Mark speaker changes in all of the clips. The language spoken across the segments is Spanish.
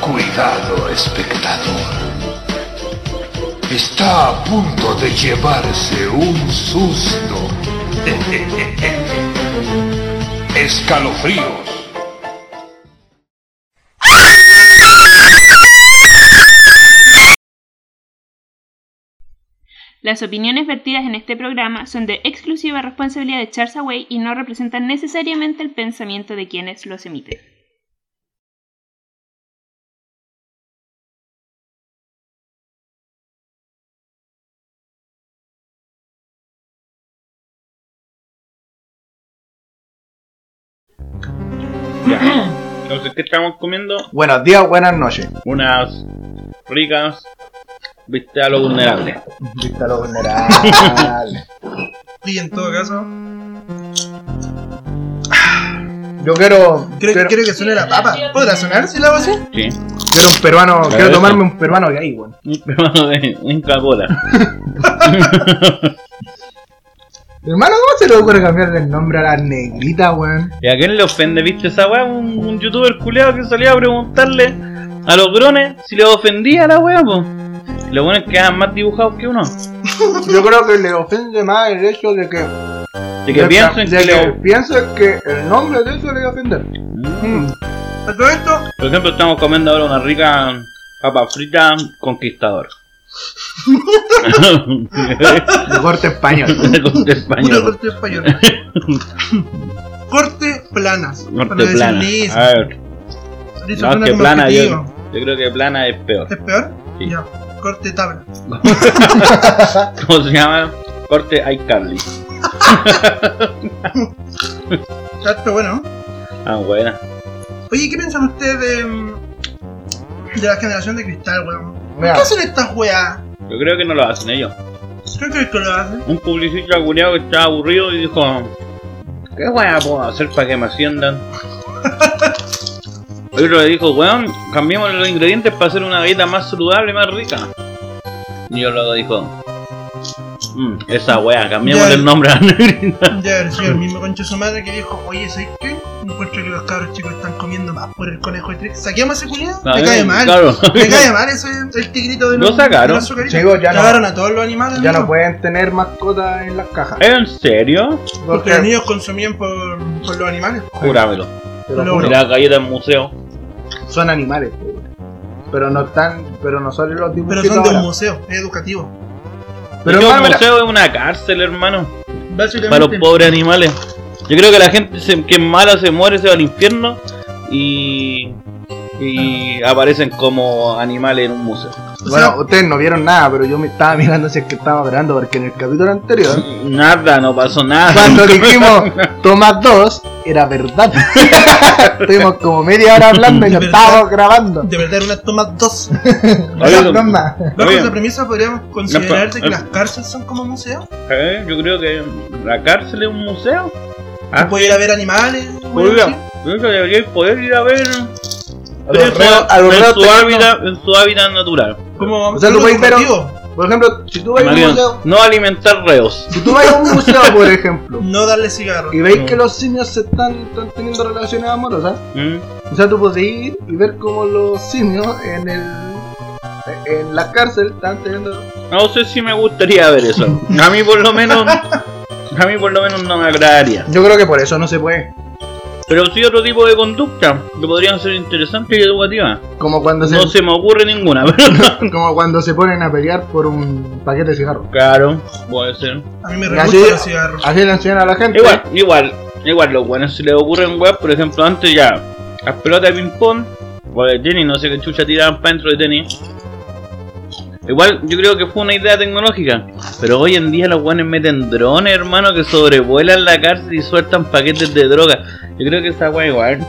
Speaker 1: Cuidado, espectador. Está a punto de llevarse un susto. Escalofríos.
Speaker 2: Las opiniones vertidas en este programa son de exclusiva responsabilidad de Charles Away y no representan necesariamente el pensamiento de quienes los emiten.
Speaker 3: Ya. Entonces, ¿qué estamos comiendo?
Speaker 4: Buenos días, buenas noches.
Speaker 3: Unas ricas vistas a lo vulnerable.
Speaker 4: Vista lo vulnerable.
Speaker 5: Y en todo caso,
Speaker 4: Yo quiero,
Speaker 5: creo,
Speaker 4: quiero,
Speaker 5: creo que suene la papa. ¿Podrá sonar si la hago así?
Speaker 3: Sí.
Speaker 4: quiero un peruano, quiero
Speaker 3: eso.
Speaker 4: tomarme un peruano gay, weón.
Speaker 3: Un peruano de Inca Cola.
Speaker 4: Hermano, ¿cómo se le ocurre cambiarle el nombre a la negrita, weón?
Speaker 3: ¿Y a quién le ofende, viste esa weá? Un, un youtuber culeado que salía a preguntarle a los grones si le ofendía a la weá, po. Y Los buenos quedaban más dibujados que uno.
Speaker 4: Yo creo que le ofende más el hecho de que
Speaker 3: De que piensen
Speaker 4: de
Speaker 3: que le.
Speaker 4: piense que el nombre de eso le va a ofender.
Speaker 3: Mm.
Speaker 4: Mm.
Speaker 5: Al momento,
Speaker 3: Por ejemplo, estamos comiendo ahora una rica papa frita conquistador. de
Speaker 4: De corte español.
Speaker 3: corte
Speaker 5: puro
Speaker 3: español.
Speaker 5: corte español. corte planas. para no
Speaker 3: Corte
Speaker 5: decir
Speaker 3: plana.
Speaker 5: liso.
Speaker 3: A ver.
Speaker 5: Liso
Speaker 3: No, es que
Speaker 5: como
Speaker 3: plana, yo,
Speaker 5: objetivo.
Speaker 3: yo creo que plana es peor.
Speaker 5: ¿Es peor?
Speaker 3: Sí.
Speaker 5: Ya. Corte tabla.
Speaker 3: ¿Cómo se llama? Corte iCarly.
Speaker 5: Exacto, bueno.
Speaker 3: Ah, buena.
Speaker 5: Oye, ¿qué piensan ustedes de, mm, de la generación de cristal, weón?
Speaker 4: Mira,
Speaker 5: ¿Qué hacen estas weas?
Speaker 3: Yo creo que no lo hacen ellos.
Speaker 5: ¿Qué crees que lo hacen?
Speaker 3: Un publicista culiado que estaba aburrido y dijo: ¿Qué weá puedo hacer para que me asciendan? Y otro le dijo: Weón, cambiemos los ingredientes para hacer una dieta más saludable y más rica. Y yo luego dijo: "Mm, Esa weá, cambiemos
Speaker 5: Ya.
Speaker 3: el nombre a la negrita.
Speaker 5: Ya haber sido el mismo concha de su madre que dijo, oye, ¿sabes qué? Encuentro que los cabros chicos están comiendo más por el conejo de Trix. ¿Saquemos ese culiado? Me cae mal.
Speaker 3: Claro.
Speaker 5: Me cae mal ese el tigrito de
Speaker 3: Lo
Speaker 5: los
Speaker 3: sacaron.
Speaker 5: de los azucaritas.
Speaker 4: Chicos, ya no-
Speaker 5: Cagaron a todos los animales.
Speaker 4: ya no
Speaker 5: amigo.
Speaker 4: pueden tener mascotas en las cajas.
Speaker 3: ¿En serio?
Speaker 5: Eh, Porque
Speaker 4: Porque,
Speaker 5: los niños consumían por, por los animales.
Speaker 3: Júramelo.
Speaker 4: te lo
Speaker 5: no,
Speaker 4: juro,
Speaker 3: Mira la galleta en museo.
Speaker 4: son animales, weón. Pero no están, pero no son los
Speaker 5: Pero
Speaker 4: dibujitos
Speaker 5: son de un
Speaker 4: ahora.
Speaker 5: museo, es educativo.
Speaker 4: Pero
Speaker 3: Yo,
Speaker 4: hermano,
Speaker 3: el
Speaker 4: mira,
Speaker 3: museo es una cárcel, hermano.
Speaker 5: Básicamente.
Speaker 3: Para los pobres animales. Yo creo que la gente se- que es mala se muere, se va al infierno y, y aparecen como animales en un museo.
Speaker 5: o sea,
Speaker 4: Bueno, ustedes no vieron nada, pero yo me estaba mirando si es que estaba grabando, porque en el capítulo anterior,
Speaker 3: Nada, no pasó nada.
Speaker 4: cuando dijimos Tomás 2, era verdad. Estuvimos como media hora hablando y no
Speaker 5: ¿Verdad?
Speaker 4: estábamos grabando.
Speaker 5: de verdad, una toma dos.
Speaker 3: Oye,
Speaker 4: Esas bromas.
Speaker 5: Bajo
Speaker 3: Oye.
Speaker 5: esa premisa podríamos considerar de que
Speaker 3: eh.
Speaker 5: las cárceles son como museos.
Speaker 3: eh, yo creo que la cárcel es un museo. Ah.
Speaker 5: Puedo ir a ver animales.
Speaker 3: Oiga, yo creo que deberíais poder ir a ver
Speaker 4: A los
Speaker 3: en su-
Speaker 4: reos- a los
Speaker 3: en
Speaker 4: reos
Speaker 3: su
Speaker 4: tecno-
Speaker 3: hábitat- en su hábitat natural.
Speaker 5: Como
Speaker 4: O sea, tú
Speaker 5: algo
Speaker 4: puedes ver-
Speaker 5: educativo.
Speaker 4: Por ejemplo, si tú vas a un
Speaker 3: Mariano,
Speaker 4: museo,
Speaker 3: no alimentar reos.
Speaker 4: si tú vas a un museo, por ejemplo,
Speaker 5: No darle cigarro.
Speaker 4: y veis que los simios se están, están teniendo relaciones amorosas,
Speaker 3: Mm.
Speaker 4: o sea, tú podés ir y ver cómo los simios en el en la cárcel están teniendo
Speaker 3: No sé si me gustaría ver eso. A mí por lo menos. A mí por lo menos no me agradaría.
Speaker 4: yo creo que por eso no se puede
Speaker 3: Pero sí otro tipo de conducta que podrían ser interesantes y educativas.
Speaker 4: como cuando se
Speaker 3: No se me ocurre ninguna, pero.
Speaker 4: Como cuando se ponen a pelear por un paquete de cigarros.
Speaker 3: Claro, puede ser.
Speaker 5: A mí me
Speaker 4: Ya,
Speaker 5: regustan
Speaker 4: sí.
Speaker 5: los cigarros.
Speaker 4: Así le enseñan a la gente.
Speaker 3: Igual, igual, igual los buenos se les ocurren web, por ejemplo, antes ya, las pelotas de ping pong, o de tenis, no sé qué chucha tiraban para dentro de tenis. Igual yo creo que fue una idea tecnológica, pero hoy en día los buenos meten drones, hermano, que sobrevuelan la cárcel y sueltan paquetes de droga. Yo creo que esa weá igual.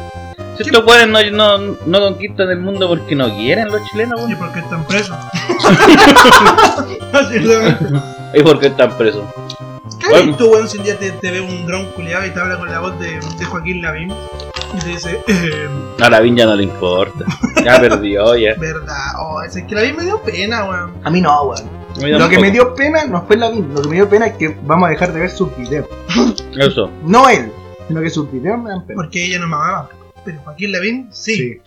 Speaker 3: Si estos buenos no, no, no conquistan el mundo porque no quieren los chilenos,
Speaker 5: ¿Y
Speaker 3: weón,
Speaker 5: por qué están presos? Básicamente.
Speaker 3: y porque están presos.
Speaker 5: ¿Qué haces tú, weón, si un día te, te ve un dron culiado y te habla con la voz de, de Joaquín Lavín? Y te dice, eh,
Speaker 3: A la viña no le importa, ya perdió, ya.
Speaker 5: verdad. Oh, es que Lavín me dio pena, weón.
Speaker 4: A mí no, weón.
Speaker 3: A mí
Speaker 4: Lo que
Speaker 3: tampoco.
Speaker 4: me dio pena no fue la misma. Lo que me dio pena es que vamos a dejar de ver sus videos.
Speaker 3: Eso.
Speaker 4: No él, sino que sus videos me dan pena.
Speaker 5: Porque ella no mamaba. Pero Joaquín Lavín, sí.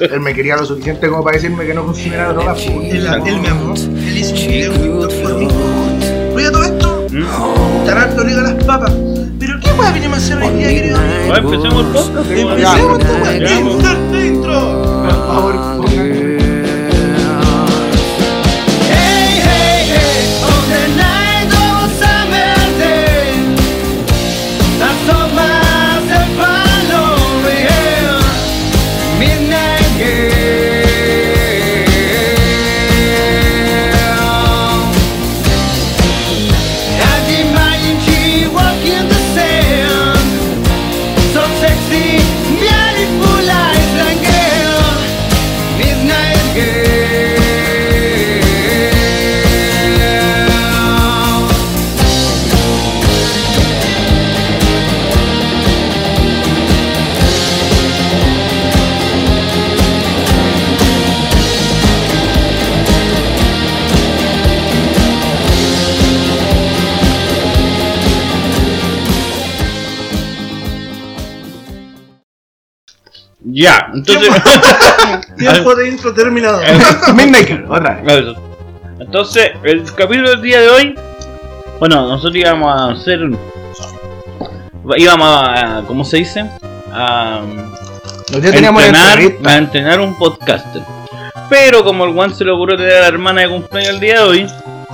Speaker 4: Él me quería lo suficiente como para decirme que no consumiera drogas. pues.
Speaker 5: Él, él me amó. Él hizo un video en TikTok por mí. Oye, todo esto.
Speaker 3: ¿Mm?
Speaker 5: Taranto le digo a las papas. Pero qué weá vinimos a hacer hoy día, querido amigo.
Speaker 3: Bueno, empecemos el podcast.
Speaker 4: Sí,
Speaker 3: pues,
Speaker 4: ya.
Speaker 5: Empecemos esta weá.
Speaker 3: Ya, pues.
Speaker 5: Insert intro.
Speaker 4: Por favor, pongan-
Speaker 6: Hey, hey, hey, on the night of a summer day Asomas el palo, yeah Midnight girl As imagine she walking the sand So sexy, beautiful eyes and girl Midnight Girl.
Speaker 3: Ya, pues. entonces.
Speaker 5: Tiempo de intro terminado.
Speaker 4: Midnight Girl, otra vez.
Speaker 3: Eso. Entonces, el capítulo del día de hoy. Bueno, nosotros íbamos a hacer. Íbamos a. ¿Cómo se dice? A. um,
Speaker 4: Los días teníamos la
Speaker 3: entrenar,
Speaker 4: entrevista.
Speaker 3: a entrenar un podcaster. Pero como el Juan se le ocurrió tener a la hermana de cumpleaños el día de hoy,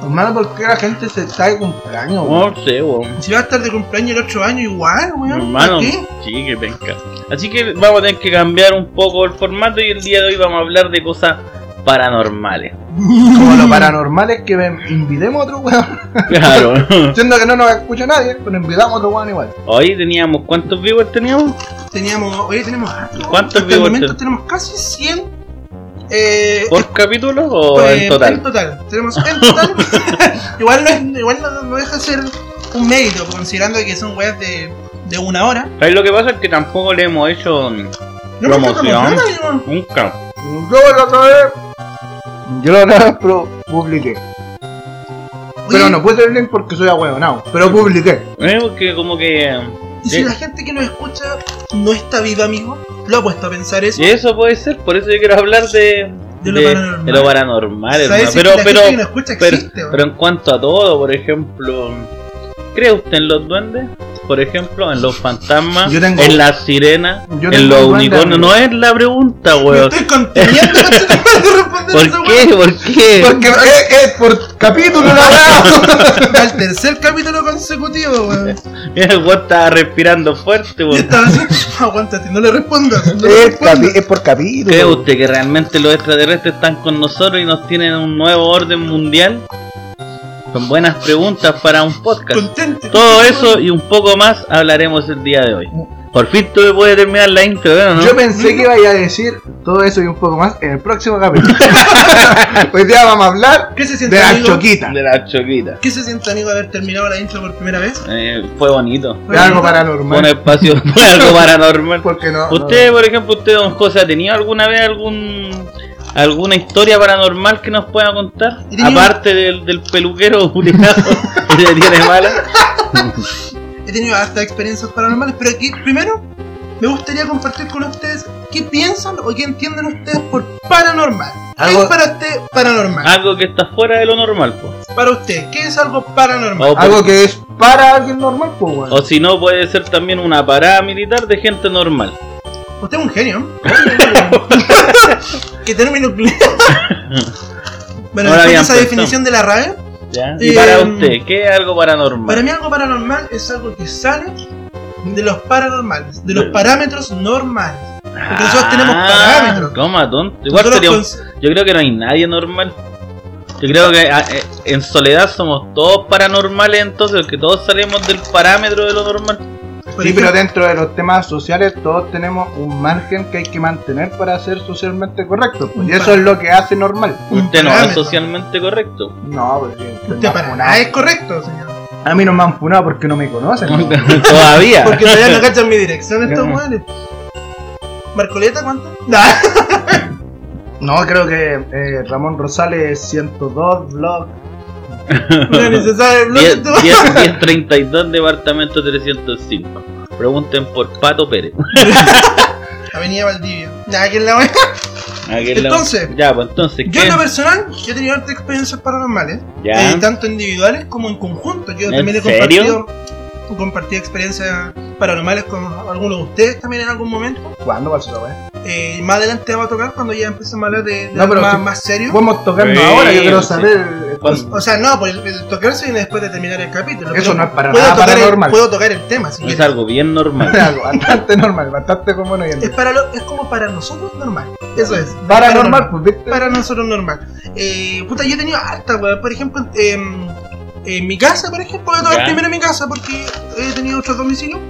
Speaker 5: Hermano, ¿por qué la gente se está de cumpleaños, weón?
Speaker 3: no sé, weón.
Speaker 5: Si va a estar de cumpleaños el otro año igual,
Speaker 4: Ah,
Speaker 5: weón.
Speaker 3: Hermano,
Speaker 5: ¿Por
Speaker 3: sí,
Speaker 5: qué?
Speaker 3: que penca. Así que vamos a tener que cambiar un poco el formato y el día de hoy vamos a hablar de cosas paranormales.
Speaker 4: Como lo paranormal es que me- invitemos a otro weón.
Speaker 3: Claro.
Speaker 4: Siendo que no nos escucha nadie, pero invitamos a otro weón igual.
Speaker 3: Hoy teníamos, ¿cuántos viewers teníamos?
Speaker 5: Teníamos, oye, tenemos harto.
Speaker 3: ¿Cuántos
Speaker 5: Hasta el
Speaker 3: views
Speaker 5: momento
Speaker 3: ten-
Speaker 5: tenemos casi 100. Eh,
Speaker 3: ¿Por capítulo o
Speaker 5: eh,
Speaker 3: en total?
Speaker 5: En total. Tenemos en total. igual no, es- igual no, no deja de ser un mérito, considerando que son weas de, de una hora.
Speaker 3: ¿Sabes lo que pasa? Es que tampoco le hemos hecho
Speaker 5: No me
Speaker 3: Promoción.
Speaker 5: falta nada, weón.
Speaker 3: nunca.
Speaker 4: Yo la otra vez. Yo la otra vez pero publiqué. Pero
Speaker 5: Oye,
Speaker 4: no puse el link porque soy ahueonado. Pero publiqué.
Speaker 3: Eh, Porque como que...
Speaker 5: Y
Speaker 3: eh.
Speaker 5: si la gente que nos escucha no está viva, amigo, lo ha puesto a pensar eso.
Speaker 3: Y eso puede ser, por eso yo quiero hablar de...
Speaker 5: De lo paranormal.
Speaker 3: de lo paranormal,
Speaker 5: ¿Sabes?
Speaker 3: hermano.
Speaker 5: Si
Speaker 3: Pero,
Speaker 5: la
Speaker 3: pero,
Speaker 5: gente que nos escucha
Speaker 3: pero,
Speaker 5: existe, weón.
Speaker 3: pero en cuanto a todo, por ejemplo... ¿Cree usted en los duendes? Por ejemplo, en los fantasmas,
Speaker 4: Yo tengo-
Speaker 3: en las sirenas, en
Speaker 4: Yo tengo
Speaker 3: los
Speaker 4: un duende,
Speaker 3: unicornios.
Speaker 4: amigo.
Speaker 3: No es la pregunta,
Speaker 5: Me
Speaker 3: weón.
Speaker 5: estoy conteniendo, no te puedo responder esa
Speaker 3: ¿Por
Speaker 5: weá.
Speaker 3: qué? ¿Por qué?
Speaker 4: Porque es, es por capítulo la weá.
Speaker 5: Al tercer capítulo consecutivo, weón.
Speaker 3: El weón estaba respirando fuerte,
Speaker 5: Y
Speaker 3: weón.
Speaker 5: estaba así, aguántate, no le respondas. No le
Speaker 4: Es, capi-
Speaker 5: respondas.
Speaker 4: es por capítulo.
Speaker 3: ¿Cree usted que realmente los extraterrestres están con nosotros y nos tienen un nuevo orden mundial? Son buenas preguntas para un podcast.
Speaker 5: Contente.
Speaker 3: Todo eso y un poco más hablaremos el día de hoy. Por fin tuve puede terminar la intro, ¿verdad?
Speaker 4: Yo
Speaker 3: ¿no?
Speaker 4: pensé que iba a decir todo eso y un poco más en el próximo capítulo. Hoy día vamos a hablar
Speaker 5: ¿Qué se siente,
Speaker 4: de la
Speaker 5: amigo?
Speaker 4: choquita.
Speaker 3: De la choquita.
Speaker 5: ¿Qué se siente, amigo, haber terminado la intro por primera vez?
Speaker 3: Eh, fue bonito.
Speaker 4: De
Speaker 3: Fue
Speaker 4: algo
Speaker 3: un
Speaker 4: paranormal.
Speaker 3: espacio fue algo paranormal.
Speaker 4: Porque no. no-
Speaker 3: Usted, por ejemplo, usted, don José, ¿ha tenido alguna vez algún alguna historia paranormal que nos pueda contar?
Speaker 5: He tenido-
Speaker 3: Aparte del, del peluquero jubilado que le tiene mala.
Speaker 5: He tenido hartas experiencias paranormales, pero aquí, primero, me gustaría compartir con ustedes qué piensan o qué entienden ustedes por paranormal. ¿Qué
Speaker 4: Algo-
Speaker 5: es para usted paranormal?
Speaker 3: Algo que está fuera de lo normal, pues.
Speaker 5: Para usted, ¿qué es algo paranormal?
Speaker 3: O,
Speaker 4: Algo que es para alguien normal, pues weón.
Speaker 3: o si no, puede ser también una parada militar de gente normal.
Speaker 5: Usted es un genio. ¿Qué término? cl- bueno,
Speaker 3: No lo
Speaker 5: después de
Speaker 3: habían
Speaker 5: esa
Speaker 3: pensado.
Speaker 5: definición de la RAE,
Speaker 3: ¿ya? Y
Speaker 5: Eh,
Speaker 3: para usted, ¿qué es algo paranormal?
Speaker 5: Para mí algo paranormal es algo que sale de los paranormales, de los parámetros normales. Porque nosotros tenemos
Speaker 3: Ah,
Speaker 5: parámetros.
Speaker 3: coma, tonto. Igual
Speaker 5: Nosotros
Speaker 3: sería un-
Speaker 5: cons-
Speaker 3: Yo creo que no hay nadie normal. Yo creo que ah, eh, en soledad somos todos paranormales entonces, que todos salimos del parámetro de lo normal.
Speaker 5: por
Speaker 4: sí, pero
Speaker 5: ejemplo,
Speaker 4: dentro de los temas sociales todos tenemos un margen que hay que mantener para ser socialmente correcto. pues, y
Speaker 5: Un
Speaker 4: eso es lo que hace normal.
Speaker 5: Un
Speaker 3: Usted no es
Speaker 5: parámetro.
Speaker 3: socialmente correcto.
Speaker 4: No, pues sí, me
Speaker 5: usted
Speaker 4: han
Speaker 5: para nada
Speaker 4: funado.
Speaker 5: es correcto, señor.
Speaker 4: A mí no me han funado porque no me conocen. ¿no?
Speaker 3: Todavía.
Speaker 5: Porque todavía no cachan mi dirección estos
Speaker 3: Ya.
Speaker 5: mujeres. ¿Marcoleta cuánto? Nah.
Speaker 4: No, creo que eh, Ramón Rosales 102 blog.
Speaker 5: No es necesario. no,
Speaker 3: 10,
Speaker 5: no.
Speaker 3: 10, 1032 departamento 305. Pregunten por Pato Pérez.
Speaker 5: Avenida Valdivia. Ya, que la wea.
Speaker 3: Aquí en Ah, la-
Speaker 5: Entonces,
Speaker 3: ya, pues entonces,
Speaker 5: Yo
Speaker 3: ¿qué?
Speaker 5: en lo personal, yo he tenido hartas experiencias paranormales,
Speaker 3: Ya.
Speaker 5: eh, tanto individuales como en conjunto. Yo
Speaker 3: ¿En
Speaker 5: también he
Speaker 3: serio?
Speaker 5: compartido, he compartido experiencias paranormales con algunos de ustedes también en algún momento.
Speaker 4: ¿Cuándo pasó esa weá?
Speaker 5: Eh, más adelante vamos a tocar cuando ya empecemos a hablar de, de
Speaker 4: No, pero
Speaker 5: algo más,
Speaker 4: si-
Speaker 5: más serio.
Speaker 4: Podemos tocarnos
Speaker 3: Sí,
Speaker 4: ahora, yo quiero
Speaker 3: sí.
Speaker 4: saber. eh,
Speaker 3: Cuando-
Speaker 5: O sea, no, pues el, el tocarse viene después de terminar el capítulo.
Speaker 4: Eso
Speaker 5: pero
Speaker 4: no es para
Speaker 5: puedo
Speaker 4: nada
Speaker 5: tocar el-
Speaker 4: paranormal.
Speaker 5: puedo tocar el tema, si
Speaker 3: Es
Speaker 5: quieres.
Speaker 3: algo bien normal.
Speaker 4: Algo bastante normal, bastante común hoy en
Speaker 5: Es,
Speaker 4: día.
Speaker 5: para lo- es como para nosotros normal. Eso es.
Speaker 4: Paranormal, pues viste.
Speaker 5: para nosotros normal. Eh, puta, yo he tenido harta, weón. Por ejemplo, em, en mi casa, por ejemplo, voy a tocar
Speaker 3: Ya.
Speaker 5: primero en mi casa porque he tenido otros domicilios.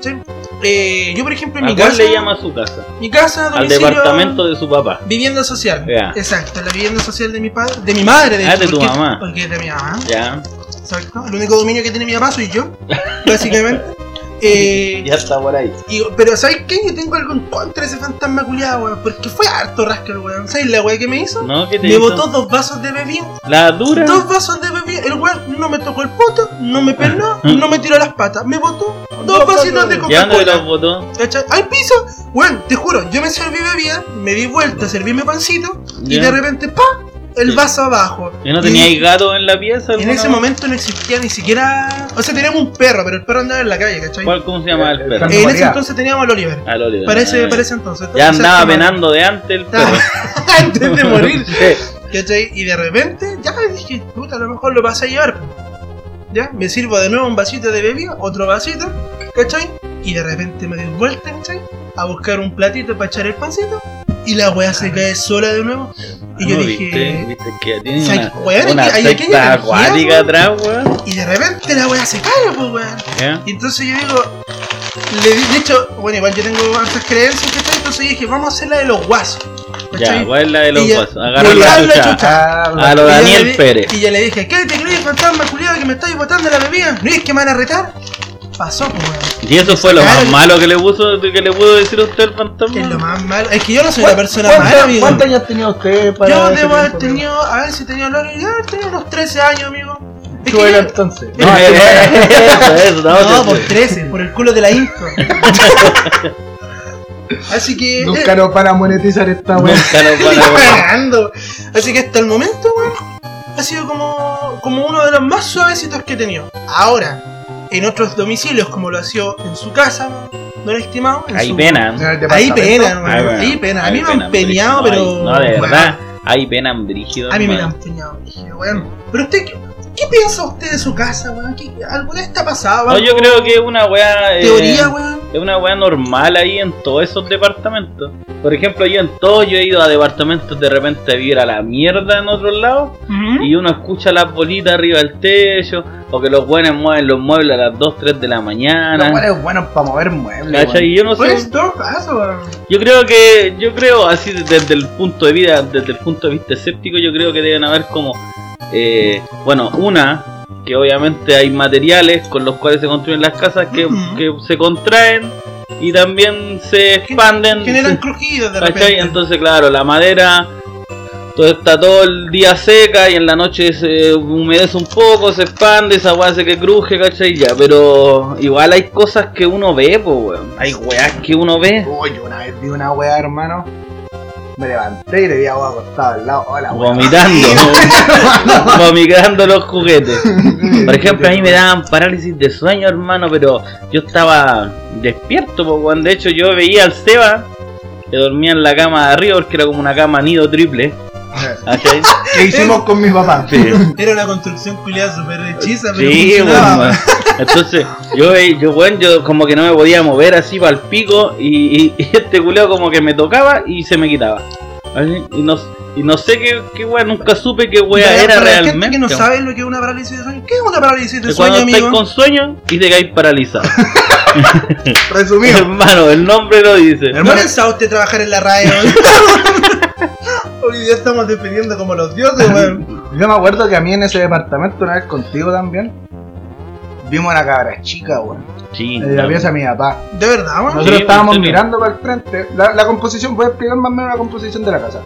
Speaker 5: ¿sí? Eh, yo, por ejemplo, en
Speaker 3: ¿A
Speaker 5: mi
Speaker 3: cuál
Speaker 5: casa,
Speaker 3: le llama a su casa?
Speaker 5: mi casa,
Speaker 3: Al
Speaker 5: domicilio,
Speaker 3: departamento de su papá.
Speaker 5: Vivienda social.
Speaker 3: Ya.
Speaker 5: Exacto, la vivienda social de mi padre, de mi madre. De
Speaker 3: Ah,
Speaker 5: hecho,
Speaker 3: de tu
Speaker 5: porque-
Speaker 3: mamá.
Speaker 5: Porque es de mi mamá.
Speaker 3: Ya,
Speaker 5: Exacto. El único dominio que tiene mi papá soy yo, básicamente. Eh,
Speaker 3: ya está por ahí.
Speaker 5: y- pero ¿sabes qué? Yo tengo algo en contra de ese fantasma culiado, weón. Porque fue harto rascar, weón. ¿Sabes la weá que me hizo?
Speaker 3: No, ¿qué te
Speaker 5: Me
Speaker 3: hizo?
Speaker 5: botó dos vasos de bebida.
Speaker 3: La dura.
Speaker 5: Dos vasos de bebida. El weón no me tocó el poto, no me pernó,
Speaker 3: Ah,
Speaker 5: no me tiró las patas. Me botó dos
Speaker 4: Dos
Speaker 5: vasitos
Speaker 4: vasos
Speaker 5: de
Speaker 4: de-
Speaker 3: ¿Y a dónde los
Speaker 5: Coca-Cola.
Speaker 3: botó?
Speaker 5: ¿Cachai? Al piso. Weón, te juro, yo me serví bebida, me di vuelta, serví mi pancito y
Speaker 3: Ya.
Speaker 5: de repente, ¡pa! El
Speaker 3: Sí.
Speaker 5: vaso abajo.
Speaker 3: ¿Y no tenía ahí gato en la pieza?
Speaker 5: En
Speaker 3: alguna
Speaker 5: ese
Speaker 3: vez?
Speaker 5: momento no existía ni siquiera. O sea, teníamos un perro, pero el perro andaba en la calle, ¿cachai?
Speaker 3: ¿Cuál, ¿Cómo se llama el
Speaker 4: El
Speaker 3: perro?
Speaker 4: Fran-
Speaker 5: en ese
Speaker 4: María.
Speaker 5: entonces teníamos al Oliver.
Speaker 3: Al Oliver.
Speaker 5: eh, Parece,
Speaker 3: Ah,
Speaker 5: parece entonces.
Speaker 3: Ya
Speaker 5: Entonces,
Speaker 3: andaba
Speaker 5: este man-
Speaker 3: penando de antes el perro.
Speaker 5: Ah, Antes de morir.
Speaker 3: Sí.
Speaker 5: ¿Cachai? Y de repente, ya dije, puta, a lo mejor lo vas a llevar. po. ¿Ya? Me sirvo de nuevo un vasito de bebida, otro vasito, ¿cachai? Y de repente me doy vuelta, ¿cachai? A buscar un platito para echar el pancito. Y la weá se cae sola de nuevo. Y yo
Speaker 3: Ah. No, ¿Viste?
Speaker 5: dije.
Speaker 3: ¿Viste que tiene
Speaker 5: ¿sabes
Speaker 3: una,
Speaker 5: qué, weón?
Speaker 3: una
Speaker 5: Aquí- aquí hay
Speaker 3: secta
Speaker 5: energía,
Speaker 3: acuática
Speaker 5: weón.
Speaker 3: atrás, weón?
Speaker 5: Y de repente la weá se cae, pues weón.
Speaker 3: ¿Ya?
Speaker 5: Y entonces yo digo. le di- de hecho, bueno, igual yo tengo hartas creencias, ¿cachai? Entonces dije, vamos a hacer la de los guasos.
Speaker 3: Ya,
Speaker 5: ¿cachai?
Speaker 3: ¿cuál es la de los
Speaker 5: Y ya-
Speaker 3: guasos? Agarra la
Speaker 5: Agarra la
Speaker 3: chucha.
Speaker 4: Ah,
Speaker 5: chucha.
Speaker 3: A Ah, lo
Speaker 5: Y ya le
Speaker 3: Daniel
Speaker 5: di-
Speaker 3: Pérez.
Speaker 5: Y ya le dije, ¿qué te crees, fantasma culiado, que me estáis botando la bebida? ¿No es que me van a retar? Pasó, pues, weón.
Speaker 3: Y eso fue lo más
Speaker 5: Claro.
Speaker 3: malo que le puso, que le pudo decir a usted el fantasma.
Speaker 5: Es lo más malo. Es que yo no soy una
Speaker 4: ¿Cuánto-
Speaker 5: persona
Speaker 4: cuánto-
Speaker 5: mala, amigo.
Speaker 4: ¿Cuántos años tenía usted para.?
Speaker 5: Yo
Speaker 4: ese
Speaker 5: debo haber
Speaker 4: tiempo,
Speaker 5: tenido, a ver si tenía los, yo haber tenido unos 13 años, amigo.
Speaker 4: amigo?
Speaker 5: Es
Speaker 4: Tú
Speaker 5: que
Speaker 4: eras
Speaker 5: yo-
Speaker 4: entonces.
Speaker 3: No, eso, eso, no,
Speaker 5: no,
Speaker 3: eso.
Speaker 5: por 13, por el culo de la info. Así que. eh,
Speaker 4: Nunca nos van a monetizar esta weá.
Speaker 3: Nunca nos van
Speaker 5: Ni
Speaker 3: a ver.
Speaker 5: cagando. Así que hasta el momento, weón, ha sido como, como uno de los más suavecitos que he tenido. Ahora, en otros domicilios, como lo ha sido en su casa, don estimado. en
Speaker 3: Hay
Speaker 5: su-
Speaker 3: pena.
Speaker 5: Hay pena, weón,
Speaker 3: Ay, bueno,
Speaker 5: Hay pena. A mí
Speaker 3: hay
Speaker 5: me han
Speaker 3: pena, brígido.
Speaker 5: peñado, pero.
Speaker 3: Ay, No, de
Speaker 5: weón,
Speaker 3: verdad. Hay pena brígido.
Speaker 5: A mí me la
Speaker 3: hermano.
Speaker 5: han peñado, dije, weón. Pero usted, ¿qué, qué piensa usted de su casa, weón? ¿Qué- ¿Alguna vez te ha pasado?
Speaker 3: No,
Speaker 5: algo?
Speaker 3: yo creo que es una weá. eh,
Speaker 5: Teoría, weón.
Speaker 3: Es una weá normal ahí en todos esos departamentos. Por ejemplo, yo en todo yo he ido a departamentos de repente a vivir a la mierda en otros lados. Y uno escucha las bolitas arriba del techo. O que los buenos mueven los muebles a las 2, 3 de la
Speaker 4: Los
Speaker 3: mañana.
Speaker 4: weones buenos para mover muebles.
Speaker 3: ¿Cachai? Y yo no sé.
Speaker 5: Pues, en todo caso, weón.
Speaker 3: Yo creo que, yo creo, así desde el punto de vida, desde el punto de vista escéptico, yo creo que deben haber como, eh, bueno, una, que obviamente hay materiales con los cuales se construyen las casas que,
Speaker 5: Ujú.
Speaker 3: que se contraen y también se expanden.
Speaker 5: Generan crujidos de
Speaker 3: ¿cachai?
Speaker 5: repente.
Speaker 3: Entonces, claro, la madera todo está todo el día seca y en la noche se humedece un poco, se expande, esa weá hace que cruje, ¿cachai? Ya, pero igual hay cosas que uno ve, pues, weón. Hay weas que uno ve.
Speaker 4: Uy, yo una vez vi una weá, hermano. Me levanté y le vi a weá acostado al lado. Hola, weá.
Speaker 3: Vomitando, vomitando los juguetes.
Speaker 4: Mm.
Speaker 3: Por ejemplo, a mí me daban parálisis de sueño, hermano, pero yo estaba despierto, po, weón. de hecho yo veía al Seba que dormía en la cama de arriba porque era como una cama nido triple.
Speaker 5: Eh.
Speaker 3: ¿Cachai?
Speaker 4: ¿Qué hicimos con mis papás?
Speaker 3: Sí,
Speaker 5: Era una construcción culiada súper hechiza, pero
Speaker 3: sí,
Speaker 5: funcionaba.
Speaker 3: weón, weón. Entonces, yo, ve- yo, weón, yo como que no me podía mover así para el pico y, y- y este culeo como que me tocaba y se me quitaba. Así, Y no, y no sé qué, qué weón, nunca supe qué
Speaker 5: Y para-
Speaker 3: weá era
Speaker 5: para la
Speaker 3: realmente.
Speaker 5: gente que no
Speaker 3: weón.
Speaker 5: sabe lo que es una parálisis de sueño, ¿qué es una parálisis de
Speaker 3: Que cuando
Speaker 5: sueño,
Speaker 3: estáis
Speaker 5: amigo?
Speaker 3: con sueño y te caes paralizado.
Speaker 4: Resumido.
Speaker 3: Hermano, el nombre lo dice.
Speaker 5: ¿No ha pensado usted trabajar en la radio? Hoy día estamos dependiendo como los dioses, weón.
Speaker 4: Yo me acuerdo que a mí en ese departamento, una vez contigo también, vimos una cabra chica, weón.
Speaker 5: eh,
Speaker 3: Sí,
Speaker 4: En la pieza de mi papá.
Speaker 5: De verdad, weón.
Speaker 4: Nosotros
Speaker 3: Sí,
Speaker 4: estábamos
Speaker 3: en serio.
Speaker 4: mirando para el frente. La, la composición, voy a explicar más o menos la composición de la casa.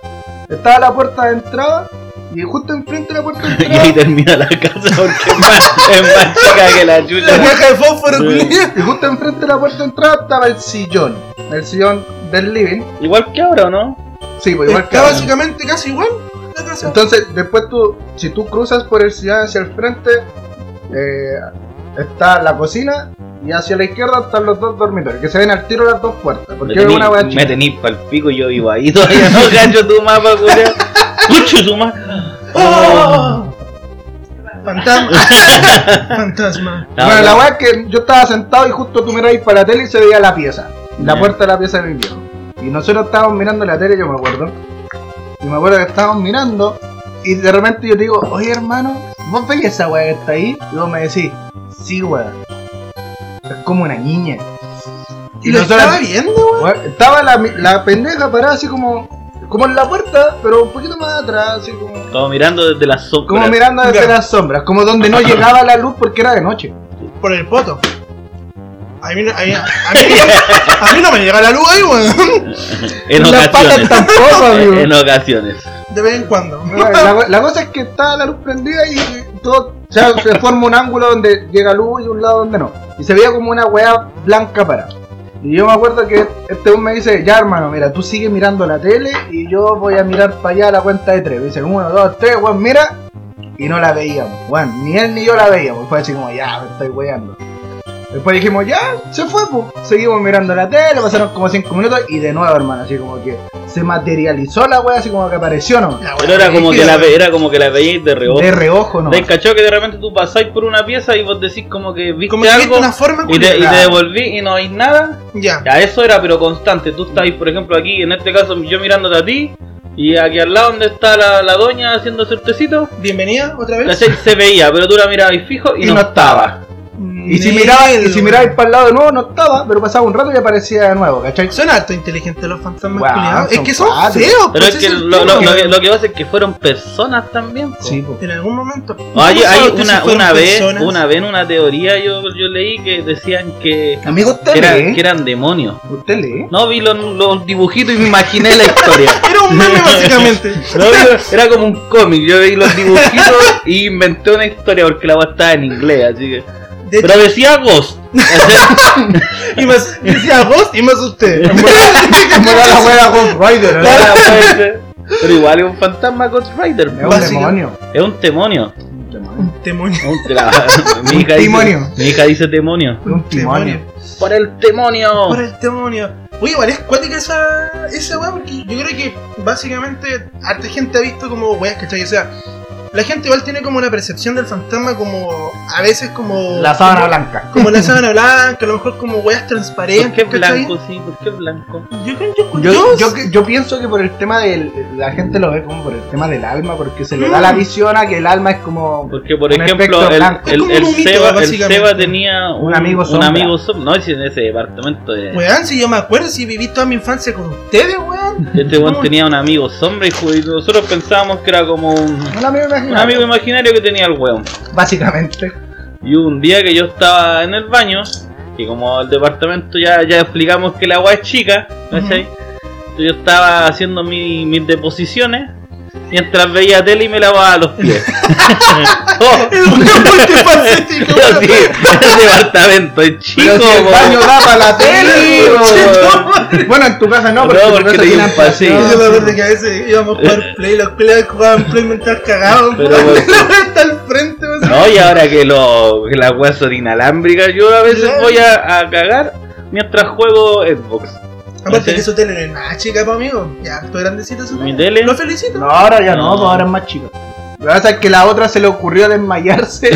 Speaker 4: Estaba la puerta de entrada y justo enfrente de la puerta de
Speaker 3: Y ahí
Speaker 4: entrada.
Speaker 3: termina la casa porque es más, es más chica que la
Speaker 5: La
Speaker 3: chucha.
Speaker 5: caja de fósforo,
Speaker 3: Sí.
Speaker 5: culiao.
Speaker 4: y justo enfrente de la puerta de entrada estaba el sillón. El sillón del living.
Speaker 3: Igual que ahora, ¿o no?
Speaker 4: Sí, pues igual que
Speaker 5: Está
Speaker 4: ahora.
Speaker 5: básicamente casi igual la casa.
Speaker 4: Entonces, después tú, si tú cruzas por el ciudad hacia el frente, eh, está la cocina y hacia la izquierda están los dos dormitorios, que se ven al tiro las dos puertas. Porque
Speaker 3: me
Speaker 4: es
Speaker 3: tení,
Speaker 4: una hueá
Speaker 3: me
Speaker 4: chica.
Speaker 3: tení pa'l pico y yo vivo ahí todavía. No cacho tu mapa, culiao. Mucho tu mapa.
Speaker 5: ¡Oh! Fantasma. Fantasma.
Speaker 3: No,
Speaker 4: bueno,
Speaker 3: no.
Speaker 4: la hueá es que yo estaba sentado y justo tú miráis para la tele y se veía la pieza, la
Speaker 3: Ya.
Speaker 4: puerta de la pieza de mi viejo. Y nosotros estábamos mirando la tele, yo me acuerdo. Y me acuerdo que estábamos mirando y de repente yo te digo, oye hermano, ¿vos veis esa hueá que está ahí? Y vos me decís, sí hueá, es como una niña.
Speaker 5: ¿Y lo
Speaker 4: nosotros-
Speaker 5: estaba viendo?
Speaker 4: Bueno, estaba la, la pendeja parada así como como en la puerta, pero un poquito más atrás, así como,
Speaker 3: Como mirando desde la sombra.
Speaker 4: como mirando desde
Speaker 5: Ya.
Speaker 4: las sombras, como donde no llegaba la luz porque era de noche.
Speaker 5: Por el poto. A mí, no- a, mí, a, mí, a mí no me llega la luz ahí, weón.
Speaker 3: En
Speaker 4: Las patas
Speaker 3: ocasiones.
Speaker 4: tampoco, amigo.
Speaker 3: En ocasiones.
Speaker 5: De vez en cuando.
Speaker 4: Bueno, La, la cosa es que estaba la luz prendida y todo, o sea, se forma un ángulo donde llega luz y un lado donde no. Y se veía como una weá blanca parada. Y yo me acuerdo que este hombre me dice, ya hermano, mira, tú sigue mirando la tele y yo voy a mirar para allá a la cuenta de tres. Me dice, uno, dos, tres, weón, mira. Y no la veíamos, weón, ni él ni yo la veíamos. Fue así como, ya, me estoy weando. Después dijimos, ya, se fue, pues. Seguimos mirando la tele, pasaron como cinco minutos y de nuevo, hermano, así como que se materializó la weá, así como que apareció, ¿no?
Speaker 5: La
Speaker 3: Pero era como que la, ve- era como que la veíais de reojo.
Speaker 4: De reojo, no.
Speaker 3: ¿Te cachó que de repente tú pasáis por una pieza y vos decís como que viste
Speaker 5: Como que viste
Speaker 3: algo
Speaker 5: una forma
Speaker 3: y, te, y te
Speaker 4: culiada.
Speaker 3: devolví y no hay nada?
Speaker 5: Ya.
Speaker 3: Ya, eso era, pero constante. Tú estás, por ejemplo, aquí, en este caso, yo mirándote a ti, y aquí al lado donde está la, la doña haciendo certecito,
Speaker 5: Bienvenida otra
Speaker 3: la
Speaker 5: vez.
Speaker 3: se, se veía, pero tú la mirabas fijo y,
Speaker 4: Y no estaba. Y si
Speaker 5: Nel,
Speaker 4: mirabas y si
Speaker 5: weón.
Speaker 4: mirabas para el lado de nuevo no estaba, pero pasaba un rato y aparecía de nuevo, ¿cachai?
Speaker 5: Son harto inteligentes los fantasmas
Speaker 4: Guau,
Speaker 5: culiados. Es
Speaker 4: son
Speaker 5: que son
Speaker 4: cuáticos.
Speaker 5: feos.
Speaker 3: Pero
Speaker 5: pues,
Speaker 3: es que
Speaker 5: ese el
Speaker 3: lo, lo-
Speaker 5: tema.
Speaker 3: lo que lo que pasa es que fueron personas también. po.
Speaker 4: Sí, po.
Speaker 5: En algún momento.
Speaker 3: Oh, Hay,
Speaker 5: ¿Cómo
Speaker 3: Ah, hay
Speaker 5: sabes tú si
Speaker 3: una,
Speaker 5: fueron
Speaker 3: una vez,
Speaker 5: personas?
Speaker 3: una vez en una teoría yo, yo leí que decían que,
Speaker 4: Amigo, usted
Speaker 3: que, eran-
Speaker 4: lee.
Speaker 3: que eran demonios.
Speaker 4: Usted lee.
Speaker 3: No vi los, los dibujitos y me imaginé la historia.
Speaker 5: Era un meme básicamente.
Speaker 3: No, yo- era como un cómic, yo vi los dibujitos y inventé una historia porque la weá estaba en inglés, así que.
Speaker 5: De hecho,
Speaker 3: Pero decía Ghost.
Speaker 5: y más, decía Ghost y más usted.
Speaker 4: Como era la wea Ghost Rider, ¿no?
Speaker 3: Era, pues, Pero igual es un fantasma Ghost Rider.
Speaker 4: Es un
Speaker 5: Básica.
Speaker 4: demonio.
Speaker 3: Es un demonio.
Speaker 5: Un demonio.
Speaker 3: Un- la- mi, hija
Speaker 4: Timonio.
Speaker 3: Dice, mi hija dice demonio.
Speaker 4: Un demonio.
Speaker 3: Por el demonio.
Speaker 5: Por el demonio. Oye, igual es cuática esa, esa weá, porque yo creo que básicamente harta gente ha visto como weas, ¿cachai? O sea, la gente igual tiene como una percepción del fantasma como a veces como.
Speaker 4: La sábana blanca.
Speaker 5: Como la sábana blanca, a lo mejor como weas
Speaker 3: ¿Por qué
Speaker 5: transparentes, ¿cachai?
Speaker 3: blanco? Sí, ¿por qué blanco?
Speaker 5: Yo creo yo,
Speaker 4: Yo, yo, yo pienso que por el tema del. La gente lo ve como por el tema del alma, porque se le da la visión a que el alma es como.
Speaker 3: Porque, por
Speaker 4: Un
Speaker 3: ejemplo,
Speaker 4: aspecto
Speaker 3: el,
Speaker 4: blanco.
Speaker 3: el,
Speaker 5: Como
Speaker 3: el
Speaker 5: un mito,
Speaker 3: Seba, el
Speaker 5: básicamente.
Speaker 3: Seba tenía un,
Speaker 4: Un amigo
Speaker 3: Un
Speaker 4: sombra.
Speaker 3: amigo sombra. No, si en ese departamento. De,
Speaker 5: Weón, si yo me acuerdo, si viví toda mi infancia con ustedes, weón.
Speaker 3: Este weón
Speaker 5: No.
Speaker 3: tenía un amigo sombra y ju- y nosotros pensábamos que era como un,
Speaker 4: Un amigo
Speaker 3: un
Speaker 4: imaginario.
Speaker 3: amigo imaginario que tenía el weón.
Speaker 4: Básicamente.
Speaker 3: Y hubo un día que yo estaba en el baño, que como el departamento ya, ya explicamos que la agua es chica, ¿cachai? Entonces Yo estaba haciendo mi- mis deposiciones mientras veía tele y me lavaba los pies. Oh,
Speaker 5: Es un weón multifacético,
Speaker 3: pero
Speaker 5: weón.
Speaker 3: sí, el departamento es chico,
Speaker 4: Pero si el
Speaker 3: po.
Speaker 4: baño da para la tele, po.
Speaker 5: Conchetumare.
Speaker 4: Bueno, en tu casa no,
Speaker 3: No,
Speaker 4: porque,
Speaker 3: porque
Speaker 4: tu casa
Speaker 3: tenía
Speaker 4: tiene
Speaker 3: un pasillo.
Speaker 5: Y Yo me
Speaker 4: ampliación.
Speaker 5: acuerdo que a veces íbamos a jugar play, los players jugaban play mientras cagaban,
Speaker 3: Pero,
Speaker 5: weón.
Speaker 3: weón.
Speaker 5: La wea está al frente, weón.
Speaker 3: No, y ahora que, lo, que las weas son inalámbricas, yo a veces
Speaker 5: Claro.
Speaker 3: voy a, a cagar mientras juego Xbox.
Speaker 5: Aparte
Speaker 3: ¿Cachai?
Speaker 5: que su tele no es nada chica para amigo. Ya, estoy grandecito su
Speaker 3: Mi
Speaker 5: tele.
Speaker 3: tele.
Speaker 5: Lo felicito.
Speaker 4: No, ahora ya no,
Speaker 3: No.
Speaker 4: pues ahora es más chica. Lo que pasa es que la otra se le ocurrió desmayarse.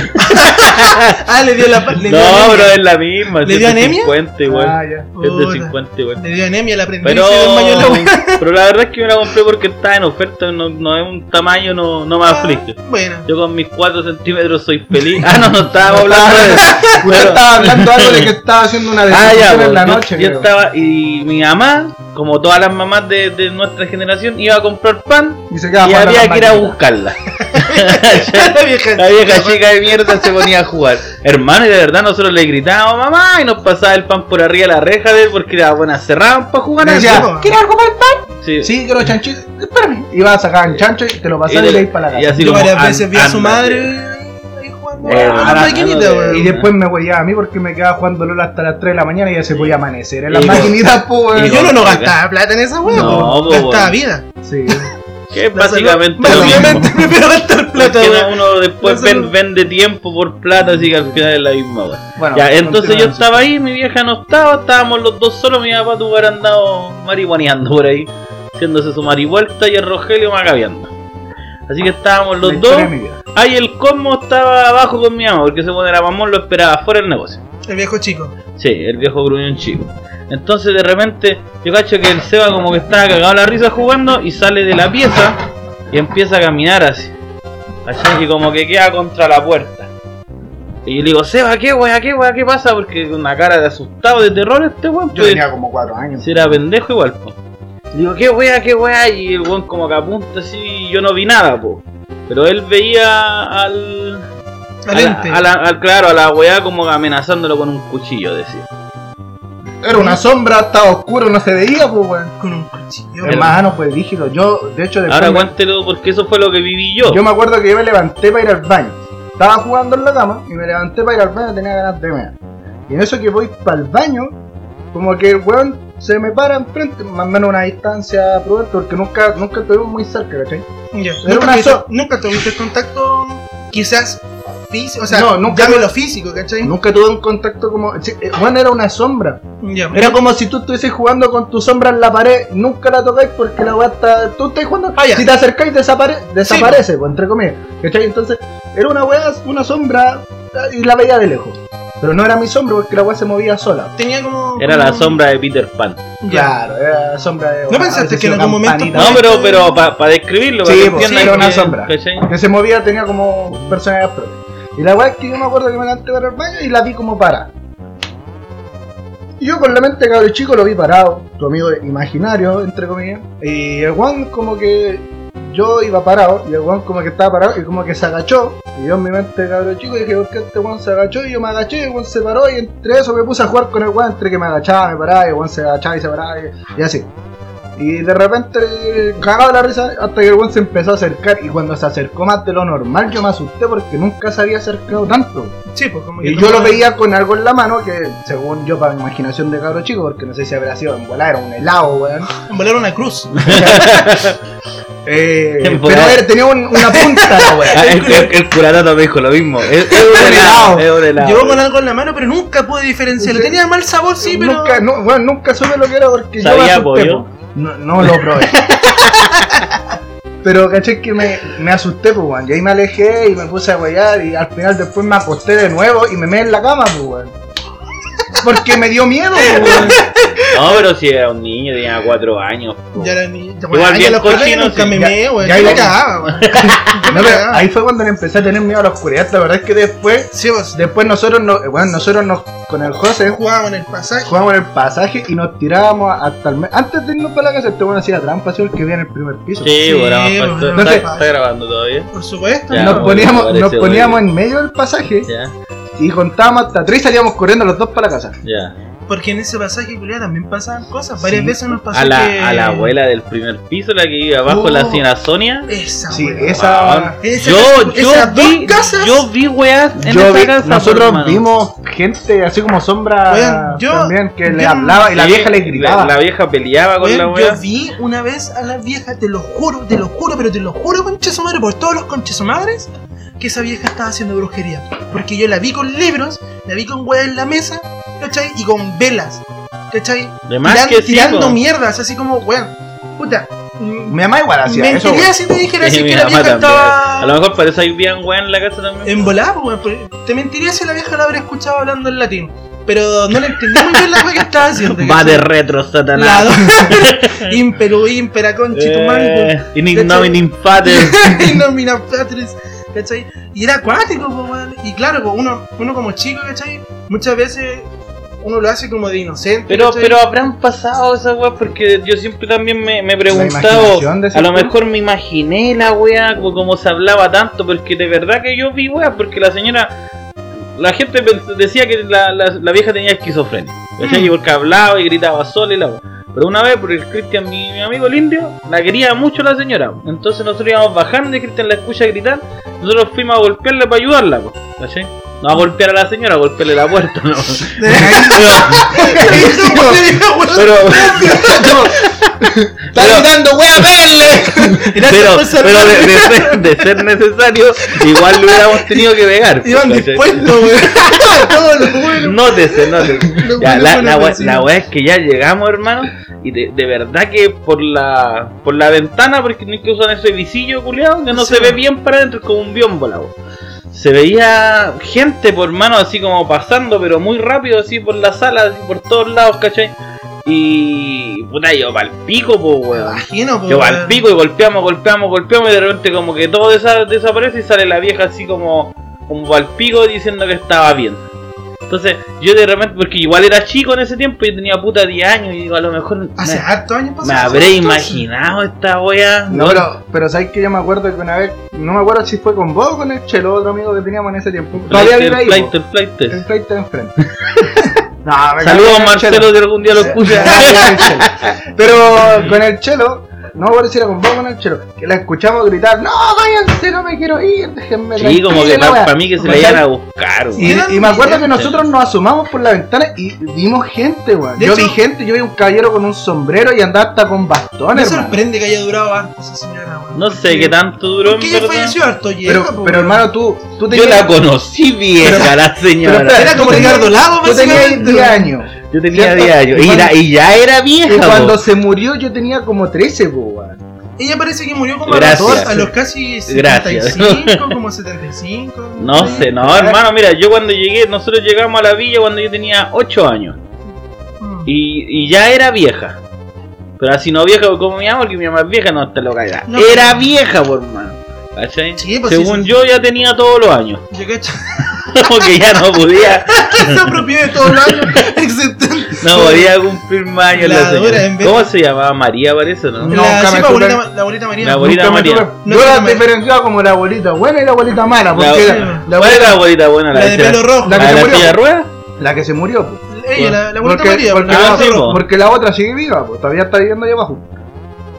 Speaker 5: Ah, le dio la pa- le dio
Speaker 3: No,
Speaker 5: anemia.
Speaker 3: pero es la misma.
Speaker 5: ¿Le dio anemia?
Speaker 3: 50 igual.
Speaker 4: Ah, ya.
Speaker 3: Es de
Speaker 5: Puta.
Speaker 3: 50 igual.
Speaker 5: Le dio anemia, la prendí
Speaker 3: Pero,
Speaker 5: y se desmayó la wea.
Speaker 3: pero la verdad es que me la compré porque está en oferta, no, no es un tamaño, no, no me
Speaker 5: Ah.
Speaker 3: aflige.
Speaker 5: Bueno.
Speaker 3: Yo con mis 4 centímetros soy feliz. Ah, no, no estábamos hablando de
Speaker 4: Usted
Speaker 3: Pero-
Speaker 4: estaba hablando algo de que estaba haciendo una
Speaker 3: Ah,
Speaker 4: deposición
Speaker 3: ya, pues,
Speaker 4: en la
Speaker 3: yo-
Speaker 4: noche.
Speaker 3: yo,
Speaker 4: creo.
Speaker 3: estaba, y mi mamá, como todas las mamás de, de nuestra generación, iba a comprar pan
Speaker 4: Y se quedaba
Speaker 3: y
Speaker 4: jugando a
Speaker 3: había
Speaker 4: las
Speaker 3: que ir a
Speaker 4: maquinitas.
Speaker 3: buscarla.
Speaker 5: La vieja
Speaker 3: La vieja chica de mierda se ponía a jugar. Hermano, y de verdad nosotros le gritábamos mamá y nos pasaba el pan por arriba de la reja de él porque era buena, cerraban para jugar
Speaker 4: Me
Speaker 3: así.
Speaker 4: decía,
Speaker 5: chico.
Speaker 4: ¿quieres algo para el pan?
Speaker 3: Sí.
Speaker 4: Sí, quiero chanchito. Espérame. Iba a sacar un chancho y te lo
Speaker 3: Y
Speaker 4: pasaba y
Speaker 3: de-
Speaker 4: le iba para la
Speaker 3: y
Speaker 4: casa.
Speaker 3: así
Speaker 5: Yo
Speaker 3: como,
Speaker 5: varias veces vi a su
Speaker 3: "Ándate".
Speaker 5: madre ahí jugando. weón,
Speaker 3: ahora-
Speaker 5: maquinita,
Speaker 3: ahora-
Speaker 5: weón.
Speaker 4: Eh, Y después me hueveaba a mí porque me quedaba jugando LOL hasta las 3 de la mañana y ya se podía amanecer. En las
Speaker 3: Y-
Speaker 4: maquinitas, po, weón.
Speaker 5: Y
Speaker 3: y-
Speaker 5: yo no, no gastaba plata en esa weón,
Speaker 3: No,
Speaker 5: weón.
Speaker 3: po,
Speaker 5: gastaba
Speaker 3: weón.
Speaker 5: vida.
Speaker 4: Sí.
Speaker 3: Que es básicamente lo mismo.
Speaker 5: Básicamente prefiero gastar
Speaker 3: Porque
Speaker 5: plata, weón.
Speaker 3: uno después
Speaker 5: La salud.
Speaker 3: ven- vende tiempo por plata, así que al final es la misma, weón.
Speaker 4: Bueno,
Speaker 3: ya, entonces yo
Speaker 4: continuamos.
Speaker 3: estaba ahí, mi vieja no estaba, estábamos los dos solos, mi papá tuvo que haber andado marihuaneando por ahí, haciéndose su marihuelta y el Rogelio magaviando. Así que estábamos
Speaker 4: La
Speaker 3: los dos,
Speaker 4: historia de mi vida.
Speaker 3: ahí el Cosmo estaba abajo con mi mamá, porque se pone la mamón, lo esperaba fuera del negocio.
Speaker 5: El viejo chico.
Speaker 3: Sí, el viejo gruñón chico. Entonces de repente yo cacho que el Seba como que estaba cagado a la risa jugando y sale de la pieza y empieza a caminar así. Así que como que queda contra la puerta. Y yo le digo, Seba, ¿qué wea, qué wea, qué pasa? Porque con una cara de asustado, de terror este weón.
Speaker 4: Yo
Speaker 3: pues,
Speaker 4: tenía como 4 años.
Speaker 3: si era pendejo igual, po. Le digo, qué wea, qué wea, y el weón como que apunta así, y yo no vi nada, po. Pero él veía al, a la-
Speaker 5: Talente.
Speaker 3: a la- al- claro, a la weá como amenazándolo con un cuchillo, decía.
Speaker 4: Era una sombra, estaba oscuro, no se veía, pues, weón.
Speaker 5: Con un cuchillo.
Speaker 3: Pero-
Speaker 4: Hermano, pues dígilo. Yo, de hecho, después
Speaker 3: Ahora
Speaker 4: me-
Speaker 3: cuéntelo porque eso fue lo que viví yo.
Speaker 4: yo me acuerdo que yo me levanté para ir al baño. Estaba jugando en la cama y me levanté para ir al baño, tenía ganas de mear. Y en eso que voy para el baño, como que el weón se me para enfrente, más o menos una distancia prudente, porque nunca, nunca estuvimos muy cerca, ¿cachai?
Speaker 5: Ya.
Speaker 4: Era
Speaker 5: Nunca,
Speaker 4: una
Speaker 5: tuviste,
Speaker 4: so-
Speaker 5: nunca tuviste contacto, quizás físico. O sea,
Speaker 4: No,
Speaker 5: no,
Speaker 4: nunca-
Speaker 5: nunca físico, ¿cachai?
Speaker 4: Nunca tuve un contacto como. sí, eh, Weón era una sombra.
Speaker 5: Ya.
Speaker 4: Era como si tú estuvieses jugando con tu sombra en la pared, nunca la tocáis porque la weá está. Tú estás jugando.
Speaker 5: Ah, ya.
Speaker 4: Si te acercáis, desapare- desaparece, pues, entre comillas. ¿Cachai? Entonces, era una weá, una sombra y la veía de lejos. Pero no era mi sombra porque la weá se movía sola.
Speaker 5: Tenía como.
Speaker 3: Era la
Speaker 5: como-
Speaker 3: sombra de Peter Pan.
Speaker 5: Ya.
Speaker 4: Claro, era sombra de.
Speaker 5: ¿No pensaste que en algún momento-
Speaker 3: No, pero, pero para describirlo,
Speaker 4: Sí,
Speaker 3: para que
Speaker 4: pues,
Speaker 3: entiendan
Speaker 4: era una
Speaker 3: que-
Speaker 4: sombra.
Speaker 3: ¿cachai?
Speaker 4: Que se movía, tenía como personalidad propia. Y la weá es que yo me acuerdo que me levanté para el baño y la vi como parada. Y yo con la mente de cabro chico lo vi parado, tu amigo imaginario, entre comillas. Y el Juan como que yo iba parado, y el Juan como que estaba parado y como que se agachó. Y yo en mi mente de cabro chico dije, ¿por qué este Juan se agachó? Y yo me agaché y el Juan se paró y entre eso me puse a jugar con el Juan, entre que me agachaba, me paraba, y el Juan se agachaba y se paraba y, y así. Y de repente cagaba la risa hasta que el weón se empezó a acercar. Y cuando se acercó más de lo normal, yo me asusté porque nunca se había acercado tanto.
Speaker 5: Sí, pues como que
Speaker 4: Y yo lo
Speaker 5: tomaba-
Speaker 4: veía con algo en la mano que, según yo, para mi imaginación de cabro chico, porque no sé si habrá sido en volar, era un helado, weón.
Speaker 5: Volar una cruz.
Speaker 4: Eh,
Speaker 3: En
Speaker 4: pero
Speaker 3: volar.
Speaker 4: a ver, tenía un- una punta, la
Speaker 3: Ah,
Speaker 4: weón.
Speaker 3: el, el, el curatato me dijo lo mismo. Es, es un helado. Es un helado.
Speaker 5: Llevó con algo en la mano, pero nunca pude diferenciarlo.
Speaker 4: Sí.
Speaker 5: Tenía mal sabor, sí, pero.
Speaker 4: nunca, no, weón, nunca supe lo que era porque yo me
Speaker 3: Sabía
Speaker 4: asusté.
Speaker 3: pollo.
Speaker 4: po. No, no lo probé. Pero caché que me, me asusté, pues, weón. Y ahí me alejé y me puse a guayar y al final después me acosté de nuevo y me meé en la cama, pues, weón. Porque me dio miedo, pues, weón.
Speaker 3: No, pero si era un niño, tenía 4 años. po.
Speaker 5: Ya era ni.
Speaker 3: Igual
Speaker 5: Igual
Speaker 3: bien
Speaker 5: los cochinos,
Speaker 3: cochino,
Speaker 5: nunca
Speaker 3: sí.
Speaker 5: me
Speaker 4: Ya-
Speaker 5: meé, weón.
Speaker 4: ya
Speaker 5: Yo
Speaker 4: iba-
Speaker 5: me cagaba, weón.
Speaker 4: No, pero ahí fue cuando le empecé a tener miedo a la oscuridad. La verdad es que después,
Speaker 5: Sí, vos.
Speaker 4: después nosotros, nos, bueno, nosotros nos, con el José
Speaker 5: Jugábamos en el pasaje.
Speaker 4: jugábamos en el pasaje y nos tirábamos hasta el... me- Antes de irnos para la casa, este bueno hacía trampa, así el que vivía en el primer piso.
Speaker 3: Sí, bueno, era más
Speaker 5: Sí,
Speaker 3: fácil.
Speaker 5: bueno,
Speaker 3: está,
Speaker 5: no sé.
Speaker 3: está grabando todavía.
Speaker 5: Por supuesto.
Speaker 3: Ya,
Speaker 4: nos
Speaker 3: bueno,
Speaker 4: poníamos,
Speaker 3: parece
Speaker 4: nos
Speaker 3: bueno.
Speaker 4: poníamos en medio del pasaje
Speaker 3: Ya,
Speaker 4: y contábamos hasta tres y salíamos corriendo los dos para la casa.
Speaker 3: ya.
Speaker 5: Porque en ese pasaje, culiado, también pasaban cosas. Varias veces nos pasó
Speaker 3: A
Speaker 5: que-
Speaker 3: la, a la abuela del primer piso, la que vive abajo,
Speaker 5: No.
Speaker 3: la señora Sonia.
Speaker 5: Esa,
Speaker 4: Sí,
Speaker 5: weón.
Speaker 4: esa...
Speaker 5: Ah, Esa-
Speaker 3: Ah, Yo, yo
Speaker 5: esas dos
Speaker 3: vi,
Speaker 5: casas-
Speaker 3: yo vi weas en
Speaker 4: yo
Speaker 3: esa
Speaker 4: vi-
Speaker 3: casa.
Speaker 4: nosotros
Speaker 3: hermano.
Speaker 4: vimos gente así como sombra
Speaker 5: Bueno, yo-
Speaker 4: también que le
Speaker 5: yo-
Speaker 4: hablaba y la
Speaker 3: Sí,
Speaker 4: vieja le gritaba.
Speaker 3: La, la vieja peleaba con
Speaker 5: Weón,
Speaker 3: la wea.
Speaker 5: yo vi una vez a la vieja, te lo juro, te lo juro, pero te lo juro, concha su madre, por todos los conches su madres, que esa vieja estaba haciendo brujería. Porque yo la vi con libros, la vi con hueá en la mesa, ¿cachai? Y con velas, ¿cachai?
Speaker 3: De más
Speaker 5: Tiran-
Speaker 3: que sí,
Speaker 5: tirando
Speaker 3: po.
Speaker 5: mierdas, así como, weón, puta. mm,
Speaker 4: Mi mamá igual hacía eso.
Speaker 5: Mentiría
Speaker 4: güey.
Speaker 5: si te dijera
Speaker 3: Sí,
Speaker 5: así
Speaker 3: mi
Speaker 5: que la
Speaker 3: mamá
Speaker 5: vieja
Speaker 3: también.
Speaker 5: estaba
Speaker 3: A lo mejor parece que había un weón en la casa también.
Speaker 5: en volada, po, weón, pero Te mentiría si la vieja la habría escuchado hablando en latín. Pero no le entendí muy bien la weá que estaba haciendo.
Speaker 3: Va
Speaker 5: ¿cachai?
Speaker 3: de retro, Satanás.
Speaker 5: Lado. Imperu, impera, conchitumante.
Speaker 3: Eh, in ignomine in pater.
Speaker 5: Y no, mira, Patrice, ¿cachai? Y era acuático, po, weón. Y claro, po, uno, uno como chico, ¿cachai? Muchas veces uno lo hace como de inocente.
Speaker 3: Pero,
Speaker 5: ¿cachai?
Speaker 3: pero habrán pasado esas weas porque yo siempre también me, me he preguntado.
Speaker 4: imaginación, decís
Speaker 3: A lo
Speaker 4: tú.
Speaker 3: mejor me imaginé la wea como, como se hablaba tanto, porque de verdad que yo vi weas, porque la señora. La gente pens- decía que la, la- la vieja tenía esquizofrenia. ¿cachai?
Speaker 5: Mm.
Speaker 3: Porque hablaba y gritaba sola y la wea. Pero una vez, porque el Cristian, mi, mi amigo el indio, la quería mucho la señora. Entonces nosotros íbamos bajando y Cristian la escucha gritar. Nosotros fuimos a golpearle para ayudarla, po, ¿cachai? No a golpear a la señora, a golpearle la puerta, no. Pero,
Speaker 4: ¡Está gritando, wea, verle!
Speaker 3: pero, pero de, de ser, de ser necesario, igual lo hubiéramos tenido que pegar. po,
Speaker 5: Iban
Speaker 3: ¿cachai?
Speaker 5: dispuestos, weón. Todo lo bueno.
Speaker 3: Nótese, nótese.
Speaker 5: Lo
Speaker 3: Ya,
Speaker 5: bueno
Speaker 3: la,
Speaker 5: con
Speaker 3: la
Speaker 5: la
Speaker 3: wea-
Speaker 5: vecina.
Speaker 3: la wea es que ya llegamos, hermano. Y de, de verdad que por la por la ventana, porque no es que usan ese visillo culiado, que no
Speaker 5: Sí,
Speaker 3: se ve
Speaker 5: man.
Speaker 3: bien para adentro, es como un biombo la wea. Se veía gente por mano así como pasando, pero muy rápido, así por la sala, así por todos lados, ¿cachai? Y. puta, yo pa'l pico, po, weón.
Speaker 5: Imagino, po,
Speaker 3: Yo
Speaker 5: weón.
Speaker 3: al pico y golpeamos, golpeamos, golpeamos y de repente como que todo desa- desaparece y sale la vieja así como, como al pico diciendo que estaba bien. Entonces yo de repente, porque igual era chico en ese tiempo, yo tenía puta 10 años y digo, a lo mejor
Speaker 5: Hace
Speaker 3: me,
Speaker 5: hartos años
Speaker 3: me
Speaker 5: pasados.
Speaker 3: habré
Speaker 5: entonces.
Speaker 3: imaginado esta wea.
Speaker 4: No, pero, pero sabes que yo me acuerdo que una vez, no me acuerdo si fue con vos o con el chelo, otro amigo que teníamos en ese tiempo. Todavía vive ahí.
Speaker 3: Flight,
Speaker 4: po,
Speaker 3: flight, flight.
Speaker 4: El pleito de enfrente. no, me cagué
Speaker 3: Saludos
Speaker 4: con el
Speaker 3: Marcelo
Speaker 4: Chelo.
Speaker 3: que algún día lo escucha.
Speaker 4: Pero con el chelo, no me acuerdo si era con vos o con el chelo, que la escuchamos gritar, no, váyanse, no me quiero ir, déjenme
Speaker 3: Sí, como que
Speaker 4: tranquila,
Speaker 3: para,
Speaker 4: wea".
Speaker 3: mí que se la
Speaker 4: ¿Cachai?
Speaker 3: iban a buscar. wea.
Speaker 4: Y, y me acuerdo que
Speaker 5: Sí.
Speaker 4: nosotros nos asomamos por la ventana y vimos gente, weón.
Speaker 5: De
Speaker 4: Yo
Speaker 5: hecho-
Speaker 4: vi gente, yo vi un caballero con un sombrero y andaba hasta con
Speaker 5: Me
Speaker 4: bastones, hermano.
Speaker 5: sorprende que haya durado harto esa señora, weón.
Speaker 3: No sé qué tanto duró, en
Speaker 5: ¿Por qué
Speaker 3: verdad.
Speaker 5: falleció harto
Speaker 4: Pero,
Speaker 5: vieja,
Speaker 4: pero
Speaker 5: po, weón?
Speaker 4: hermano, tú, tú
Speaker 3: Yo
Speaker 4: tenías...
Speaker 3: la conocí vieja, la señora.
Speaker 4: espera,
Speaker 5: Era
Speaker 4: tú
Speaker 5: como
Speaker 4: tenías-
Speaker 5: Ricardo Lago,
Speaker 4: Yo tenía
Speaker 5: básicamente.
Speaker 4: 10 años.
Speaker 3: Yo tenía
Speaker 4: ¿Cierto?
Speaker 3: 10 años.
Speaker 4: Y
Speaker 3: Y,
Speaker 4: cuando-
Speaker 3: era- y ya era vieja.
Speaker 4: Y cuando
Speaker 3: po.
Speaker 4: se murió yo tenía como 13, po, weón.
Speaker 5: Ella parece que murió como
Speaker 3: Gracias.
Speaker 5: a los, a los casi
Speaker 3: Gracias.
Speaker 5: 75, como 75.
Speaker 3: No
Speaker 5: sí.
Speaker 3: sé, no, hermano, mira, yo cuando llegué, nosotros llegamos a la villa cuando yo tenía 8 años.
Speaker 5: Mm.
Speaker 3: Y, y ya era vieja. Pero así no vieja como mi mamá, porque mi mamá es vieja, no te lo caerá.
Speaker 5: No.
Speaker 3: Era vieja, por mano. ¿Cachai?
Speaker 5: Sí, pues
Speaker 3: Según
Speaker 5: sí, sí.
Speaker 3: yo ya tenía todos los años.
Speaker 5: Yo cacho.
Speaker 3: Como que ya no podía,
Speaker 5: Se apropió de todos los años. Excepto.
Speaker 3: no podía cumplir más años la,
Speaker 5: La dura,
Speaker 3: señora.
Speaker 5: en vez-
Speaker 3: ¿Cómo se llamaba? María parece, ¿no?
Speaker 4: No,
Speaker 5: la,
Speaker 4: nunca
Speaker 5: sí,
Speaker 4: me
Speaker 5: la, abuelita,
Speaker 4: supe-
Speaker 5: Ma- la abuelita María.
Speaker 3: La abuelita- Abuelita
Speaker 4: Nunca
Speaker 3: María.
Speaker 4: me tuve-
Speaker 5: No,
Speaker 4: yo la
Speaker 5: no me-
Speaker 4: diferenciaba como la abuelita buena y la abuelita mala, porque
Speaker 3: La-
Speaker 4: era la,
Speaker 5: ¿Cuál
Speaker 3: ¿Cuál
Speaker 4: abuela-
Speaker 3: era la abuelita buena?
Speaker 5: la de
Speaker 3: señora?
Speaker 5: pelo rojo.
Speaker 3: ¿La
Speaker 4: La que
Speaker 3: de
Speaker 4: se
Speaker 3: la
Speaker 4: murió.
Speaker 3: silla de ruedas?
Speaker 4: la que se murió, po.
Speaker 5: Ella, la, la abuelita
Speaker 4: Porque,
Speaker 5: María.
Speaker 4: porque
Speaker 5: la
Speaker 4: la,
Speaker 3: Ah, sí,
Speaker 5: otra-
Speaker 3: po.
Speaker 4: porque la otra sigue viva, po. todavía está viviendo allá abajo.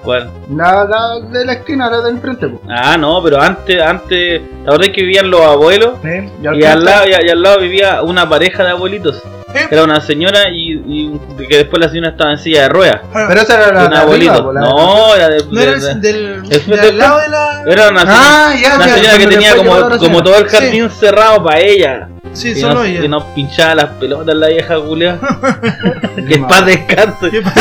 Speaker 3: ¿Cuál?
Speaker 4: La, la de la esquina, la de enfrente, po.
Speaker 3: Ah, no, pero antes, antes, la verdad es que vivían los abuelos
Speaker 4: ¿Eh?
Speaker 3: y al, lado, y, y al lado vivía una pareja de abuelitos.
Speaker 5: ¿Eh?
Speaker 3: Era una señora y, y un- que después la señora estaba en silla de ruedas.
Speaker 4: Pero esa era la,
Speaker 3: un
Speaker 4: de arriba,
Speaker 3: abuelito.
Speaker 4: po, la-
Speaker 3: no, era de,
Speaker 5: No
Speaker 3: de-
Speaker 5: era el-
Speaker 3: de-
Speaker 5: del.
Speaker 3: ¿Es
Speaker 5: del
Speaker 3: del-
Speaker 5: lado de la.
Speaker 3: era una,
Speaker 4: Ah, ya,
Speaker 3: una
Speaker 4: ya,
Speaker 3: señora que
Speaker 4: donde
Speaker 3: tenía
Speaker 4: fue llevada
Speaker 3: como,
Speaker 4: la
Speaker 3: como
Speaker 4: señora.
Speaker 3: todo el jardín cerrado para ella.
Speaker 5: Sí,
Speaker 3: Y
Speaker 5: solo
Speaker 3: nos,
Speaker 5: ella.
Speaker 3: y nos pinchaba las pelotas la vieja culea. que en
Speaker 4: No.
Speaker 3: paz descanse.
Speaker 4: Pero,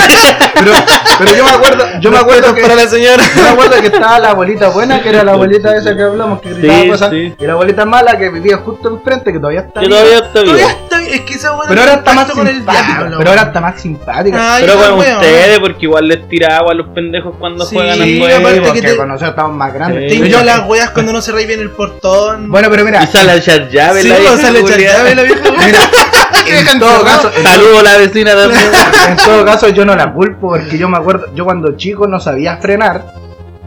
Speaker 4: pero yo me acuerdo, yo me acuerdo que
Speaker 5: la señora.
Speaker 4: yo me acuerdo que estaba la abuelita buena, que era la abuelita esa que hablamos, que gritaba
Speaker 3: Sí,
Speaker 4: cosas,
Speaker 3: sí.
Speaker 4: y la abuelita mala que vivía justo enfrente, que todavía está
Speaker 3: Que
Speaker 4: viva.
Speaker 3: todavía está bien.
Speaker 5: Todavía está. Es que esa abuela.
Speaker 4: Pero ahora está
Speaker 5: tiene
Speaker 4: más
Speaker 5: pacto con el
Speaker 4: simpática.
Speaker 5: diablo.
Speaker 4: pero ahora está más simpática.
Speaker 5: Ay,
Speaker 3: Pero
Speaker 5: la
Speaker 3: con
Speaker 5: wea,
Speaker 3: ustedes, porque igual les tiraba agua a los pendejos cuando
Speaker 5: Sí,
Speaker 3: juegan al
Speaker 5: y
Speaker 3: juego.
Speaker 5: aparte
Speaker 4: porque
Speaker 5: que te-
Speaker 4: con nosotros estamos más grandes.
Speaker 5: Te
Speaker 3: Sí.
Speaker 5: hinchó las weas cuando no se reí bien el portón.
Speaker 4: Bueno, pero mira,
Speaker 3: Y sale a echar llave
Speaker 5: sí,
Speaker 3: la
Speaker 5: o
Speaker 3: vieja
Speaker 5: sea, le echaste
Speaker 3: culiá.
Speaker 5: llave a la vieja. wea.
Speaker 4: en todo caso,
Speaker 3: Saludo a la vecina también.
Speaker 4: en todo caso yo no la culpo porque yo me acuerdo, yo cuando chico no sabía frenar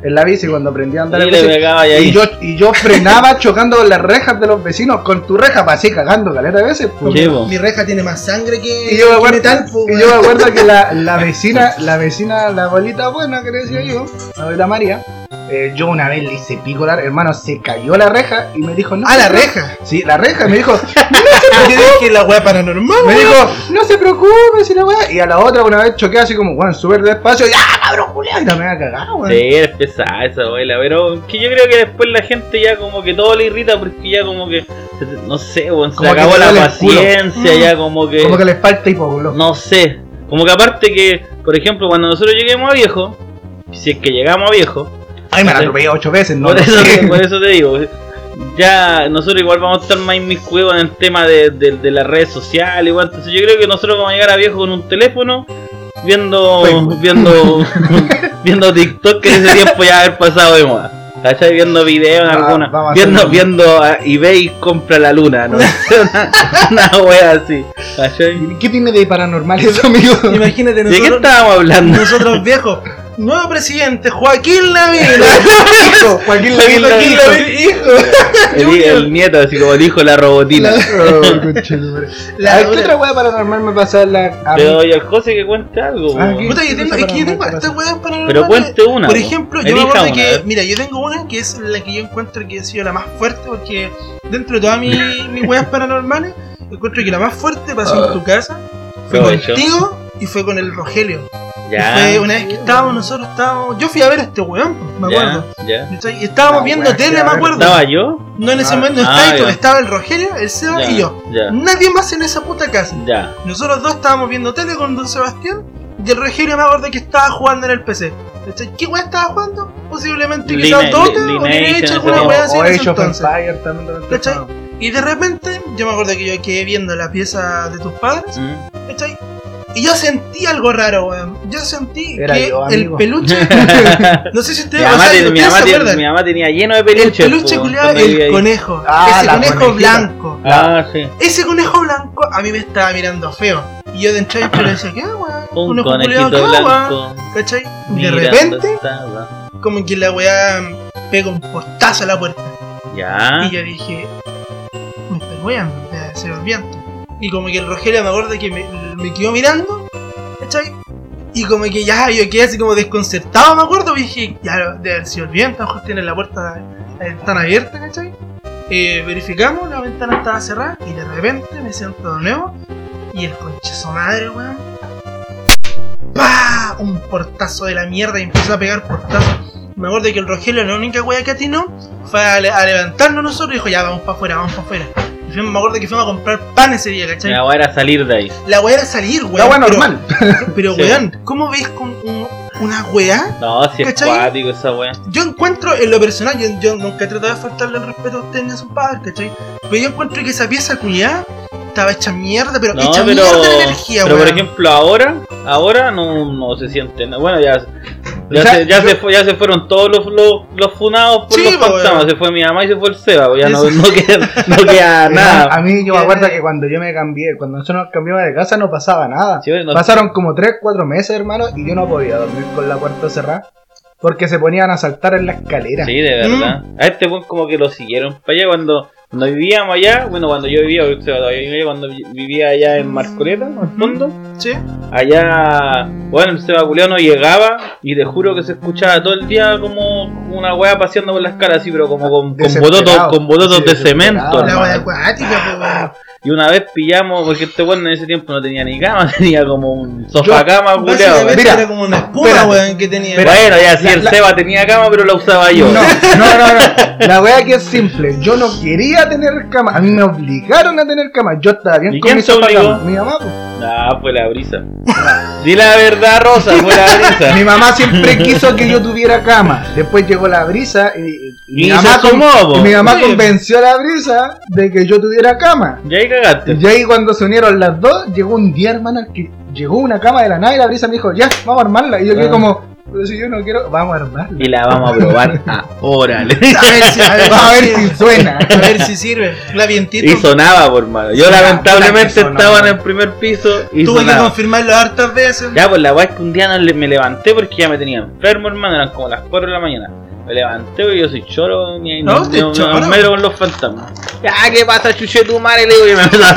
Speaker 4: en la bici cuando aprendí a andar
Speaker 3: Y
Speaker 4: en
Speaker 3: le
Speaker 4: bici.
Speaker 3: pegaba y ahí.
Speaker 4: pues, Y yo, y yo frenaba chocando con las rejas de los vecinos, con tu reja pasé cagando caleta de veces. pues.
Speaker 3: Sí, po.
Speaker 5: Mi reja tiene más sangre que.
Speaker 4: Y yo me
Speaker 5: que
Speaker 4: acuerdo,
Speaker 5: metal, pues, po,
Speaker 4: y
Speaker 5: wea.
Speaker 4: yo me acuerdo que la, la vecina, la vecina, la abuelita buena que le decía yo, la abuelita María, eh, yo una vez le hice pico la hermano, se cayó la reja y me dijo, no.
Speaker 5: Ah,
Speaker 4: se
Speaker 5: la
Speaker 4: preocupe.
Speaker 5: reja.
Speaker 4: Sí, la reja, y me dijo,
Speaker 5: Yo dije que la wea paranormal.
Speaker 4: me dijo, no se preocupe si la weá. Y a la otra una vez choqué así como, bueno, súper despacio, y ah, cabrón, Julián, y la me va a cagar, weón.
Speaker 3: Sí, era pesada esa abuela, pero que yo creo que después la gente ya como que todo le irrita porque ya como que, se te- no sé, weón, se
Speaker 4: Como que
Speaker 3: acabó
Speaker 4: te
Speaker 3: la
Speaker 4: duele el culo. Mm.
Speaker 3: paciencia, ya como que,
Speaker 4: Como que les falta hipoglo.
Speaker 3: no sé, como que aparte que, por ejemplo, cuando nosotros lleguemos a viejo, si es que llegamos a viejo,
Speaker 4: Ay, me la atropellé ocho veces, no.
Speaker 3: por,
Speaker 4: lo
Speaker 3: eso,
Speaker 4: sé.
Speaker 3: por eso te digo, ya nosotros igual vamos a estar más inmiscuidos en el tema de, de- de las redes sociales, igual, entonces yo creo que nosotros vamos a llegar a viejo con un teléfono, viendo,
Speaker 4: Facebook.
Speaker 3: viendo, viendo TikTok que en ese tiempo ya haber pasado de moda. ¿Cachai? Viendo videos
Speaker 4: Va-
Speaker 3: alguna,
Speaker 4: vamos a
Speaker 3: viendo,
Speaker 4: hacer-
Speaker 3: viendo a eBay compra la luna, ¿no? una, una wea así. ¿Cachai?
Speaker 4: ¿Qué tiene de paranormal eso, amigo?
Speaker 5: Imagínate
Speaker 3: ¿De qué
Speaker 5: nosotros.
Speaker 3: estábamos hablando?
Speaker 5: Nosotros viejos. nuevo presidente Joaquín Lavín. hijo,
Speaker 4: Joaquín Lavín.
Speaker 5: Joaquín Lavín, hijo.
Speaker 3: El, el nieto, así como dijo la robotina.
Speaker 4: Oh, conchetumare.
Speaker 5: La
Speaker 4: A ver, Ah, ¿Qué
Speaker 5: dura.
Speaker 4: otra wea paranormal me pasó en la.? a
Speaker 3: Te
Speaker 4: mí?
Speaker 3: doy al José que cuente algo.
Speaker 4: Ah,
Speaker 3: po.
Speaker 4: ¿qué?
Speaker 5: Puta, yo tengo, es que yo tengo
Speaker 4: Pero
Speaker 5: estas weas paranormales.
Speaker 3: Pero cuente una,
Speaker 5: Por
Speaker 3: po.
Speaker 5: ejemplo, yo me
Speaker 3: Elija
Speaker 5: acuerdo
Speaker 3: una, a
Speaker 5: que.
Speaker 3: ver.
Speaker 5: Mira, yo tengo una que es la que yo encuentro que ha sido la más fuerte porque dentro de todas mis, mis weas paranormales, encuentro que la más fuerte pasó en tu casa, fue
Speaker 3: Aprovecho.
Speaker 5: contigo y fue con el Rogelio.
Speaker 3: Ya.
Speaker 5: Fue una vez que estábamos, nosotros estábamos. Yo fui a ver a este weón, pues, me acuerdo.
Speaker 3: Ya. ya.
Speaker 5: ¿Cachai? Y estábamos
Speaker 4: La
Speaker 5: viendo
Speaker 4: wea,
Speaker 5: tele,
Speaker 4: ya,
Speaker 5: me acuerdo.
Speaker 3: ¿Estaba yo?
Speaker 5: No en ese
Speaker 4: Ah,
Speaker 5: momento no
Speaker 3: ah,
Speaker 5: estaba tú,
Speaker 3: ya.
Speaker 5: estaba el Rogelio, el Seba
Speaker 3: Ya,
Speaker 5: y yo. Mm.
Speaker 3: Ya.
Speaker 5: Nadie más en esa puta casa.
Speaker 3: Ya.
Speaker 5: Nosotros dos estábamos viendo tele con Don Sebastián y el Rogelio me acuerdo que estaba jugando en el PC. ¿Cachai? ¿Qué weá estaba jugando? Posiblemente
Speaker 3: Line-
Speaker 5: quizás Dota
Speaker 3: Line-
Speaker 5: o Lineage,
Speaker 3: Lineage,
Speaker 5: alguna
Speaker 3: no,
Speaker 5: weá así
Speaker 4: o
Speaker 5: en ese
Speaker 4: Age of
Speaker 5: entonces.
Speaker 4: Empire también. también,
Speaker 5: ¿Cachai?
Speaker 4: también.
Speaker 5: Y de repente, yo me acuerdo que yo quedé viendo la pieza de tus padres,
Speaker 3: Mm.
Speaker 5: ¿cachai? Y yo sentí algo raro, weón. Yo sentí
Speaker 4: Era
Speaker 5: que
Speaker 4: yo,
Speaker 5: el
Speaker 4: amigo.
Speaker 5: peluche. no sé si
Speaker 3: Mi
Speaker 5: ustedes, o
Speaker 3: mamá,
Speaker 5: sea,
Speaker 3: ten- mi,
Speaker 5: ustedes
Speaker 3: mamá
Speaker 5: se
Speaker 3: ten-
Speaker 5: acuerdan.
Speaker 3: mi mamá tenía lleno de
Speaker 5: el
Speaker 3: peluches.
Speaker 5: peluche
Speaker 3: po,
Speaker 5: culiado,
Speaker 3: cuando vivía
Speaker 5: el
Speaker 3: ahí.
Speaker 5: conejo.
Speaker 4: Ah,
Speaker 5: ese
Speaker 4: la
Speaker 5: conejo
Speaker 4: conejita.
Speaker 5: blanco.
Speaker 3: Ah, sí.
Speaker 5: Ese conejo blanco a mí me estaba mirando feo. Y yo de entrada yo le decía, ¿qué weón?
Speaker 3: Un
Speaker 5: Unos
Speaker 3: conejito
Speaker 5: culiados, ¿qué, weón?
Speaker 3: blanco.
Speaker 5: ¿Cachai? Y de
Speaker 3: Mira,
Speaker 5: repente,
Speaker 3: estaba.
Speaker 5: como que la weá mm, pega un portazo a la puerta.
Speaker 3: Ya.
Speaker 5: Y yo dije, me estoy weando, o sea, se va el viento. Y como que el Rogelio me acuerdo que me, me quedó mirando, ¿cachai? Y como que ya yo quedé así como desconcertado, me acuerdo, y dije, ya de haber sido el viento, a lo mejor tiene la puerta, la ventana abierta, ¿cachai? Eh, verificamos, la ventana estaba cerrada y de repente me siento de nuevo y el conchazo madre, weón. ¡Pah! Un portazo de la mierda y empezó a pegar portazos. Me acuerdo que el Rogelio, la única wea que atinó, fue a, le- a levantarnos nosotros y dijo, ya, vamos para afuera, vamos para afuera. Y fuimos- me acuerdo que fuimos a comprar pan ese día, ¿cachai?
Speaker 3: La weá era salir de ahí.
Speaker 5: La wea era salir, weón.
Speaker 4: La wea
Speaker 5: pero-
Speaker 4: normal.
Speaker 5: Pero,
Speaker 3: Sí.
Speaker 5: weón, ¿cómo veis con un- una wea?
Speaker 3: No, si es
Speaker 5: ¿Cachai?
Speaker 3: cuático esa weá.
Speaker 5: Yo encuentro en lo personal, yo, yo nunca he tratado de faltarle el respeto a ustedes ni a sus padres, ¿cachai? Pero yo encuentro que esa pieza culiada estaba hecha mierda, pero
Speaker 3: No,
Speaker 5: hecha
Speaker 3: pero.
Speaker 5: mierda de energía,
Speaker 3: pero por
Speaker 5: weón.
Speaker 3: ejemplo, ahora. Ahora no, no se siente. nada. Bueno, ya. Ya,
Speaker 4: O sea,
Speaker 3: se, ya,
Speaker 4: yo-
Speaker 3: se fue- ya se fueron todos los, los, los funados por
Speaker 5: Sí,
Speaker 3: los
Speaker 5: po,
Speaker 3: fantasmas.
Speaker 5: weón.
Speaker 3: Se fue mi mamá y se fue el Seba. pues Ya no,
Speaker 5: Eso.
Speaker 3: no queda, no queda
Speaker 4: A
Speaker 3: nada.
Speaker 4: mí yo me
Speaker 5: Eh,
Speaker 4: acuerdo que cuando yo me cambié, cuando nosotros nos cambiamos de casa no pasaba nada.
Speaker 3: Sí, no-
Speaker 4: Pasaron como 3, 4 meses, hermano, y yo no podía dormir con la puerta cerrada porque se ponían a saltar en la escalera.
Speaker 3: Sí, de
Speaker 5: Mm.
Speaker 3: verdad. A este buen como que lo siguieron para allá cuando, cuando vivíamos allá, bueno, cuando yo vivía, o sea, todavía vivía, cuando vi- vivía allá en Marcoleta, al fondo,
Speaker 5: Sí.
Speaker 3: allá, bueno, el Seba Culeado no llegaba y te juro que se escuchaba todo el día como una weá paseando por la escala así, pero como con, con
Speaker 4: Desesperado.
Speaker 3: bototos, con bototos
Speaker 4: Sí,
Speaker 3: de
Speaker 4: desesperado,
Speaker 3: cemento.
Speaker 5: La wea
Speaker 3: hermano.
Speaker 5: acuática, pues, weón.
Speaker 3: Y una vez pillamos, porque este weón en ese tiempo no tenía ni cama, tenía como un sofá
Speaker 4: Yo-
Speaker 3: cama, culeado.
Speaker 5: Básicamente
Speaker 4: Mira,
Speaker 5: era como una espuma,
Speaker 4: espera,
Speaker 5: weón, que tenía.
Speaker 3: Bueno, ya sí,
Speaker 4: La-
Speaker 3: el
Speaker 4: la-
Speaker 3: Seba tenía cama, pero la usaba yo.
Speaker 4: No, no, no, no. La wea que es simple. Yo no quería tener cama. A mí me obligaron a tener cama. Yo estaba bien
Speaker 3: ¿Y
Speaker 4: con
Speaker 3: quién
Speaker 4: mi
Speaker 3: te
Speaker 4: sofá
Speaker 3: obligó?
Speaker 4: cama. Mi mamá, pues.
Speaker 3: Ah, fue la brisa. Di la verdad, Rosa, fue la brisa.
Speaker 4: Mi mamá siempre quiso que yo tuviera cama. Después llegó la brisa y,
Speaker 3: Y
Speaker 4: mi,
Speaker 3: se
Speaker 4: mamá
Speaker 3: sumó, po.
Speaker 4: y mi mamá
Speaker 5: Sí.
Speaker 4: convenció a la brisa de que yo tuviera cama.
Speaker 3: Ya ahí cagaste.
Speaker 4: Y ahí cuando se unieron las dos, llegó un día, hermana, que llegó una cama de la nada y la brisa me dijo, ya, vamos a armarla. Y yo quedé
Speaker 3: Ah.
Speaker 4: como, pero si yo no quiero, vamos a armarla.
Speaker 3: Y la vamos a probar ahora. le-
Speaker 5: A ver si, a ver,
Speaker 4: Vamos a ver
Speaker 5: si,
Speaker 4: si suena.
Speaker 5: a ver si sirve. La vientito.
Speaker 3: Y sonaba, por mano. Yo
Speaker 4: Sonaba,
Speaker 3: lamentablemente
Speaker 4: puta que
Speaker 3: estaba en
Speaker 4: sonaba.
Speaker 3: el primer piso y
Speaker 5: Tuve que
Speaker 3: sonaba.
Speaker 5: confirmarlo hartas veces.
Speaker 3: Ya, pues la weá es que un día no le- me levanté porque ya me tenía enfermo, hermano. Eran como las 4 de la mañana. Me levanté y yo soy choro. Ni,
Speaker 5: No,
Speaker 3: ni-
Speaker 5: usted
Speaker 3: no-
Speaker 5: es choro.
Speaker 3: no mero con los fantasmas. Ah, ¿qué pasa, chuche tu madre? Le digo, y me meto a,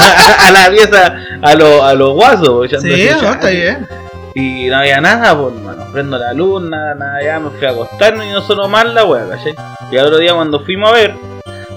Speaker 3: a- a la pieza, a los a los guasos. po, echando
Speaker 5: sí,
Speaker 3: así,
Speaker 5: no, está
Speaker 3: ya,
Speaker 5: bien.
Speaker 3: Y no había nada, por hermano. Prendo la luz, nada, nada, ya me fui a acostarnos y no sonó mal la wea, ¿cachai? Y al otro día cuando fuimos a ver,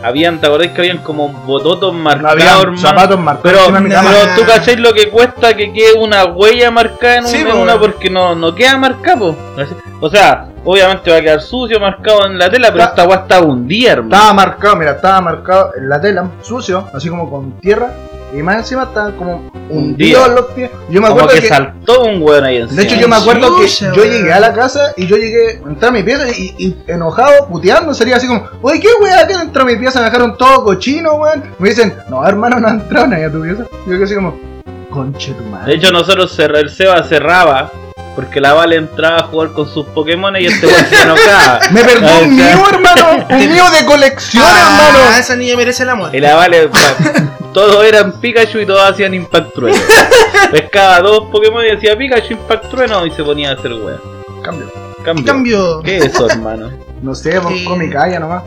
Speaker 3: habían, ¿te acordáis que habían como bototos
Speaker 4: No
Speaker 3: marcados,
Speaker 4: había
Speaker 3: hermano?
Speaker 4: zapatos marcados
Speaker 3: pero,
Speaker 4: encima de mi cama.
Speaker 3: pero tú cachai lo que cuesta que quede una huella marcada en, un-
Speaker 5: Sí,
Speaker 3: en
Speaker 5: po,
Speaker 3: una
Speaker 5: weón.
Speaker 3: porque no, no queda marcada, po, ¿cachai? O sea, obviamente va a quedar sucio, marcado en la tela, pero
Speaker 4: Ta-
Speaker 3: esta wea está un día, hermano.
Speaker 4: Estaba marcado, mira, estaba marcado en la tela, sucio, así como con tierra. Y más encima estaba como hundido en los pies. Yo me
Speaker 3: como
Speaker 4: acuerdo
Speaker 3: que,
Speaker 4: que,
Speaker 3: saltó un weón ahí encima.
Speaker 4: de hecho, yo me acuerdo que
Speaker 5: Chucha,
Speaker 4: yo
Speaker 5: weón.
Speaker 4: llegué a la casa y yo llegué, entré a mi pieza y, y enojado, puteando, sería así como, oye, ¿qué weá que entró a mi pieza? Me dejaron todo cochino, weón. Me dicen, no, hermano, no ha entrado nadie a tu pieza. Yo que así como, conche tu
Speaker 3: De
Speaker 4: madre.
Speaker 3: hecho, nosotros cerra- el Seba cerraba porque la Vale entraba a jugar con sus Pokémon y este weón se enojaba.
Speaker 4: Me perdí un
Speaker 3: O sea,
Speaker 4: mío, hermano, un mío de colección,
Speaker 5: Ah,
Speaker 4: hermano.
Speaker 5: esa niña merece la
Speaker 3: Y
Speaker 5: muerte.
Speaker 3: la Vale, o sea, todos eran Pikachu y todos hacían Impact Trueno. Pescaba dos Pokémon y decía Pikachu Impact Trueno y se ponía a hacer weón.
Speaker 4: Cambio.
Speaker 3: Cambio.
Speaker 5: Cambio.
Speaker 3: ¿Qué es eso, hermano?
Speaker 4: No sé, vos
Speaker 5: Sí.
Speaker 4: come calla nomás.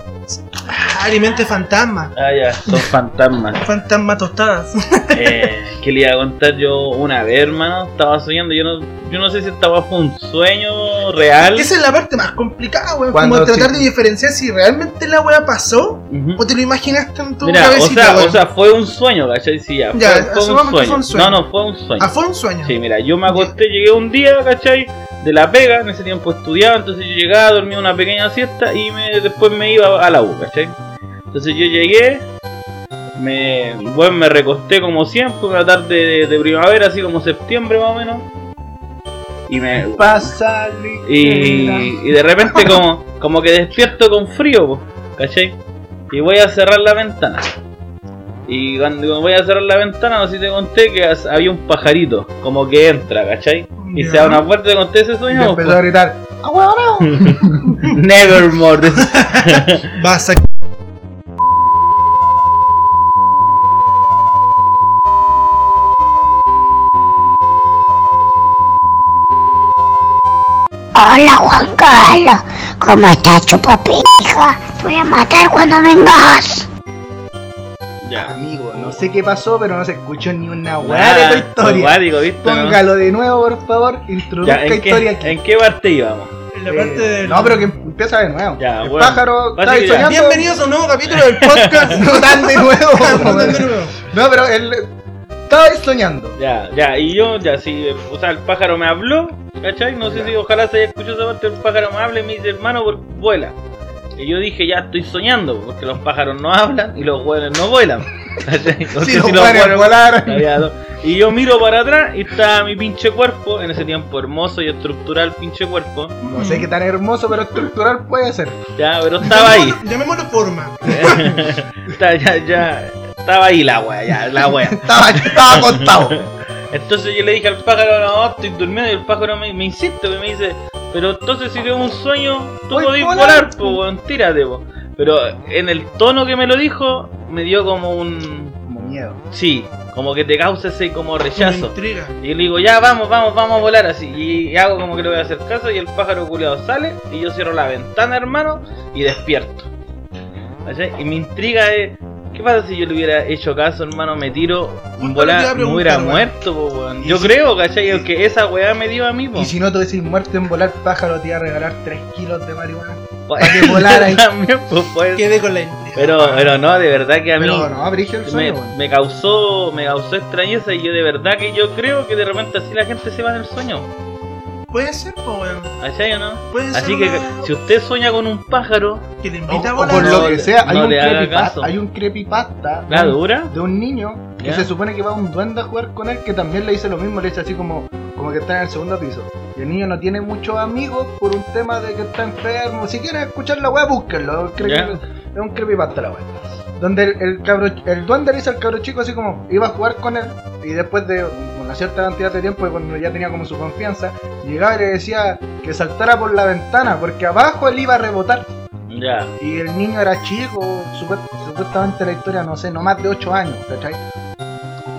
Speaker 5: Ah, alimente fantasma.
Speaker 3: Ah, ya, son fantasmas.
Speaker 5: Fantasma tostadas.
Speaker 3: Eh, que le iba a contar yo una vez, hermano. Estaba soñando, yo no, yo no sé si esta weá fue un sueño real.
Speaker 5: Esa es la parte más complicada, weón. Como
Speaker 4: Cuando
Speaker 5: tratar
Speaker 4: sí.
Speaker 5: de diferenciar si realmente la weá pasó
Speaker 3: Ujú.
Speaker 5: o te lo imaginaste en tu
Speaker 3: Mira, o
Speaker 5: cabecita,
Speaker 3: sea,
Speaker 5: weón.
Speaker 3: o sea, fue un sueño, ¿cachai? Sí, ya, fue,
Speaker 5: Ya,
Speaker 3: fue un
Speaker 5: asumamos
Speaker 3: sueño.
Speaker 5: que fue un sueño.
Speaker 3: No, no, fue un sueño.
Speaker 5: Ah, fue un sueño.
Speaker 3: Sí, mira, yo me acosté, llegué un día, ¿cachai? De la pega, en ese tiempo estudiaba, entonces yo llegaba, dormía una pequeña siesta y me, después me iba a la U, ¿cachai? Entonces yo llegué, me, bueno, me recosté como siempre, una tarde de, de primavera, así como septiembre más o menos. Y me...
Speaker 4: Pasa,
Speaker 3: Y, y de repente como, como que despierto con frío, po, ¿cachai? Y voy a cerrar la ventana. Y cuando voy a cerrar la ventana, no sé si te conté que as- había un pajarito, como que entra, ¿cachai? Y
Speaker 5: Ya.
Speaker 3: se da una puerta, te conté ese
Speaker 4: Y
Speaker 3: sueño. po?
Speaker 4: empezó a gritar.
Speaker 3: Nevermore.
Speaker 5: Vas a.
Speaker 7: Hola Juan Carlos, ¿cómo estás chupapija? Te voy a matar cuando vengas.
Speaker 3: ya.
Speaker 4: Amigo, no sé qué pasó, pero no se escuchó ni una weá de
Speaker 3: Nada,
Speaker 4: tu historia.
Speaker 3: acuático, ¿viste, no?
Speaker 4: Póngalo de nuevo, por favor. Introduzca
Speaker 3: Ah, pues, Ya, ¿en,
Speaker 4: historia
Speaker 3: qué,
Speaker 4: aquí.
Speaker 3: ¿En qué parte íbamos?
Speaker 5: En la
Speaker 4: Eh,
Speaker 5: parte del.
Speaker 4: No, pero que empieza de nuevo.
Speaker 3: Ya,
Speaker 4: el
Speaker 3: bueno.
Speaker 4: pájaro está
Speaker 3: Básicamente-
Speaker 4: soñando.
Speaker 5: Bienvenidos a un nuevo capítulo del podcast.
Speaker 4: No tan de
Speaker 5: Vamos de
Speaker 4: nuevo.
Speaker 5: nuevo.
Speaker 4: no, pero él estaba soñando.
Speaker 3: Ya, ya, y yo, ya, sí, eh, o sea, el pájaro me habló, ¿cachai? No sé si ojalá se haya escuchado esa parte, el pájaro me habla y me dice, hermano, por- vuela. Y yo dije, ya estoy soñando, porque los pájaros no hablan y los hueones no vuelan. ¿cachai? No sé
Speaker 4: Si los pueden volar.
Speaker 3: había dos. Y yo miro para atrás y está mi pinche cuerpo, en ese tiempo hermoso y estructural pinche cuerpo.
Speaker 4: No sé qué tan hermoso, pero estructural puede ser.
Speaker 3: Ya, pero estaba ahí.
Speaker 5: Llamémoslo- Llamémoslo forma.
Speaker 3: Está- ya, ya, estaba ahí la wea, ya, la wea.
Speaker 4: Estaba, estaba contado.
Speaker 3: Entonces yo le dije al pájaro, no, estoy durmiendo y el pájaro me, me insiste, me dice, pero entonces si tengo un sueño, tú
Speaker 4: Voy
Speaker 3: podés
Speaker 4: volando".
Speaker 3: volar, po, weón, tírate, po. Pero en el tono que me lo dijo, me dio como un...
Speaker 4: Como miedo.
Speaker 3: Sí, como que te causa ese como
Speaker 5: Una
Speaker 3: rechazo.
Speaker 5: intriga.
Speaker 3: Y yo le digo, ya, vamos, vamos, vamos a volar así. Y hago como que le voy a hacer caso y el pájaro culeado sale y yo cierro la ventana, hermano, y despierto. ¿Cachai? Y mi intriga es, ¿qué pasa si yo le hubiera hecho caso, hermano? Me tiro,
Speaker 5: Justo lo que
Speaker 3: volar,
Speaker 5: te
Speaker 3: me
Speaker 5: iba a
Speaker 3: hubiera
Speaker 5: preguntar,
Speaker 3: muerto, po, weón.
Speaker 4: Y
Speaker 3: Yo
Speaker 4: si-
Speaker 3: creo, ¿cachai? que esa weá me dio a mí, po.
Speaker 4: Y si no tuvieses muerto en volar pájaro, te iba a regalar 3 kilos de marihuana.
Speaker 3: Puede
Speaker 4: que volara ahí.
Speaker 3: también, po, puede ser.
Speaker 5: Quedé con la intriga.
Speaker 3: Pero, pero no, de verdad que a mí...
Speaker 4: Pero no, abrige el
Speaker 3: Me,
Speaker 4: sueño, weón.
Speaker 3: me causó me causó extrañeza y yo de verdad que yo creo que de repente así la gente se va del sueño
Speaker 5: Puede ser, po, weón.
Speaker 3: ¿cachai o no?
Speaker 5: Puede ser.
Speaker 3: Así que
Speaker 5: una-
Speaker 3: si usted sueña con un pájaro,
Speaker 5: que te
Speaker 4: O,
Speaker 5: invita a
Speaker 4: o
Speaker 5: volar.
Speaker 4: por
Speaker 3: No
Speaker 4: lo que
Speaker 3: le-
Speaker 4: sea, hay,
Speaker 3: no
Speaker 4: un
Speaker 3: le haga
Speaker 4: creepypasta,
Speaker 3: caso.
Speaker 4: hay un creepypasta
Speaker 3: la
Speaker 4: de un-
Speaker 3: dura,
Speaker 4: de un niño que
Speaker 3: Ya.
Speaker 4: se supone que va un duende a jugar con él que también le dice lo mismo, le dice así como, como que está en el segundo piso. Y el niño no tiene muchos amigos por un tema de que está enfermo. Si quieren escuchar la weá, búsquenlo. Es un
Speaker 3: Ya.
Speaker 4: creepy- Es un creepypasta la weá. Donde el, el, cabro, el duende le dice al cabro chico así como, iba a jugar con él y después de una cierta cantidad de tiempo, cuando ya tenía como su confianza, llegaba y le decía que saltara por la ventana porque abajo él iba a rebotar.
Speaker 3: ya.
Speaker 4: Y el niño era chico, supuest- supuestamente la historia, no sé, no más de 8 años, ¿cachai?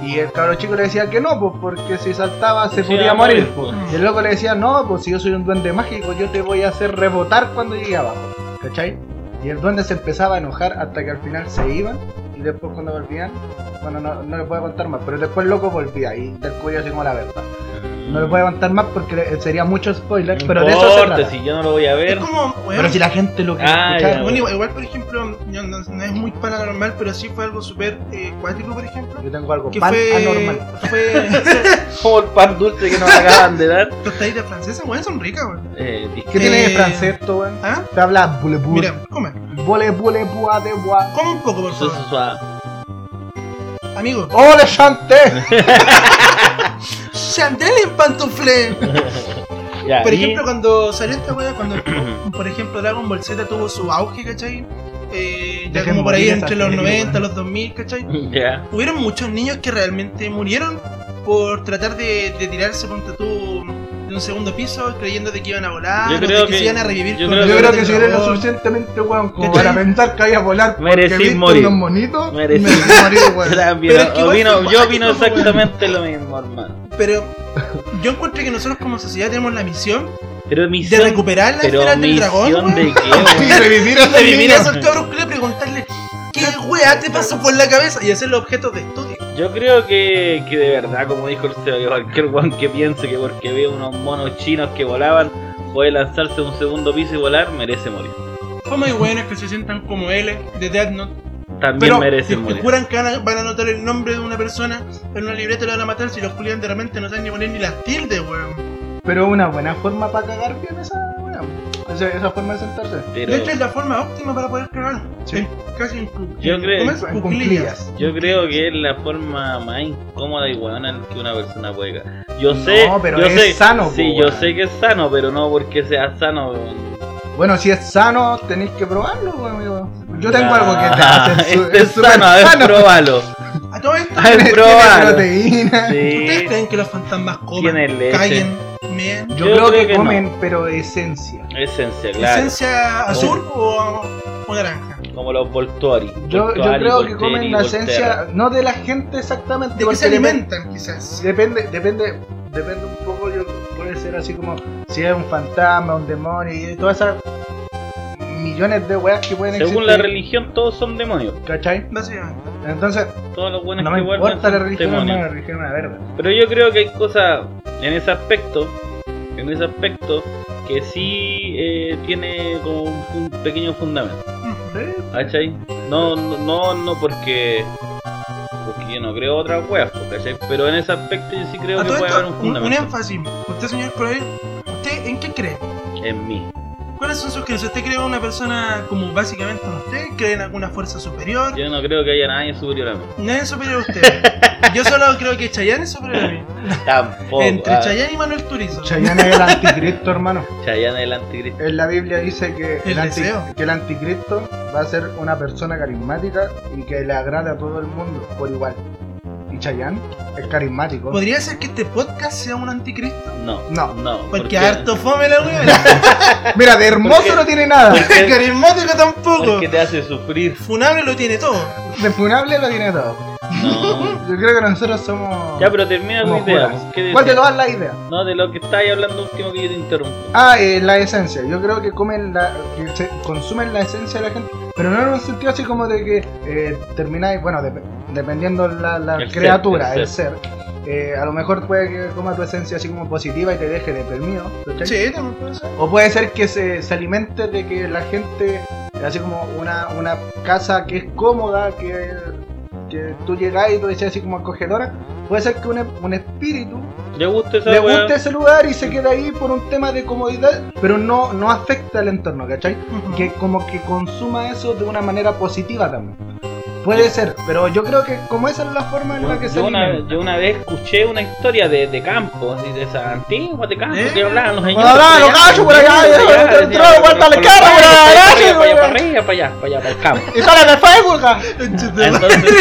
Speaker 4: Y el cabro chico le decía que no, pues porque si saltaba se
Speaker 3: Sí,
Speaker 4: podía
Speaker 3: a
Speaker 4: morir.
Speaker 3: morir,
Speaker 4: pues. Y el loco le decía, no, pues si yo soy un duende mágico, yo te voy a hacer rebotar cuando llegue abajo, ¿cachai? Y el duende se empezaba a enojar hasta que al final se iban. Y después cuando volvían, bueno, no, no les voy a contar más, pero después el loco volvía y descubrió así como la verdad. No les voy a contar más porque le- sería mucho spoiler,
Speaker 3: No
Speaker 4: pero de eso se
Speaker 3: importa,
Speaker 4: trata.
Speaker 3: si yo no lo voy a
Speaker 5: Es
Speaker 3: ver.
Speaker 5: como, weón.
Speaker 4: Pero si la gente lo quiere
Speaker 3: Ah,
Speaker 4: escuchar,
Speaker 3: ya,
Speaker 5: Bueno, igual, igual, por ejemplo, no, no- no es muy paranormal, pero sí fue algo súper eh, cuático, por ejemplo.
Speaker 4: Yo tengo algo
Speaker 5: Que
Speaker 4: pan
Speaker 5: fue.
Speaker 4: anormal.
Speaker 5: Fue.
Speaker 3: Como el pan dulce que nos acaban de dar.
Speaker 5: Tostaditas francesas, weón, son ricas, weón.
Speaker 3: Eh,
Speaker 4: ¿Qué
Speaker 5: Eh,
Speaker 4: tiene de francés esto, weón?
Speaker 5: ¿Ah?
Speaker 4: Te habla bule bule.
Speaker 5: Mira, come.
Speaker 4: Bule bule bua de bua.
Speaker 5: Come un poco, por
Speaker 3: su-
Speaker 5: favor.
Speaker 3: su- su-
Speaker 5: Amigo.
Speaker 4: ¡Ole, chante!
Speaker 5: ¡Chandel en pantufle!
Speaker 3: ya,
Speaker 5: Por
Speaker 3: y-
Speaker 5: ejemplo, cuando salió esta weá, cuando por ejemplo Dragon Ball Z tuvo su auge, ¿cachai? Eh, ya
Speaker 4: Dejen
Speaker 5: como por ahí
Speaker 4: morir esa
Speaker 5: entre los
Speaker 4: serie,
Speaker 5: 90,
Speaker 4: weón.
Speaker 5: los 2000, ¿cachai?
Speaker 3: Ya.
Speaker 5: Hubieron muchos niños que realmente murieron por tratar de, de tirarse ponte tú de un segundo piso creyendo de que iban a volar,
Speaker 3: Yo
Speaker 5: o de
Speaker 3: creo
Speaker 5: que
Speaker 3: que-
Speaker 5: se iban a revivir
Speaker 3: yo
Speaker 5: con
Speaker 4: Yo
Speaker 3: Pero
Speaker 4: creo
Speaker 5: poder
Speaker 4: que
Speaker 5: del
Speaker 4: si eres lo
Speaker 5: dragón.
Speaker 4: suficientemente weón como
Speaker 5: ¿Cachai?
Speaker 4: para pensar que vaya a volar porque
Speaker 3: Merecí
Speaker 4: viste
Speaker 3: morir.
Speaker 4: unos monitos,
Speaker 3: Merecí
Speaker 4: morir,
Speaker 3: Yo
Speaker 4: weón.
Speaker 3: también,
Speaker 5: Pero es que igual pues.
Speaker 3: opino-
Speaker 5: fue
Speaker 3: yo opino
Speaker 5: cuático,
Speaker 3: exactamente lo mismo, hermano.
Speaker 5: Pero yo encuentro que nosotros como sociedad tenemos la misión
Speaker 3: De Pero misión,
Speaker 5: recuperar la
Speaker 3: pero
Speaker 5: esfera del
Speaker 3: misión
Speaker 5: dragón, weón?
Speaker 3: de qué,
Speaker 4: Y
Speaker 3: weón?
Speaker 4: revivir a
Speaker 5: De vivir a
Speaker 4: niños.
Speaker 5: esos cabros culiados, preguntarle qué wea te pasó por la cabeza y hacerle objetos de estudio.
Speaker 3: Yo creo que, que de verdad, como dijo el CEO, que cualquier weón que piense que porque ve unos monos chinos que volaban, puede lanzarse a un segundo piso y volar, merece morir.
Speaker 5: Fue muy buenas que se sientan como L de Death Note.
Speaker 3: También
Speaker 5: Pero
Speaker 3: merece
Speaker 5: si te
Speaker 3: morir.
Speaker 5: juran que van a, van a anotar el nombre de una persona en una libreta y la van a matar si los culiados de repente no saben ni poner ni las tildes, weón.
Speaker 4: Pero una buena forma para cagar bien esa weá. Esa, esa forma de sentarse.
Speaker 3: Pero
Speaker 5: De hecho es la forma óptima para poder cagar. Sí. Casi en cu-
Speaker 3: Yo creo-
Speaker 5: ¿cómo es?
Speaker 4: Pues, En
Speaker 5: Cuclillas.
Speaker 4: cuclillas.
Speaker 3: yo creo que es la forma más incómoda y buena que una persona puede cagar. Yo sé,
Speaker 4: No, pero
Speaker 3: yo
Speaker 4: es
Speaker 3: sé,
Speaker 4: sano,
Speaker 3: Sí,
Speaker 4: po,
Speaker 3: yo
Speaker 4: weón.
Speaker 3: sé que es sano, pero no porque sea sano. weón.
Speaker 4: Bueno, si es sano, tenéis que probarlo, weón, amigo. Yo tengo
Speaker 3: Ah,
Speaker 4: algo que te hace. su-
Speaker 3: este es
Speaker 4: súper
Speaker 3: sano, a ver, pruébalo.
Speaker 5: A todo esto,
Speaker 3: A ver,
Speaker 4: Tiene
Speaker 3: pruébalo.
Speaker 4: proteína.
Speaker 5: ¿ustedes
Speaker 3: Ah, Sí.
Speaker 5: creen que los fantasmas
Speaker 3: Tiene
Speaker 5: comen,
Speaker 3: leche.
Speaker 5: callen, meen?
Speaker 4: Yo, creo, que, comen, pero esencia.
Speaker 3: Esencia, claro.
Speaker 5: ¿Esencia azul o, o naranja?
Speaker 3: Como los Voltori.
Speaker 4: Yo, yo
Speaker 3: Voltari,
Speaker 4: creo que
Speaker 3: Volteri,
Speaker 4: comen la
Speaker 3: Volterra.
Speaker 4: esencia, no de la gente exactamente.
Speaker 5: ¿De qué
Speaker 4: porque
Speaker 5: se
Speaker 4: depen-
Speaker 5: alimentan quizás?
Speaker 4: Depende, depende, depende un poco. Yo, puede ser así como si es un fantasma, un demonio y todas esas millones de weas que pueden
Speaker 3: Según la
Speaker 4: existir.
Speaker 3: religión, todos son demonios.
Speaker 4: ¿Cachai?
Speaker 5: Básicamente.
Speaker 4: Entonces,
Speaker 3: Todos los buenos
Speaker 4: no me
Speaker 3: que vuelven
Speaker 4: importa la
Speaker 3: son
Speaker 4: religión,
Speaker 3: demonios.
Speaker 4: hermano, la religión es una verga.
Speaker 3: Pero yo creo que hay cosas en ese aspecto, en ese aspecto, que sí eh, tiene como un, un pequeño fundamento.
Speaker 4: Sí,
Speaker 3: ¿Cachai? No, no, no, no porque. Porque yo no creo otra weas, po, ¿cachai? Pero en ese aspecto yo sí creo
Speaker 5: A
Speaker 3: que
Speaker 5: todo
Speaker 3: puede haber
Speaker 5: esto,
Speaker 3: un
Speaker 5: un, un
Speaker 3: fundamento
Speaker 5: énfasis. Usted, señor Coronel, ¿usted en qué cree?
Speaker 3: en mí.
Speaker 5: ¿Cuáles son sus creencias? ¿Usted cree una persona como básicamente como usted? ¿Cree en alguna fuerza superior?
Speaker 3: Yo no creo que haya nadie superior a mí.
Speaker 5: Nadie es superior a usted. Yo solo creo que Chayanne es superior a mí.
Speaker 3: Tampoco.
Speaker 5: Entre
Speaker 3: ah,
Speaker 5: Chayanne y Manuel Turizo.
Speaker 4: Chayanne es el anticristo, hermano.
Speaker 3: Chayanne el anticristo.
Speaker 4: En la Biblia dice que
Speaker 5: El
Speaker 4: anti-
Speaker 5: deseo.
Speaker 4: que el anticristo va a ser una persona carismática y que le agrada a todo el mundo por igual. Y Chayanne es carismático.
Speaker 5: ¿Podría ser que este podcast sea un anticristo?
Speaker 3: No.
Speaker 4: No.
Speaker 3: No.
Speaker 5: Porque harto fome la wea.
Speaker 4: Mira, de hermoso
Speaker 3: ¿Por qué?
Speaker 4: no tiene nada.
Speaker 3: Porque-
Speaker 5: Carismático tampoco.
Speaker 3: Porque te hace sufrir.
Speaker 5: Funable lo tiene todo.
Speaker 4: De funable lo tiene todo.
Speaker 3: No.
Speaker 4: Yo creo que nosotros somos.
Speaker 3: Ya, pero termina tu
Speaker 4: somos
Speaker 3: idea.
Speaker 4: Judas.
Speaker 3: ¿Qué
Speaker 4: ¿Cuál de
Speaker 3: decías?
Speaker 4: todas las ideas?
Speaker 3: No, de lo que estáis hablando último que yo te interrumpo.
Speaker 4: Ah, eh, la esencia. Yo creo que comen la, que se- consumen la esencia de la gente, pero no en un sentido así como de que eh, termináis, bueno, dep- dependiendo la, la
Speaker 3: El ser,
Speaker 4: criatura,
Speaker 3: el
Speaker 4: el ser. eh, a lo mejor puede que coma tu esencia así como positiva y te deje deprimido. ¿cachai?
Speaker 5: Sí, también puede ser.
Speaker 4: O puede ser que se, se alimente de que la gente, así como una, una casa que es cómoda, que, que tú llegás y tú decís así como acogedora, puede ser que un, e- un espíritu
Speaker 3: Le gusta esa
Speaker 4: le
Speaker 3: weá?
Speaker 4: gusta ese lugar y se queda ahí por un tema de comodidad, pero no, no afecta al entorno, ¿cachai? Que como que consuma eso de una manera positiva también. Puede ser, pero yo creo que como esa es la forma en la que
Speaker 3: Yo,
Speaker 4: se
Speaker 3: yo una,
Speaker 4: alimenta.
Speaker 3: yo una vez escuché una historia de, de campo, así de esa antigua de campo,
Speaker 5: ¿Eh?
Speaker 3: que hablaban los señores.
Speaker 4: Cuando hablaban los gachos por allá, ya, ya, ya,
Speaker 3: decían,
Speaker 4: entró, vuelta a la
Speaker 3: por
Speaker 4: cara,
Speaker 3: los
Speaker 4: por allá,
Speaker 3: barrios,
Speaker 4: ya,
Speaker 3: para allá, para allá,
Speaker 4: ya,
Speaker 3: para allá, para allá, para el campo.
Speaker 4: ¡Y sale de Facebook! ah!
Speaker 3: Entonces,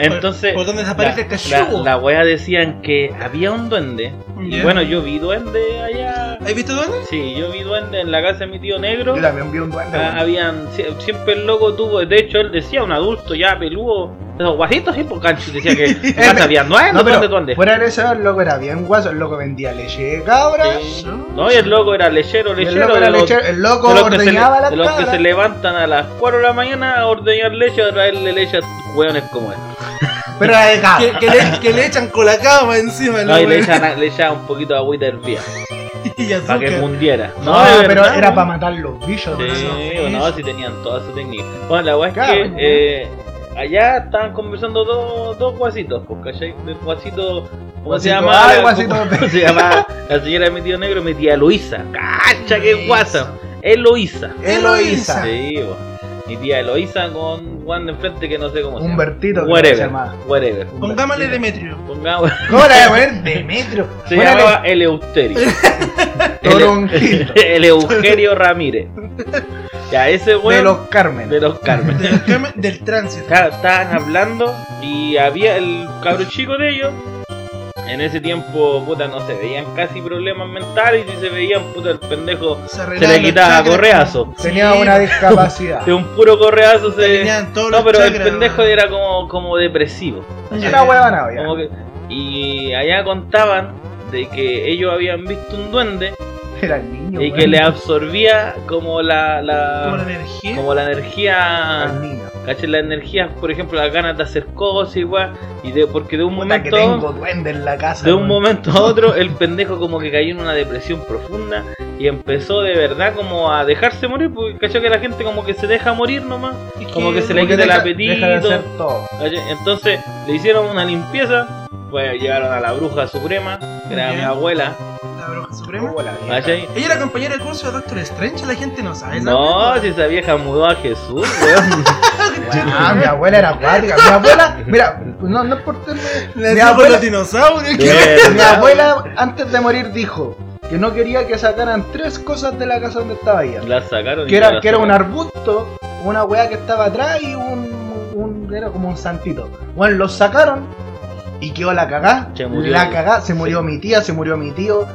Speaker 3: entonces
Speaker 4: Pues,
Speaker 5: ¿Por dónde desaparece el
Speaker 3: la,
Speaker 5: cachugo?
Speaker 3: la, la wea decían que había un duende.
Speaker 5: Ya.
Speaker 3: Bueno, yo vi duende allá.
Speaker 5: ¿Has visto dónde?
Speaker 3: Sí, yo vi duende en la casa de mi tío negro.
Speaker 4: Yo también vi un duende.
Speaker 3: Ah,
Speaker 4: weón.
Speaker 3: habían sie- siempre el loco tuvo de hecho él decía un adulto ya peludo esos guajitos sí por cancho decía que en casa había nueve
Speaker 4: Eh, No,
Speaker 3: no,
Speaker 4: pero
Speaker 3: ¿dónde, dónde?
Speaker 4: fuera de eso, el loco era bien guaso, el loco vendía leche de cabra.
Speaker 3: Sí. no y el loco era lechero
Speaker 4: y
Speaker 3: lechero
Speaker 4: El loco, era
Speaker 3: de los-
Speaker 4: lechero, el loco
Speaker 3: de los que se le-
Speaker 4: ordeñaba
Speaker 3: de
Speaker 4: las
Speaker 3: los que se
Speaker 4: cabras.
Speaker 3: levantan a las 4 de la mañana a ordeñar leche a traerle leche a hueones como él
Speaker 4: Pero era de cabra.
Speaker 5: Que, que le, que le echan colacaba encima,
Speaker 3: Ah. no, y le
Speaker 5: wea.
Speaker 3: echaban le echaban un poquito de agüita hervía
Speaker 5: Y azúcar.
Speaker 3: para que mundiera
Speaker 4: No,
Speaker 3: de
Speaker 4: pero
Speaker 3: verdad,
Speaker 4: era
Speaker 3: ¿no?
Speaker 4: para matar los bichos.
Speaker 3: Sí,
Speaker 4: weón.
Speaker 5: no,
Speaker 3: no, si tenían toda su técnica. Bueno, la weá es
Speaker 4: Claro,
Speaker 3: que
Speaker 4: pues.
Speaker 3: eh, allá estaban conversando dos, dos guasitos, pues, ¿cachai? El guasito, ¿cómo se
Speaker 4: Guasito
Speaker 3: llama?
Speaker 4: A y
Speaker 3: ¿Cómo-
Speaker 4: guasito
Speaker 3: cómo
Speaker 4: B.
Speaker 3: se llama? La señora de mi tío negro, mi tía Luisa. ¡Cacha, qué guasa! Eloísa.
Speaker 4: Eloísa.
Speaker 3: Sí, pues. Mi tía Eloísa con Juan de enfrente que no sé cómo se llama.
Speaker 4: Humbertito, creo que se
Speaker 3: Whatever.
Speaker 4: llamaba.
Speaker 3: Whatever.
Speaker 5: Pongámosle Demetrio.
Speaker 3: Pongamos.
Speaker 4: ¿Cómo la voy a poner? Demetrio.
Speaker 3: Se
Speaker 4: Ponele
Speaker 3: llamaba Eleuterio.
Speaker 4: Toronjito.
Speaker 3: El Eugenio Ramírez. Ya, ese weón.
Speaker 4: de los Carmen.
Speaker 3: de los Carmen.
Speaker 5: Del, Carmen- del tránsito.
Speaker 3: Está- estaban hablando y había el cabro chico de ellos. En ese tiempo, puta, no se veían casi problemas mentales y si se veían, puta, el pendejo se
Speaker 5: arreglaban
Speaker 3: le
Speaker 5: los
Speaker 3: quitaba
Speaker 5: chakras.
Speaker 3: correazo.
Speaker 4: Tenía
Speaker 5: Sí, pues.
Speaker 4: una discapacidad.
Speaker 3: De un puro correazo
Speaker 5: se
Speaker 3: se...
Speaker 5: alineaban todos
Speaker 3: No,
Speaker 5: los
Speaker 3: pero el
Speaker 5: chakras,
Speaker 3: pendejo
Speaker 5: weón.
Speaker 3: era como, como depresivo.
Speaker 4: Una huevona, había.
Speaker 3: Como que- y allá contaban de que ellos habían visto un duende
Speaker 4: Era niño.
Speaker 3: y
Speaker 4: weón.
Speaker 3: que le absorbía como la,
Speaker 5: Como la
Speaker 3: la
Speaker 5: energía.
Speaker 3: como la energía
Speaker 4: Al niño.
Speaker 3: ¿Cachai? Las energías, por ejemplo, las ganas de hacer cosas igual, y de, porque de un
Speaker 4: Puta que tengo
Speaker 3: momento
Speaker 4: duende en la casa.
Speaker 3: de un
Speaker 4: weón.
Speaker 3: momento a otro el pendejo como que cayó en una depresión profunda y empezó de verdad como a dejarse morir, porque cachó que la gente como que se deja morir nomás,
Speaker 5: Es
Speaker 3: como que se le
Speaker 4: Porque
Speaker 3: quita el
Speaker 4: deja-
Speaker 3: apetito.
Speaker 4: Deja de hacer todo.
Speaker 3: ¿cachai? Entonces le hicieron una limpieza, pues llevaron a la bruja suprema, que era
Speaker 5: Ya.
Speaker 3: mi abuela,
Speaker 5: La bruja suprema.
Speaker 4: Como la vieja.
Speaker 3: ¿cachai?
Speaker 5: Ella era compañera del curso de Doctor Strange, la gente no sabe. esa
Speaker 3: No,
Speaker 5: weá.
Speaker 3: si esa vieja mudó a Jesús, weón.
Speaker 4: Ah, mi abuela era acuática. Mi abuela, mira, no, no es por tener.
Speaker 5: Le
Speaker 4: Mi
Speaker 5: decían por pues, los
Speaker 4: abuela,
Speaker 5: dinosaurios.
Speaker 3: De
Speaker 5: que-
Speaker 3: verdad.
Speaker 4: mi abuela, antes de morir, dijo que no quería que sacaran tres cosas de la casa donde estaba ella:
Speaker 3: La sacaron. y
Speaker 4: que
Speaker 3: la
Speaker 4: era, que era un
Speaker 3: sacaron.
Speaker 4: arbusto, una weá que estaba atrás y un. un- era como un santito. Bueno, los sacaron y quedó la cagá.
Speaker 3: Se murió.
Speaker 4: La cagá, se murió
Speaker 3: Sí.
Speaker 4: mi tía, se murió mi tío.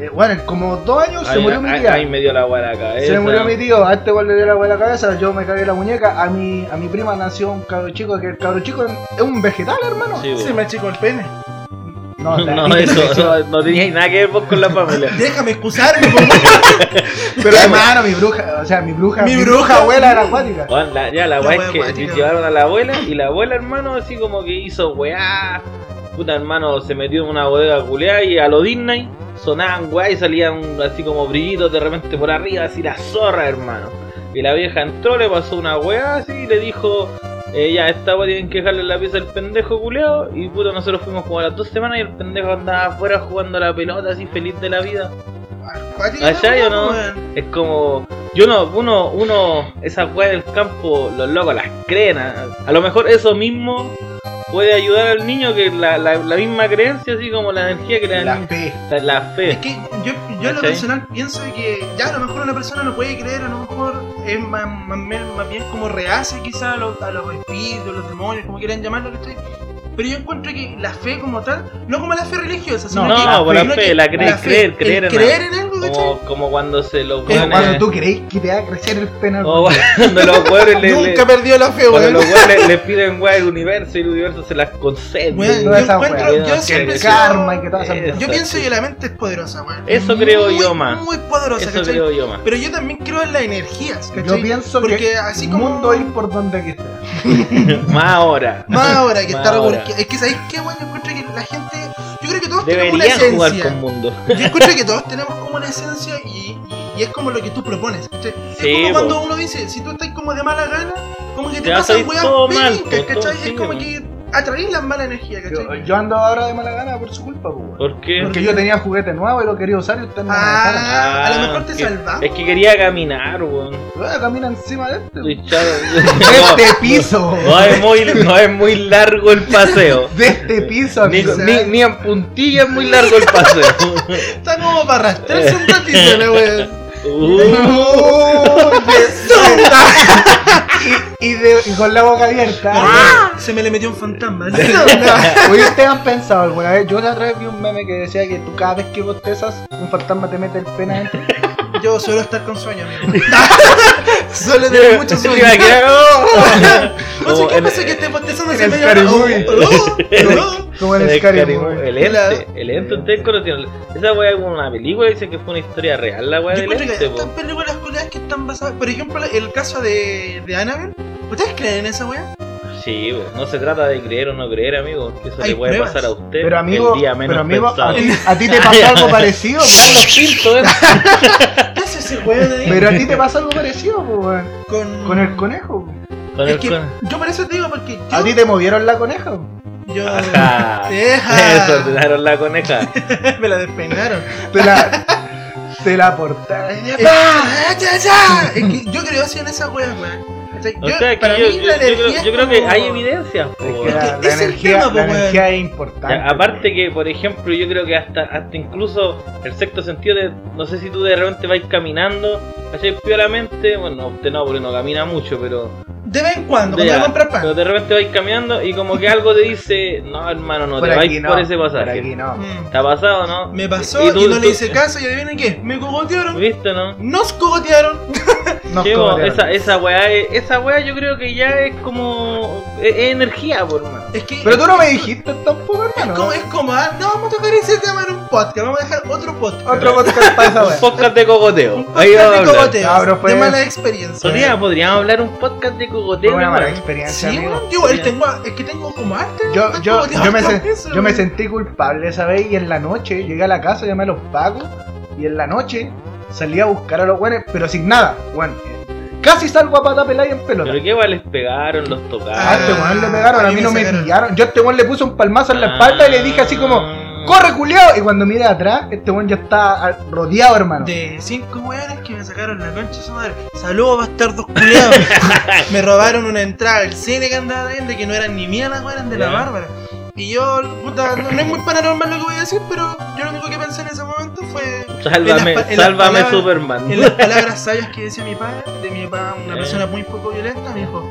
Speaker 4: Eh, bueno, como dos años se
Speaker 3: Ahí-
Speaker 4: murió mi
Speaker 3: ahí-
Speaker 4: tía.
Speaker 3: Ahí me dio la guay la cabeza.
Speaker 4: Se murió mi tío, a este igual le dio la hueá en la cabeza, yo me cagué la muñeca, a mi, a mi prima nació un cabro chico, que el cabro chico es un vegetal, hermano.
Speaker 3: Sí,
Speaker 5: Se
Speaker 3: weón.
Speaker 5: me achicó el pene.
Speaker 4: No, está-
Speaker 3: No, eso no tiene nada que ver vos con la familia.
Speaker 5: Déjame excusarme, po, weón.
Speaker 4: Pero hermano, mi bruja, o sea, mi bruja,
Speaker 5: Mi bruja. uh.
Speaker 4: abuela era acuática.
Speaker 3: Weón, la- ya la
Speaker 5: La
Speaker 3: weá
Speaker 5: wea
Speaker 3: es que
Speaker 5: acuática.
Speaker 3: llevaron a la abuela y la abuela, hermano, así como que hizo weá. Puta, hermano, se metió en una bodega culeada y a lo Disney sonaban weá y salían así como brillitos de repente por arriba, así la zorra, hermano. Y la vieja entró, le pasó una weá así y le dijo: eh, Ya, esta weá tienen que dejarle en la pieza al pendejo culeado. Y puta, nosotros fuimos como a las dos semanas y el pendejo andaba afuera jugando a la pelota, así feliz de la vida.
Speaker 5: Acuática,
Speaker 3: ¿Allá yo no?
Speaker 5: weón.
Speaker 3: Es como. Yo no, uno, uno, esa weá del campo, los locos las creen. A, a lo mejor eso mismo puede ayudar al niño que la, la, la misma creencia, así como la energía que le da
Speaker 4: La
Speaker 3: al niño.
Speaker 4: fe.
Speaker 3: la, la fe.
Speaker 5: Es que yo, yo en lo
Speaker 3: ¿Cachai?
Speaker 5: personal pienso de que ya a lo mejor una persona no puede creer, a lo mejor es más, más, bien- más bien como rehace quizá a los, a los espíritus, los demonios, como quieran llamarlo, ¿cachai? Pero yo encuentro que la fe como tal, no como la fe religiosa, sino
Speaker 3: No,
Speaker 5: que,
Speaker 3: no, por la
Speaker 5: sino
Speaker 3: fe,
Speaker 5: que
Speaker 3: la cre- creer,
Speaker 5: el
Speaker 3: creer en
Speaker 5: en algo,
Speaker 4: Oh,
Speaker 5: ¿cachai?
Speaker 3: Como, como cuando se los
Speaker 4: Como
Speaker 3: weones-
Speaker 4: cuando tú creéis que te va a crecer el pene al-
Speaker 5: Oh,
Speaker 3: o cuando los weones le, le-
Speaker 5: Nunca perdió la fe,
Speaker 3: cuando
Speaker 5: weón.
Speaker 3: los weones le, le piden weá al universo y el universo se las concede.
Speaker 5: Weón, yo
Speaker 4: toda esa
Speaker 5: encuentro,
Speaker 4: weá.
Speaker 5: yo
Speaker 3: Que
Speaker 4: que
Speaker 5: siempre
Speaker 4: el
Speaker 5: he sido-
Speaker 4: karma y que todas esas
Speaker 3: Eso.
Speaker 5: Yo pienso que la mente es poderosa, weón.
Speaker 3: Eso
Speaker 5: Muy,
Speaker 3: creo yo más.
Speaker 5: Muy poderosa,
Speaker 3: Eso
Speaker 5: ¿cachai?
Speaker 3: creo yo más.
Speaker 5: Pero yo también creo en las energías, ¿cachai?
Speaker 4: Yo pienso
Speaker 5: Porque
Speaker 4: que
Speaker 5: así como...
Speaker 4: mundo es por donde que sea.
Speaker 3: Más ahora.
Speaker 5: Más ahora que
Speaker 3: Más
Speaker 5: está
Speaker 3: ahora.
Speaker 5: revolque- Es que sabéis qué, weón, yo encuentro que la gente. Yo creo que todos
Speaker 3: Deberían
Speaker 5: tenemos una
Speaker 3: jugar con
Speaker 5: esencia.
Speaker 3: mundo.
Speaker 5: Yo encuentro que todos tenemos como una esencia y, y- y es como lo que tú propones. ¿cachai?
Speaker 3: Sí,
Speaker 5: es como
Speaker 3: po.
Speaker 5: cuando uno dice, si tú estás como de mala gana, como que te,
Speaker 3: Te vas a
Speaker 5: pasan
Speaker 3: ir
Speaker 5: weas
Speaker 3: todo mal, po,
Speaker 5: pencas,
Speaker 3: todo-
Speaker 5: ¿cachai?
Speaker 3: sí,
Speaker 5: es como
Speaker 3: po.
Speaker 5: que atraís la mala energía,
Speaker 4: Yo,
Speaker 5: ¿cachai?
Speaker 4: yo ando ahora de mala gana por su culpa, pues, weón.
Speaker 3: ¿Por qué?
Speaker 4: Porque yo tenía juguete nuevo y lo quería usar y usted no me dejaron.
Speaker 5: Ah, a lo mejor te
Speaker 3: que-
Speaker 5: salvamos.
Speaker 3: Es que quería caminar, weón.
Speaker 4: Ah, Camina encima de este.
Speaker 3: De
Speaker 4: weón.
Speaker 3: hecho,
Speaker 4: De este piso.
Speaker 3: No, no es muy, no es muy largo el paseo.
Speaker 4: De este piso.
Speaker 3: Ni,
Speaker 4: amigo.
Speaker 3: ni- ni en puntilla es muy largo el paseo.
Speaker 5: Está como para arrastrarse un ratito, la weón.
Speaker 3: Uh,
Speaker 4: y, y de- y con la boca abierta.
Speaker 5: Ah. Se me le metió un fantasma.
Speaker 4: Oye, ¿ustedes han pensado alguna vez? Yo la otra vez vi un meme que decía que tú cada vez que bostezas, un fantasma te mete el pene adentro.
Speaker 5: Yo suelo estar con sueño, amigo. suelo tener
Speaker 3: yo-
Speaker 5: mucho
Speaker 3: yo
Speaker 5: sueño.
Speaker 3: te iba a quedar, oh.
Speaker 5: No sé
Speaker 3: Como
Speaker 5: qué
Speaker 3: en-
Speaker 5: pasa que esté bostezando
Speaker 4: en
Speaker 5: se
Speaker 4: el
Speaker 5: me
Speaker 4: Caribe. Como en
Speaker 3: en
Speaker 4: el
Speaker 3: el
Speaker 4: Scary
Speaker 3: Caribú,
Speaker 4: Movie.
Speaker 3: El ente, el ente, ustedes conocieron. Esa weá es una película, dicen que fue una historia real, la
Speaker 5: Yo
Speaker 3: weá del
Speaker 5: encuentro que
Speaker 3: ente,
Speaker 5: estas
Speaker 3: po.
Speaker 5: películas culiadas que están basadas. Por ejemplo, el caso de, de Annabelle. ¿Ustedes creen en esa wea?
Speaker 3: Sí, po. no se trata de creer o no creer, amigo. Que eso
Speaker 5: Hay
Speaker 3: le puede
Speaker 5: pruebas.
Speaker 3: pasar a usted
Speaker 4: Pero amigo,
Speaker 3: el día menos
Speaker 4: pero amigo a,
Speaker 3: pensado.
Speaker 4: ti, a ti te pasó algo parecido. po.
Speaker 3: Pinto, eh.
Speaker 5: ¿Qué hace ese weón ahí?
Speaker 4: Pero a ti te pasó algo parecido, po, weón.
Speaker 5: con,
Speaker 4: Con el conejo. po.
Speaker 3: Con
Speaker 5: Es
Speaker 3: el
Speaker 5: que
Speaker 3: con-
Speaker 5: yo por eso te digo, porque yo.
Speaker 4: A ti te movieron la coneja. po.
Speaker 5: yo
Speaker 3: Ajá.
Speaker 5: Deja.
Speaker 3: Eso, te daron la coneja.
Speaker 5: me la despeinaron.
Speaker 4: Te la, te la portaste.
Speaker 5: Eh, ¡Ah, ya, ya! Es que yo creo así en esa wea, weón. O sea,
Speaker 3: O
Speaker 5: yo-
Speaker 3: sea, que
Speaker 5: para
Speaker 3: yo,
Speaker 5: mí
Speaker 3: yo-
Speaker 5: la
Speaker 3: yo creo,
Speaker 5: energía
Speaker 3: yo
Speaker 5: es
Speaker 3: creo que
Speaker 5: como-
Speaker 3: hay evidencia. po.
Speaker 4: Es que la,
Speaker 5: Es que
Speaker 4: la
Speaker 5: es el
Speaker 4: energía,
Speaker 5: tema, po,
Speaker 4: la
Speaker 5: weón.
Speaker 4: energía es
Speaker 3: Ya, ah,
Speaker 4: importante.
Speaker 3: aparte que, por ejemplo, yo creo que hasta hasta incluso el sexto sentido de, no sé si tú de repente vais caminando, ¿cachai? Piolamente, bueno, usted no, porque no camina mucho, pero...
Speaker 5: De vez en cuando, cuando
Speaker 3: ya,
Speaker 5: voy a comprar
Speaker 3: pero
Speaker 5: pan.
Speaker 3: de repente vais caminando y como que algo te dice, no, hermano, no,
Speaker 4: Por
Speaker 3: te
Speaker 4: aquí
Speaker 3: vais
Speaker 4: no,
Speaker 3: por ese pasaje.
Speaker 4: por aquí no.
Speaker 5: Mm.
Speaker 3: ¿Te ha pasado, no?
Speaker 5: Me pasó y,
Speaker 3: tú-
Speaker 5: no
Speaker 3: tú-
Speaker 5: le hice caso y adivinen qué, me cogotearon.
Speaker 3: ¿Viste, no?
Speaker 5: Nos cogotearon.
Speaker 4: Nos
Speaker 3: Sí, bo,
Speaker 4: cobrearon.
Speaker 3: esa, esa weá, es- esa weá yo creo que ya es como... Es, es energía, por más.
Speaker 5: Es que
Speaker 4: Pero tú no me dijiste tampoco, hermano.
Speaker 5: Es
Speaker 4: Claro.
Speaker 5: como, es como, ah, no vamos a tocar ese tema en un podcast, vamos a dejar otro podcast.
Speaker 4: Otro podcast para esa
Speaker 3: Un
Speaker 4: wea.
Speaker 3: podcast de
Speaker 5: Un
Speaker 3: cogoteo.
Speaker 5: podcast
Speaker 3: Ahí vamos a
Speaker 5: de
Speaker 3: hablar.
Speaker 5: cogoteos,
Speaker 4: Ah, pero
Speaker 5: de
Speaker 4: pues-
Speaker 5: mala experiencia.
Speaker 3: Podría- podríamos hablar un podcast de cogoteo.
Speaker 4: Fue una mala
Speaker 3: weón.
Speaker 4: experiencia,
Speaker 5: Sí,
Speaker 4: amigo.
Speaker 5: bueno, yo igual tengo, es que tengo como arte.
Speaker 4: Yo, yo,
Speaker 5: cogoteado
Speaker 4: yo, me, sen-
Speaker 5: con eso,
Speaker 4: yo me
Speaker 5: weón.
Speaker 4: sentí culpable esa vez y en la noche llegué a la casa, llamé a los pacos y en la noche salí a buscar a los güeyes, pero sin nada, weón. Casi salgo a pata pelada y en pelota.
Speaker 3: Pero qué va, les pegaron, los
Speaker 4: A este
Speaker 3: tocaron.
Speaker 4: weón le pegaron, a mí no me
Speaker 5: sacaron.
Speaker 4: pillaron. Yo a este weón le puse un palmazo en la espalda y le dije así
Speaker 3: Ah.
Speaker 4: como, ¡corre, culiao! Y cuando miré atrás, este weón ya está ah, rodeado, hermano.
Speaker 5: De cinco weones que me sacaron la concha de su madre. Saludos, bastardos culiados. me robaron una entrada al cine que andaba de que no eran ni mías las weones de la
Speaker 3: Ya.
Speaker 5: Bárbara. Y yo, puta, no, no es muy paranormal lo que voy a decir, pero yo lo único que pensé en ese momento fue
Speaker 3: Sálvame,
Speaker 5: en las pa- en las
Speaker 3: sálvame
Speaker 5: palabras-
Speaker 3: Superman.
Speaker 5: en las palabras sabias que decía mi padre, de mi papá, una
Speaker 4: Eh.
Speaker 3: Ya.
Speaker 5: persona muy poco violenta, me dijo: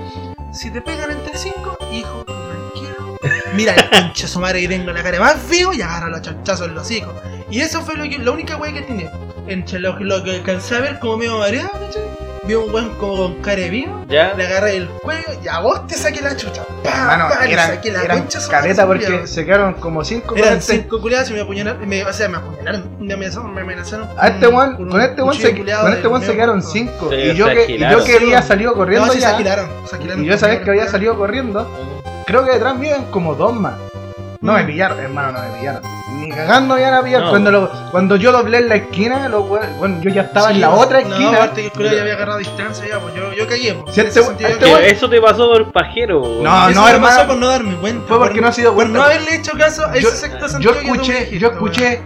Speaker 5: Si te pegan entre cinco, hijo, tranquilo. Mira el pinche su madre que tengo la cara más feo y agarra los chanchazos en los hijos. Y eso fue lo que, la única wea que tenía. Entre lo, lo que alcancé a ver como medio mareado, ¿cachai? Vi un weón como con cara de vino,
Speaker 3: Ya,
Speaker 5: le agarré el cuello y a vos te saqué la chucha. ¡Pam!
Speaker 4: Hermano,
Speaker 5: ¡Pam! Le
Speaker 4: eran,
Speaker 5: saqué ah, la
Speaker 4: eran
Speaker 5: concha a su madre,
Speaker 4: caleta porque
Speaker 5: culiao.
Speaker 4: se quedaron como cinco este
Speaker 5: Eran
Speaker 4: cuarenta y-
Speaker 5: cinco culiados y me apuñalaron, me, o sea, me apuñalaron, me amenazaron, me amenazaron.
Speaker 4: A este
Speaker 5: con-
Speaker 4: weón,
Speaker 5: con
Speaker 4: con
Speaker 5: Mm, un
Speaker 4: este weón
Speaker 5: cuchillo
Speaker 4: se,
Speaker 5: culiado
Speaker 4: con
Speaker 5: de
Speaker 4: este weón se
Speaker 5: medio-
Speaker 4: quedaron cinco.
Speaker 3: Sí,
Speaker 4: y yo
Speaker 3: se
Speaker 4: que, y yo
Speaker 3: aquilaron.
Speaker 4: que había salido corriendo
Speaker 5: No, sí, se
Speaker 4: ya.
Speaker 5: aquilaron, se aquilaron.
Speaker 4: Y yo sabes que había
Speaker 5: Culiaron.
Speaker 4: salido corriendo. Creo que detrás mío eran como dos más.
Speaker 5: Mm.
Speaker 4: No me pillaron, hermano, no me pillaron. Ni cagando me iban a pillar.
Speaker 3: No.
Speaker 4: Cuando, lo- cuando yo doblé en la esquina, los weones- bueno, yo ya estaba
Speaker 5: Sí,
Speaker 4: en la otra
Speaker 5: No,
Speaker 4: esquina.
Speaker 5: aparte que el culiao ya había agarrado distancia ya, pues yo, yo caí, pues.
Speaker 4: Si
Speaker 5: En
Speaker 4: este
Speaker 5: ese
Speaker 4: we-
Speaker 5: sentido,
Speaker 4: este
Speaker 5: yo
Speaker 3: Que
Speaker 5: caí.
Speaker 4: weón-
Speaker 3: eso te pasó por pajero.
Speaker 4: No,
Speaker 5: Eso
Speaker 4: no,
Speaker 5: me
Speaker 4: hermano.
Speaker 5: pasó por no darme cuenta.
Speaker 4: Fue porque
Speaker 5: por-
Speaker 4: no ha sido
Speaker 5: por
Speaker 4: bueno.
Speaker 5: no haberle hecho caso a
Speaker 4: Yo-
Speaker 5: ese sexto
Speaker 4: Yo
Speaker 5: sentido que tú me
Speaker 4: escuché,
Speaker 5: dijiste,
Speaker 4: yo
Speaker 5: weón.
Speaker 4: escuché.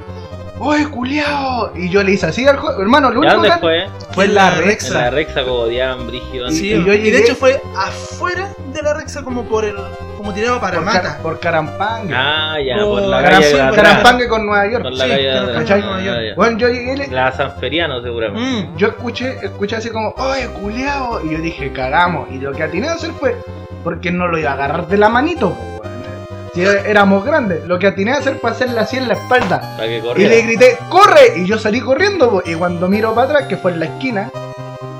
Speaker 4: ¡Oye, culiao! Y yo le hice así al juego. Hermano, lo
Speaker 3: ¿Ya
Speaker 4: único
Speaker 3: dónde
Speaker 4: que.
Speaker 3: fue?
Speaker 4: Fue en la
Speaker 3: En
Speaker 4: Rexa.
Speaker 3: la Rexa cogoteaban brígido.
Speaker 5: Sí,
Speaker 4: Y- y
Speaker 5: y,
Speaker 4: yo llegué-
Speaker 5: de hecho fue afuera de la Rexa como por el. como tirado para
Speaker 4: Por,
Speaker 5: mata.
Speaker 4: car- por Carampangue.
Speaker 3: Ah, ya,
Speaker 5: Oh,
Speaker 3: por la
Speaker 5: Carampangue,
Speaker 3: calle de atrás.
Speaker 4: Carampangue con Nueva York.
Speaker 3: Por la
Speaker 5: Sí,
Speaker 3: calle de
Speaker 5: Carampangue,
Speaker 3: atrás.
Speaker 4: ¿Cachai?
Speaker 5: Nueva
Speaker 3: Ah,
Speaker 5: York.
Speaker 3: ya.
Speaker 4: Bueno, yo llegué y le-
Speaker 3: La Sanferiano seguramente.
Speaker 5: Mm.
Speaker 4: Yo escuché, escuché así como, oye, culeado. Y yo dije, cagamos. Y lo que atiné a hacer fue, porque no lo iba a agarrar de la manito, po, weón. Si é- éramos grandes, lo que atiné a hacer fue hacerle así en la espalda.
Speaker 3: Para que
Speaker 4: Mm. Y le
Speaker 3: corriera.
Speaker 4: grité, ¡corre! Y yo salí corriendo, po. Y cuando miro para atrás, que fue en la esquina,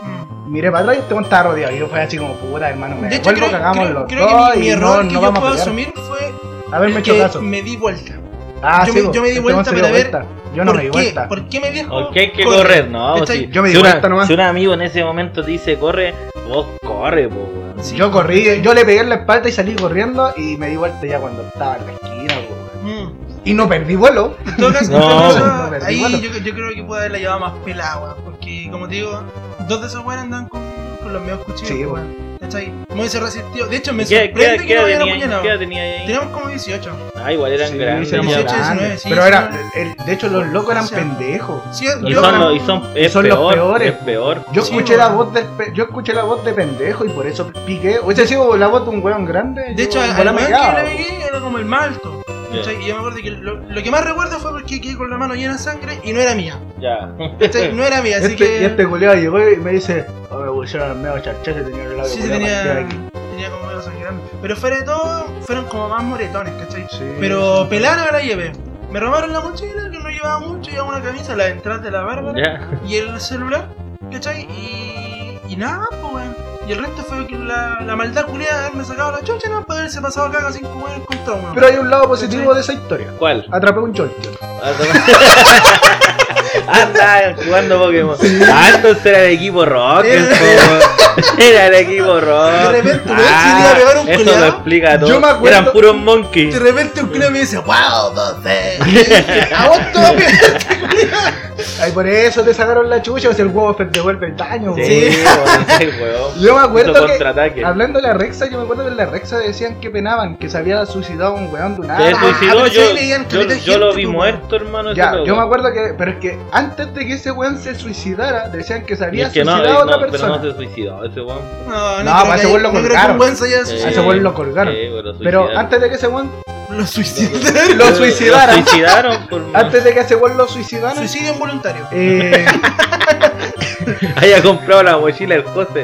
Speaker 5: Mm.
Speaker 4: miré para atrás y este weón estaba rodeado. Y yo fue así como, puta, hermano, me
Speaker 5: De hecho,
Speaker 4: devuelvo,
Speaker 5: creo,
Speaker 4: cagamos
Speaker 5: creo-
Speaker 4: los
Speaker 5: creo
Speaker 4: dos
Speaker 5: que mi, mi
Speaker 4: y
Speaker 5: error
Speaker 4: no,
Speaker 5: que
Speaker 4: no
Speaker 5: yo
Speaker 4: vamos
Speaker 5: puedo
Speaker 4: a pelear.
Speaker 5: asumir fue
Speaker 4: Haberme hecho
Speaker 5: que
Speaker 4: caso.
Speaker 5: me di vuelta.
Speaker 4: Ah,
Speaker 5: yo
Speaker 4: sí,
Speaker 5: me-
Speaker 4: po,
Speaker 5: yo me di
Speaker 4: este
Speaker 5: vuelta
Speaker 4: weón se
Speaker 5: para
Speaker 4: dio
Speaker 5: ver
Speaker 4: vuelta. Yo no
Speaker 5: ¿Por
Speaker 4: me di
Speaker 5: qué?
Speaker 4: vuelta.
Speaker 5: ¿Por qué me dijo?
Speaker 3: Porque hay que
Speaker 5: corre?
Speaker 3: correr, ¿no?
Speaker 5: ¿Cachai?
Speaker 3: Si,
Speaker 4: Yo me di
Speaker 3: si una-
Speaker 4: vuelta nomás.
Speaker 3: si un amigo en ese momento te dice corre, vos corre, po, weón.
Speaker 5: Sí.
Speaker 4: Yo corrí, yo le pegué en la espalda y salí corriendo y me di vuelta ya cuando estaba en la esquina, po, weón.
Speaker 5: Mm.
Speaker 4: Y no perdí vuelo.
Speaker 5: En todo caso,
Speaker 3: No,
Speaker 5: en todo
Speaker 4: no,
Speaker 5: caso,
Speaker 4: perdí,
Speaker 5: ahí
Speaker 4: bueno.
Speaker 5: yo, yo creo que puede haberla llevado más pelada, weón. Porque, como te digo, dos de esos weones andan con, con los medios cuchillos,
Speaker 4: Sí,
Speaker 5: weón. ¿Cachai? Muy se resistió. De hecho, me
Speaker 3: ¿Qué,
Speaker 5: sorprende
Speaker 3: qué-
Speaker 5: que
Speaker 3: qué
Speaker 5: no
Speaker 3: edad
Speaker 5: hayan
Speaker 3: tenía,
Speaker 5: apuñalado.
Speaker 3: qué edad tenía ahí?
Speaker 5: Teníamos como 18.
Speaker 3: Ah, igual eran
Speaker 4: Sí,
Speaker 3: grandes.
Speaker 4: éramos
Speaker 3: ya.
Speaker 5: sí, sí,
Speaker 4: grandes.
Speaker 5: 19, sí,
Speaker 4: Pero era,
Speaker 5: 19.
Speaker 4: el- el- de hecho los locos eran
Speaker 5: O sea,
Speaker 4: pendejos.
Speaker 5: Sí,
Speaker 3: Y
Speaker 5: yo-
Speaker 3: son, los, y son, es
Speaker 4: son los
Speaker 3: peor,
Speaker 4: peores.
Speaker 3: Es peor.
Speaker 4: Yo
Speaker 5: Sí,
Speaker 4: escuché la
Speaker 5: weón.
Speaker 4: voz de pe- yo escuché la voz de pendejo y por eso piqué. Hubiese sido la voz de un weón grande.
Speaker 5: De hecho,
Speaker 4: yo,
Speaker 5: al
Speaker 4: yo la
Speaker 5: weón que yo
Speaker 4: pegaba.
Speaker 5: le pegué era como el más alto. ¿Cachai? Y yo me acuerdo que lo, lo que más recuerdo fue porque quedé con la mano llena de sangre y no era mía.
Speaker 3: Ya.
Speaker 5: ¿Cachai? No era mía, así
Speaker 4: Este,
Speaker 5: que.
Speaker 4: Y este culiado llegó y me dice, oh, me pusieron al medio charchazo y tenía el labio
Speaker 5: Sí, sí,
Speaker 4: culiao partido
Speaker 5: tenía,
Speaker 4: aquí".
Speaker 5: tenía como medio sangrando. Pero fuera de todo, fueron como más moretones, ¿cachai?
Speaker 4: Sí.
Speaker 5: Pero pelar ahora llevé. Me robaron la mochila, que no llevaba mucho, llevaba una camisa, la entrada de la Bárbara
Speaker 3: Ya.
Speaker 5: y el celular, ¿cachai? Y, y nada, pues weón. Y el resto fue que la, la maldad culiada de haberme sacado la chucha, no, para haberse pasado acá casi cinco weones contra uno.
Speaker 4: Pero hay un lado positivo de esa historia.
Speaker 3: ¿Cuál?
Speaker 4: Atrapé un choltio.
Speaker 3: Ah, está jugando Pokémon. Ah, entonces era el equipo Rocket,
Speaker 5: Era-
Speaker 3: po, weón. Era el equipo Rocket.
Speaker 5: De repente, weón,
Speaker 3: Ah,
Speaker 5: si iba a pegar un
Speaker 3: Eso
Speaker 5: culiao,
Speaker 3: lo explica todo.
Speaker 4: yo me acuerdo-
Speaker 3: Eran puros monkeys.
Speaker 5: de repente un culiado me dice, wow, 12. A vos todo bien.
Speaker 4: Ay, por eso te sacaron la chucha, si el huevo te devuelve el daño.
Speaker 3: Sí,
Speaker 4: weón.
Speaker 3: weón, sí, weón.
Speaker 4: Yo me acuerdo
Speaker 3: Hizo
Speaker 4: que,
Speaker 3: contraataque.
Speaker 4: hablando de la Rexa, yo me acuerdo que en la Rexa decían que penaban, que se había suicidado un weón de un
Speaker 3: Se
Speaker 4: árbol.
Speaker 3: suicidó,
Speaker 5: pero
Speaker 3: yo,
Speaker 5: sí leían
Speaker 3: yo-
Speaker 5: caleta de
Speaker 3: yo lo
Speaker 5: gente,
Speaker 3: vi
Speaker 5: po,
Speaker 3: muerto, hermano. ese
Speaker 4: Ya,
Speaker 3: loco.
Speaker 4: yo me acuerdo que, pero es que antes de que ese weón se suicidara, decían que se
Speaker 3: Y
Speaker 4: había
Speaker 3: es que no,
Speaker 4: suicidado
Speaker 3: eh,
Speaker 4: a otra
Speaker 3: no, pero
Speaker 4: persona.
Speaker 3: no se suicidó ese weón.
Speaker 4: No,
Speaker 5: No, creo
Speaker 4: para
Speaker 5: que
Speaker 4: ese weón lo
Speaker 5: no creo que
Speaker 4: colgaron.
Speaker 5: un weón se haya
Speaker 4: A ese
Speaker 5: suicidado.
Speaker 4: weón lo colgaron.
Speaker 3: Sí, pero lo
Speaker 4: pero
Speaker 3: suicidaron.
Speaker 4: antes de que ese weón
Speaker 5: Lo suicidaron.
Speaker 4: lo
Speaker 3: Lo
Speaker 4: suicidara,
Speaker 3: suicidaron por
Speaker 4: antes de que ese weón lo suicidara,
Speaker 5: Suicidio involuntario.
Speaker 4: eh,
Speaker 3: haya comprado la mochila del José.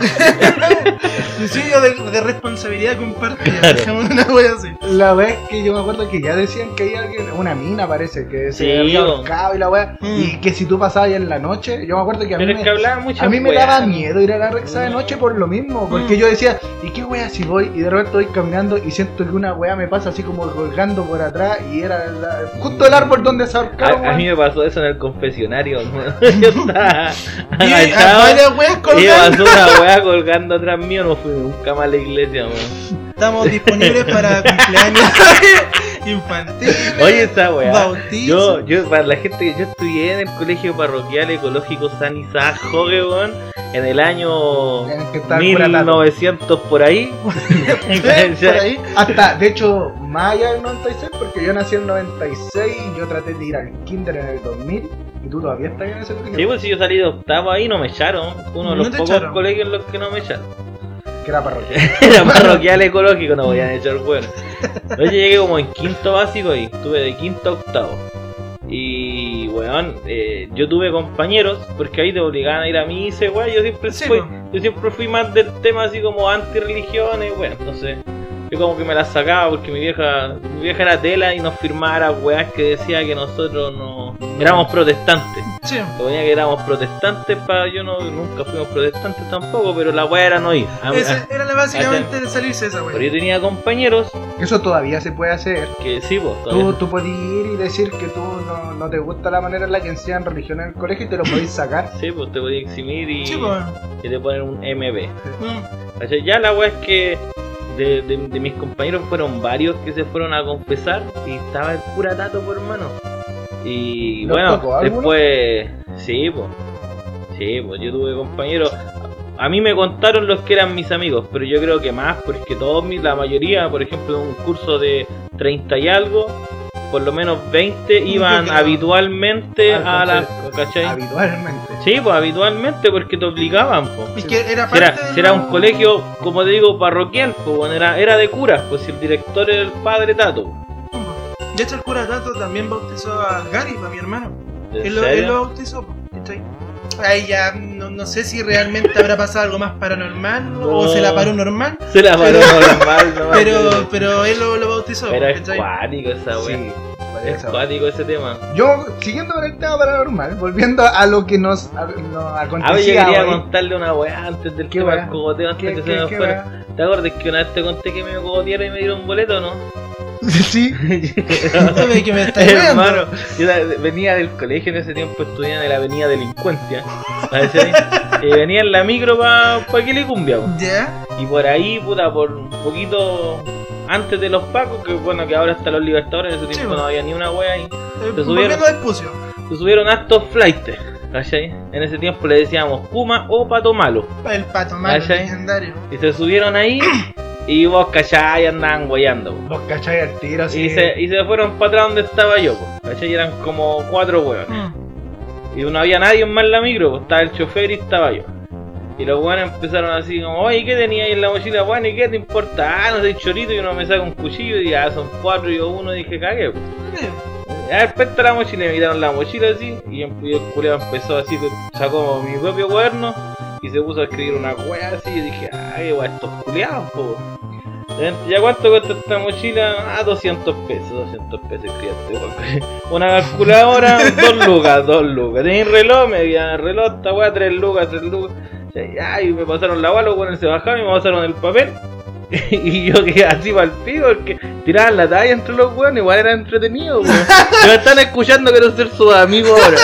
Speaker 5: Suicidio de, de responsabilidad compartida.
Speaker 3: Claro.
Speaker 5: Dejamos una wea así.
Speaker 4: La vez que yo me acuerdo que ya decían que hay alguien, una mina parece, que
Speaker 3: Sí,
Speaker 4: se había
Speaker 3: bo.
Speaker 4: ahorcado y la wea, y que si tú pasabas ahí en la noche, yo me acuerdo que a mí
Speaker 3: Pero es
Speaker 4: me,
Speaker 3: que hablaba mucho.
Speaker 4: a mí me daba miedo ir a la Rexa de noche por lo mismo,
Speaker 3: Mm.
Speaker 4: porque yo decía, ¿y qué wea si voy? Y de repente voy caminando y siento que una wea me pasa así como colgando por atrás y era la- justo el árbol donde se ahorcaron.
Speaker 3: A, a mí me pasó eso en el confesionario. ¿no? Yo estaba
Speaker 5: Y a
Speaker 4: ah,
Speaker 3: agachado
Speaker 5: varias weas
Speaker 3: y
Speaker 5: colgando.
Speaker 3: pasó una weá colgando atrás mío. No fui nunca más a la iglesia. weón.
Speaker 5: Estamos disponibles para cumpleaños infantiles.
Speaker 3: Oye, esa weá.
Speaker 5: Bautizo.
Speaker 3: Yo, yo, para la gente que yo estudié en el colegio parroquial ecológico San Isaac Jogue, weón, en el año
Speaker 4: En el que estaba curatado.
Speaker 3: 1900 por ahí.
Speaker 4: Eh, por ahí. Hasta, de hecho, más allá del 96, porque yo nací en el 96 y yo traté de ir al kinder en el 2000 y tú todavía estás en ese colegio,
Speaker 3: Sí, pues si yo salí de octavo ahí no me echaron. Fue uno de los
Speaker 5: No te
Speaker 3: pocos
Speaker 5: echaron.
Speaker 3: colegios en los que no me echaron. pues.
Speaker 4: que era parroquial.
Speaker 3: Era parroquial ecológico, no podían echar hueón. Entonces llegué como en quinto básico y estuve de quinto a octavo. Y weón, eh, yo tuve compañeros, porque ahí te obligaban a ir a misa, weón. Yo siempre
Speaker 5: Sí, pues.
Speaker 3: fui,
Speaker 5: po.
Speaker 3: yo siempre fui más del tema así como anti-religiones, weón. Entonces, yo como que me las sacaba porque mi vieja, mi vieja era tela y nos firmara weas que decía que nosotros no éramos protestantes.
Speaker 5: Sí.
Speaker 3: Se ponía que éramos protestantes, para yo no, nunca fuimos protestantes tampoco, pero la wea era no ir. A-
Speaker 5: Esa era la básicamente
Speaker 3: ah, Acá.
Speaker 5: de salirse de esa
Speaker 3: pero yo
Speaker 5: wea.
Speaker 3: tenía compañeros
Speaker 4: Eso todavía se puede hacer.
Speaker 3: que sí, pues, vos.
Speaker 4: Tú, tú podías ir y decir que tú no, no te gusta la manera en la que enseñan religión en el colegio y te lo podéis sacar.
Speaker 3: Sí, pues te podía eximir y,
Speaker 5: Sí, pues.
Speaker 3: y te ponen un MB.
Speaker 5: Mm.
Speaker 3: O sea, ya la wea es que de, de- de mis compañeros fueron varios que se fueron a confesar y estaba el pura tato, por hermano. Y
Speaker 4: ¿Los
Speaker 3: bueno,
Speaker 4: tocó alguno?
Speaker 3: después. Sí, pues. Sí, pues yo tuve compañeros. A mí me contaron los que eran mis amigos, pero yo creo que más, porque todos, mis- la mayoría, por ejemplo, en un curso de 30 y algo, por lo menos 20 iban
Speaker 5: creo.
Speaker 3: habitualmente
Speaker 4: Al
Speaker 3: a la. ¿cachai?
Speaker 4: Habitualmente.
Speaker 3: Sí, pues habitualmente porque te obligaban, pues.
Speaker 5: Y que era
Speaker 3: Si
Speaker 5: parte
Speaker 3: era,
Speaker 5: de
Speaker 3: si era
Speaker 5: lo-
Speaker 3: un colegio, como te digo, parroquial, pues bueno, era, era de curas, pues si el director era el padre Tato.
Speaker 5: De hecho, el cura Tato también bautizó a Gary, a mi hermano.
Speaker 3: ¿En
Speaker 5: Él lo, él
Speaker 3: serio?
Speaker 5: lo bautizó. po, ¿cachai? Ahí ya no, no sé si realmente habrá pasado algo más paranormal o
Speaker 3: No.
Speaker 5: se la paró normal,
Speaker 3: Se la paró normal, no
Speaker 5: pero, pero él lo, lo bautizó.
Speaker 3: Pero es
Speaker 5: ¿cachai?
Speaker 3: cuático esa
Speaker 4: Sí,
Speaker 3: wea.
Speaker 4: parece
Speaker 3: es
Speaker 4: esa.
Speaker 3: cuático ese tema.
Speaker 4: Yo, siguiendo con el tema paranormal, volviendo a lo que nos,
Speaker 3: A
Speaker 4: a- nos
Speaker 3: ver, Ah, yo
Speaker 4: acontecía
Speaker 3: quería
Speaker 4: hoy.
Speaker 3: contarle una wea antes del
Speaker 4: ah, ¿Qué
Speaker 3: tema
Speaker 4: wea?
Speaker 3: del cogoteo, antes
Speaker 4: ¿Qué-
Speaker 3: que
Speaker 4: qué-
Speaker 3: se nos
Speaker 4: qué
Speaker 3: fuera. ¿Te acuerdas que una vez te conté que me cogotearon y me dieron un boleto, no?
Speaker 4: Sí,
Speaker 5: Tú ves que me está viendo.
Speaker 3: Hermano, yo la- venía del colegio en ese tiempo, estudiaba en la avenida Delincuencia. ¿cachai? y venía en la micro para pa Quilicumbiao.
Speaker 5: Ya, Eh,
Speaker 3: Y por ahí, puta, por un poquito antes de los pacos, que bueno, que ahora están los libertadores, en ese tiempo
Speaker 5: bueno.
Speaker 3: no había ni una wea ahí.
Speaker 5: eh,
Speaker 3: Te subieron.
Speaker 5: volviendo al pucio.
Speaker 3: Se subieron hartos flightes, ¿cachai? En ese tiempo le decíamos Kuma o Pato Malo.
Speaker 5: El pato malo,
Speaker 3: ¿Cachai?
Speaker 5: legendario.
Speaker 3: Y se subieron ahí y vos, cachai, andaban guayando. po.
Speaker 4: vos cacháis al tiro así.
Speaker 3: Y, se, y se fueron para atrás donde estaba yo, po, ¿cachai? Y eran como cuatro huevos.
Speaker 5: Mm.
Speaker 3: Y no había nadie más en la micro, pues, estaba el chofer y estaba yo. Y los buenos empezaron así como, oye, ¿qué tenía ahí en la mochila? Bueno, ¿y qué te importa? Ah, no soy chorito y uno me saca un cuchillo y ya son cuatro y yo uno dije, cagué. pues". A ver, presta la mochila, y me quitaron la mochila así y em- y el culiao empezó así, sacó mi propio cuaderno y se puso a escribir una wea así y dije, ay, wea, estos culiados, po. ¿Ya cuánto cuesta esta mochila? Ah, 200 pesos, 200 pesos, escribiste, weón. Una calculadora, dos lucas, dos lucas. Tenía un reloj, me había reloj, esta weá, tres lucas, tres lucas. O sea, ya, y me pasaron la bala, los weones se bajaron y me pasaron el papel. y yo quedé así para el pico, porque tiraban la talla entre los weones, igual era entretenido, weón. Si me están escuchando, quiero ser su amigo ahora.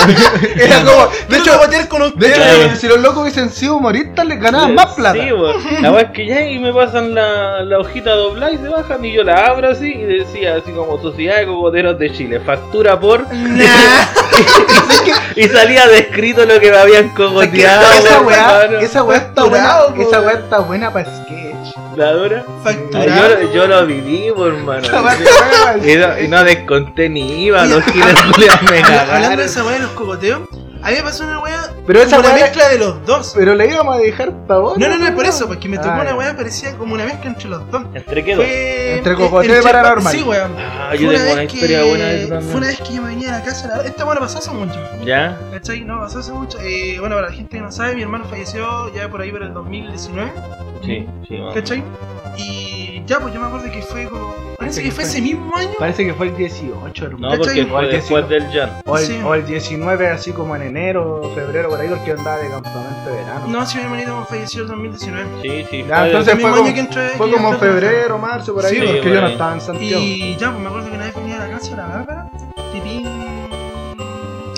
Speaker 4: Era como, de hecho,
Speaker 5: con un...
Speaker 4: de
Speaker 3: Claro.
Speaker 4: hecho, si los locos hubiesen sido humoristas, les ganaban más plata.
Speaker 3: Sí, weón. La weá es que ya, y me pasan la, la hojita doblada y se bajan, y yo la abro así, y decía así como Sociedad de Cocoteros de Chile, factura por.
Speaker 5: Nah.
Speaker 3: Y salía descrito lo que me habían cogoteado.
Speaker 4: esa
Speaker 3: weón,
Speaker 4: weá,
Speaker 3: cabrón.
Speaker 4: esa weá está
Speaker 5: Facturado,
Speaker 4: buena,
Speaker 5: po.
Speaker 4: esa weá está buena para sketch.
Speaker 3: ¿La dura? Ay,
Speaker 5: Facturado.
Speaker 3: yo, yo lo viví, por hermano.
Speaker 4: Esa weá está buena pa'
Speaker 3: Y no, y no desconté ni IVA, los giles culiados me
Speaker 5: Habla- Hablando de
Speaker 3: cagaron.
Speaker 5: esa weá de los cocoteos, a mí me pasó una weá
Speaker 4: Pero esa
Speaker 5: una
Speaker 4: weá.
Speaker 5: mezcla de los dos.
Speaker 4: Pero la íbamos a dejar para ahora.
Speaker 5: No, no, no, por eso, porque me tocó
Speaker 4: Ah,
Speaker 5: una
Speaker 4: ya.
Speaker 5: weá parecía como una mezcla entre los dos.
Speaker 3: ¿Entre qué dos?
Speaker 5: Fue...
Speaker 4: Entre
Speaker 5: el-
Speaker 4: Cocoteo
Speaker 5: el
Speaker 4: y
Speaker 5: Chapa-
Speaker 4: Paranormal.
Speaker 5: Sí, weón.
Speaker 3: Ah,
Speaker 5: Fue
Speaker 3: yo tengo
Speaker 5: vez
Speaker 3: una
Speaker 5: que-
Speaker 3: historia buena de eso también.
Speaker 5: Fue una vez que yo me venía a la casa, la- esta weá no pasó hace mucho.
Speaker 3: ¿Ya?
Speaker 5: ¿Cachai? No pasó hace mucho. Eh, bueno, para la gente que no sabe, mi hermano falleció ya por ahí por el 2019.
Speaker 3: Sí, sí. vamos.
Speaker 5: ¿Cachai? Y ya, pues yo me acuerdo que fue como. Parece que fue ese mismo año.
Speaker 4: Parece que fue el 18, hermano.
Speaker 3: No, porque
Speaker 5: ¿Cachai?
Speaker 3: fue
Speaker 4: Igual que
Speaker 3: después
Speaker 4: sí.
Speaker 3: del Jan.
Speaker 4: O el,
Speaker 5: Sí.
Speaker 4: o el 19, así como en enero o febrero, por ahí, porque yo andaba de campamento de verano.
Speaker 5: No, si mi hermanito falleció el 2019.
Speaker 3: Sí, sí.
Speaker 4: Ya,
Speaker 3: fue-
Speaker 4: entonces-
Speaker 5: El mismo
Speaker 4: fue como-
Speaker 5: año que entré-
Speaker 4: Fue
Speaker 5: que
Speaker 4: como en
Speaker 5: entré a trabajar.
Speaker 4: febrero, marzo, por ahí,
Speaker 5: Sí,
Speaker 4: porque
Speaker 3: por
Speaker 4: yo no
Speaker 3: ahí.
Speaker 4: estaba en Santiago.
Speaker 5: Y ya, pues me acuerdo que una vez venía a la casa de la Bárbara, tipín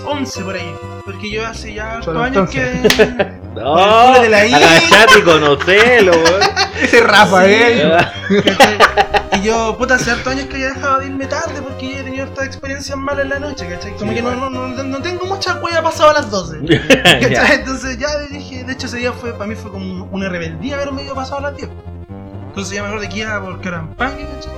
Speaker 5: 11 por ahí. Porque yo hace ya
Speaker 4: Solo
Speaker 5: hartos años que.
Speaker 3: No,
Speaker 5: de la I.
Speaker 3: agachate y conocelo, weón.
Speaker 4: Ese eh. Rafael.
Speaker 5: y yo, puta, hace hartos años que había dejado de irme tarde porque yo he tenido hartas experiencias malas en la noche, ¿cachai? Como
Speaker 3: Sí,
Speaker 5: que no,
Speaker 3: bueno.
Speaker 5: no, no, no tengo mucha cueva pasado a las 12. ¿cachai?
Speaker 3: Ya.
Speaker 5: Entonces ya dije, de hecho ese día fue, para mí fue como una rebeldía haberme ido pasado a las 10. Entonces ya me acuerdo que iba por Carampaque, ¿cachai?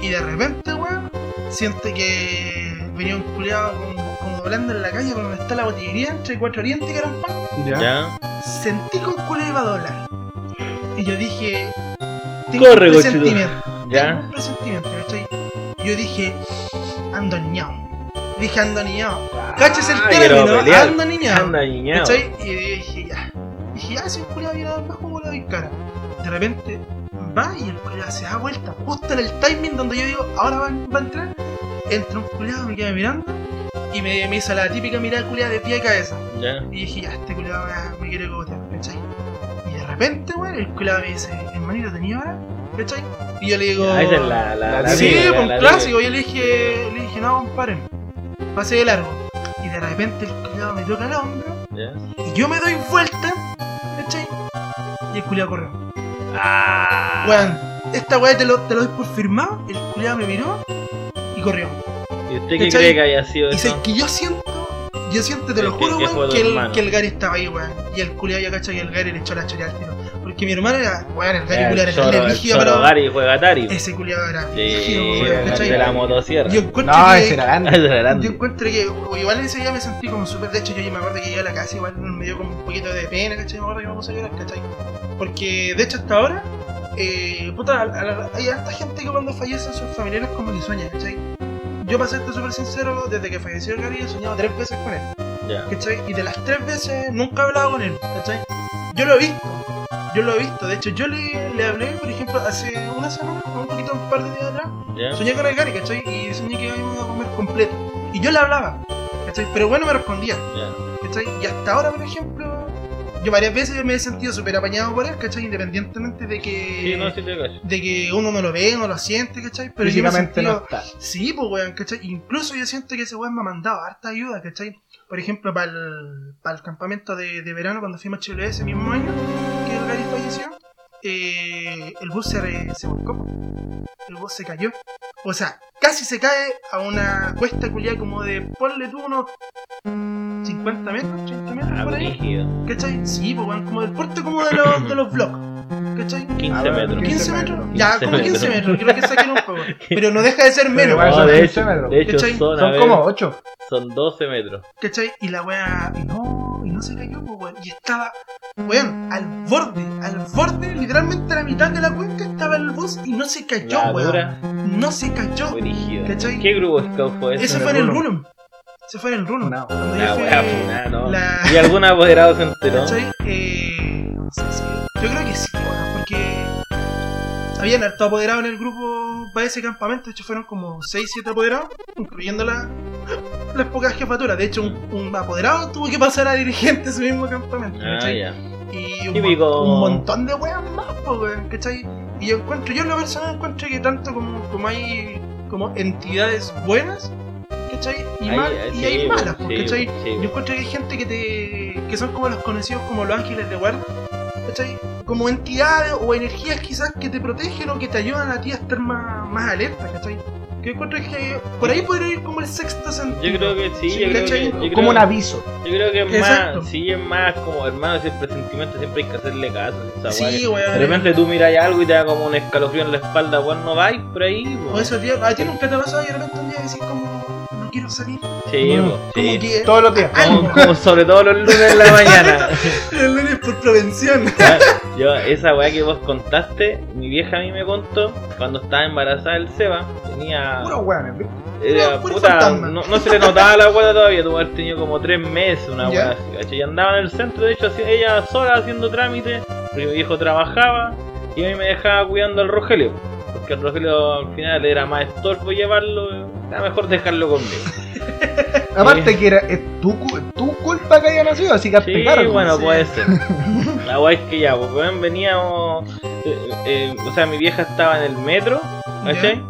Speaker 5: Y de repente, weón, siente que venía un culiado como, como doblando en la calle por donde está la botillería entre Cuatro Oriente y Carampaque
Speaker 3: Ya.
Speaker 5: sentí que un culo iba a doblar. Y yo dije.
Speaker 3: Corre,
Speaker 5: un
Speaker 3: cochudo.
Speaker 5: presentimiento. Tengo
Speaker 3: Ya.
Speaker 5: un presentimiento, ¿cachai? Yo dije. Ando niñao. Dije ando niñao. ¿Cachas el
Speaker 3: Ah, quiero
Speaker 5: término?
Speaker 3: pelear.
Speaker 5: Ando niñao.
Speaker 3: Anda, niñado.
Speaker 5: ¿Cachai? Y dije ya. Dije ya, si un culo viene a doblar, como lo doy cara. De repente va y el culo se da vuelta justo en el timing donde yo digo, ahora va, va a entrar. Entra un culiado, me queda mirando y me, me hizo la típica mirada culiada de pie y cabeza.
Speaker 3: Ya.
Speaker 5: Y dije, ya, este culiado me, me quiere cogotear, ¿cachai? Y de repente, weón, el culiado me dice, hermanito, ¿tenía hora? ¿cachai? Y yo le digo,
Speaker 3: Ah, esa es la. la, la
Speaker 5: sí,
Speaker 3: típica,
Speaker 5: pues, un
Speaker 3: la
Speaker 5: clásico. Yo le dije, le dije, no, compadre, pase de largo. Y de repente el culiado me toca el hombro,
Speaker 3: típica. Ya.
Speaker 5: y yo me doy vuelta, ¿cachai? Y el culiado corrió.
Speaker 3: Ah.
Speaker 5: Weón, esta weá te lo, te lo doy por firmado, el culiado me miró y corrió.
Speaker 3: ¿Y usted qué
Speaker 5: ¿Cachai?
Speaker 3: cree que haya sido
Speaker 5: Y sé
Speaker 3: eso?
Speaker 5: que yo siento, yo siento, te lo
Speaker 3: Que-
Speaker 5: juro,
Speaker 3: que fue
Speaker 5: weón,
Speaker 3: tu
Speaker 5: que el,
Speaker 3: hermano.
Speaker 5: que el Gary estaba ahí, weón. Y el culiado, yo cacho que el Gary le echó la chorea al tiro. Porque mi hermano era, weón, el Gary culiado
Speaker 3: El
Speaker 5: era terrible
Speaker 3: Choro el
Speaker 5: brígido,
Speaker 3: Choro
Speaker 5: pero
Speaker 3: Gary juega Atari.
Speaker 5: ese culiado era
Speaker 3: Sí,
Speaker 5: brígido, weón,
Speaker 3: el
Speaker 5: ¿cachai?
Speaker 3: de la motosierra.
Speaker 5: Yo encuentro
Speaker 4: No,
Speaker 5: que.
Speaker 4: ese era grande.
Speaker 3: Ese era grande.
Speaker 5: Yo encuentro que, o- igual ese día me sentí como súper. De hecho, yo, yo me acuerdo que llegué a la casa, igual me dio como un poquito de pena, ¿cachai? Me acuerdo que me puse a llorar, ¿cachai? Porque, de hecho, hasta ahora, eh, puta, a- a- hay harta gente que cuando fallecen sus familiares como que sueña, ¿cachai? Yo, para serte súper sincero, desde que falleció el Gary he soñado tres veces con él,
Speaker 3: Ya.
Speaker 5: ¿cachai? Y de las tres veces nunca he hablado con él, ¿cachai? Yo lo he visto, yo lo he visto. De hecho, yo le, le hablé, por ejemplo, hace una semana, un poquito, un par de días atrás.
Speaker 3: Ya.
Speaker 5: Soñé con el Gary, ¿cachai? Y soñé que íbamos a comer completo. Y yo le hablaba, ¿cachai? Pero bueno, me respondía,
Speaker 3: Ya.
Speaker 5: ¿cachai? Y hasta ahora, por ejemplo, yo varias veces me he sentido súper apañado por él, ¿cachai? Independientemente de que,
Speaker 3: Sí, no, sí te cacho.
Speaker 5: de que uno no lo ve, no lo siente, ¿cachai? Pero yo me he
Speaker 4: Físicamente no
Speaker 5: sentido-
Speaker 4: está.
Speaker 5: Sí, pues, weón, ¿cachai? Incluso yo siento que ese weón me ha mandado harta ayuda, ¿cachai? Por ejemplo, para el, campamento de, de verano, cuando fuimos a Chile ese mismo año, que el Gary falleció, eh, el bus se, re- se volcó. El bus se cayó. O sea, casi se cae a una cuesta culiada como de, ponle tú unos 50 metros, 30 metros
Speaker 3: Ah,
Speaker 5: por ahí,
Speaker 3: brígido.
Speaker 5: ¿cachai? Sí, pues, weón, como del puerto, como de los, de los blogs, ¿cachai?
Speaker 3: 15
Speaker 4: Ah,
Speaker 3: metros.
Speaker 5: 15
Speaker 4: 15
Speaker 5: metros,
Speaker 4: metros.
Speaker 5: ya, como
Speaker 3: 15
Speaker 5: 15 metros, creo que saquen un poco. Pero no deja de ser menos,
Speaker 4: Pero igual
Speaker 5: weón.
Speaker 3: No,
Speaker 4: son
Speaker 3: de
Speaker 4: 15
Speaker 3: hecho,
Speaker 4: metros.
Speaker 3: de hecho
Speaker 5: ¿Cachai?
Speaker 3: son, a
Speaker 4: Son
Speaker 3: ver,
Speaker 4: como 8.
Speaker 3: son 12 metros.
Speaker 5: ¿Cachai? Y la wea. Y no, y no se cayó, pues, weón. Y estaba, weón, al borde, al borde, literalmente a la mitad de la cuenca estaba el bus y no se cayó,
Speaker 3: La
Speaker 5: weón.
Speaker 3: dura,
Speaker 5: No se cayó.
Speaker 3: brígido.
Speaker 5: ¿Cachai?
Speaker 3: ¿Qué grupo scout fue ese?
Speaker 5: Eso
Speaker 4: en
Speaker 5: fue en
Speaker 4: el
Speaker 5: el
Speaker 4: Runum.
Speaker 5: Runum. Se fue en el Runum.
Speaker 4: No.
Speaker 5: Cuando yo
Speaker 3: La
Speaker 5: fui-
Speaker 3: wea funada, ¿no?
Speaker 5: la-
Speaker 3: Y algún apoderado se enteró.
Speaker 5: ¿Cachai? Eh, no sé si. Yo creo que sí, weón, porque. Habían harto apoderado en el grupo para ese campamento. De hecho, fueron como 6-7 apoderados, incluyendo la- las pocas jefaturas. De hecho, un, un apoderado tuvo que pasar a dirigente ese mismo campamento.
Speaker 3: Ah,
Speaker 5: ¿cachai?
Speaker 3: ya.
Speaker 5: Y un,
Speaker 3: Típico.
Speaker 5: mon- un montón de weas más, po, weón, ¿cachai? Y yo encuentro, yo en lo personal encuentro que tanto como, como hay como entidades buenas, ¿cachai? Y,
Speaker 3: Hay-
Speaker 5: mal-
Speaker 3: eh,
Speaker 5: y
Speaker 3: sí,
Speaker 5: hay malas, po,
Speaker 3: sí,
Speaker 5: ¿cachai?
Speaker 3: sí.
Speaker 5: Yo encuentro que hay gente que te. que son como los conocidos como los ángeles de guarda, ¿cachai? Como entidades o energías quizás que te protegen o que te ayudan a ti a estar más, más alerta, ¿cachai? Que encuentro que por ahí podría ir como el sexto sentido.
Speaker 3: Yo creo que sí,
Speaker 5: Sí,
Speaker 3: yo creo
Speaker 5: ¿cachai?
Speaker 3: que, yo creo,
Speaker 4: Como un aviso.
Speaker 3: yo creo que es
Speaker 5: Exacto.
Speaker 3: más, sí es más como hermano, ese presentimiento siempre hay que hacerle caso. Esa
Speaker 5: Sí,
Speaker 3: weá que-
Speaker 5: weón.
Speaker 3: De repente tú miras algo y te da como un escalofrío en la espalda, weón, no vais por ahí.
Speaker 5: O
Speaker 3: weón.
Speaker 5: eso, tío, a ti nunca te ha pasado y de repente un día decís como, no quiero salir.
Speaker 3: Sí, po,
Speaker 5: Como
Speaker 3: sí.
Speaker 5: que.
Speaker 4: Todos los días.
Speaker 3: Como, como sobre todo los lunes en la mañana.
Speaker 5: El lunes por prevención.
Speaker 3: Ya, Yo, esa weá que vos contaste, mi vieja a mí me contó cuando estaba embarazada del Seba. Tenía.
Speaker 4: Puros weones, ¿viste?
Speaker 3: era,
Speaker 5: puro
Speaker 3: puta,
Speaker 5: fantasma.
Speaker 3: no, no se le notaba la weá todavía, tuvo que haber tenido como tres meses una
Speaker 5: Ya.
Speaker 3: weá así, ¿cachai? Y andaba en el centro, de hecho, así, ella sola haciendo trámites, porque mi viejo trabajaba y a mí me dejaba cuidando al Rogelio. Porque al Rogelio al final era más estorbo llevarlo, era mejor dejarlo conmigo.
Speaker 4: Aparte que era es tu, cu- tu culpa que haya nacido, así que
Speaker 3: Sí,
Speaker 4: pegar.
Speaker 3: bueno, puede ser. La guay es que ya, pues weón, veníamos. eh, eh, o sea, mi vieja estaba en el metro, ¿cachai?